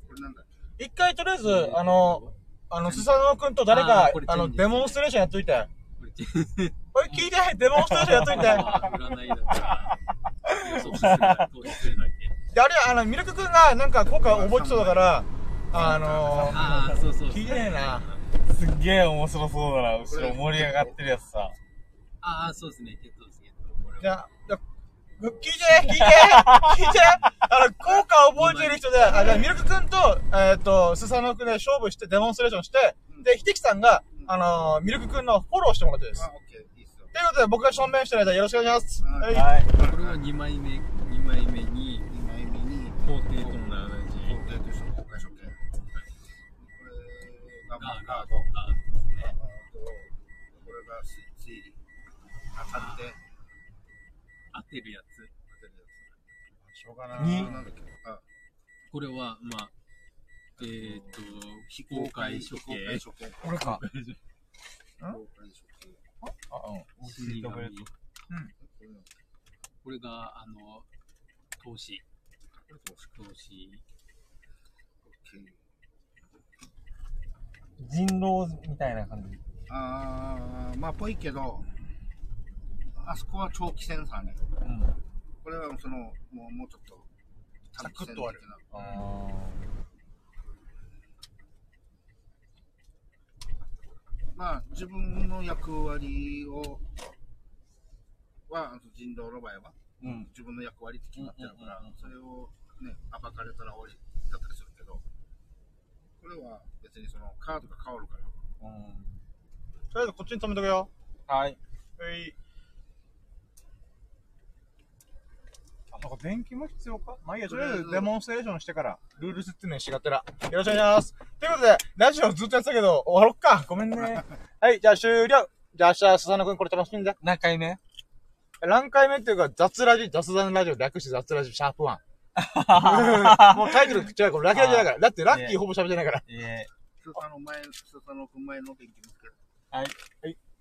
これなんだっけうん。一回、とりあえず、あの、あの、スサノオ君と誰かあーこれ、あの、チェンジデモンストレーションやっといて。これおい、聞いてデモンストレーションやっといて。占いだから。予測するだけ。投資するだけ。で、あれ、あの、ミルク君が、なんか、今回覚えてそうだから、あのああ、そうそう。聞いてねえな。ー。すっげえ面白そうだな。後ろ盛り上がってるやつさ。ああ、そうですね。ゲットです、ゲット。これじは。ゃあ、じゃあ聞いて聞いて聞いてあの、効果を覚えてる人で、あじゃあミルク君と、えっ、と、スサノ君で勝負して、デモンストレーションして、で、秀樹さんが、あのミルク君のフォローしてもらってるんです。あ、とオッケー、いいっすよ。いうことで、僕が正面してる間よろしくお願いします。はいはい。はい。これは2枚目、2枚目に、二枚目に、皇帝とも同じ。公開として公開処刑。これガーガーガーが、まあ、カード。あと、これが推推理。当たって、当てるやつ。当てるやしょうがなつ。い。なんだっけあ、これは、まあ、えーっと、非公開処公開刑。処刑。俺か。公開処刑。 あ、うん。死神これなんだっけこれが、あの、投資。これどうし投資。よう人狼みたいな感じ。あー、まあ、ぽいけど、あそこは長期戦さね。うん。これはその、もうもうちょっと、サクッと終わる短期戦的なあーまあ、自分の役割を、は、あの人道の場合は、うん。自分の役割って決まってるから、うんうんうんうんそれをね、暴かれたら終わりだったりするけど、これは別にそのカードが変わるから、うん。とりあえず、こっちに止めとけよ。はい。はい。あ、なんか電気も必要かまあいいや、とりあえずデモンストレーションしてから、ルール説明しがてら。よろしくお願いします。ということで、ラジオずっとやってたけど、終わろっか。ごめんね。はい、じゃあ終了。じゃあ明日、笹野くんこれ楽しんで。何回目何回目っていうか、雑ラジ、雑談ラジオ、略して雑ラジ、シャープワン。もうタイトル違う、これラジラジだから。だってラッキーほぼ喋ってないから。いえ。スーパーの前、スーパーの前の電気見つける。はい。はい。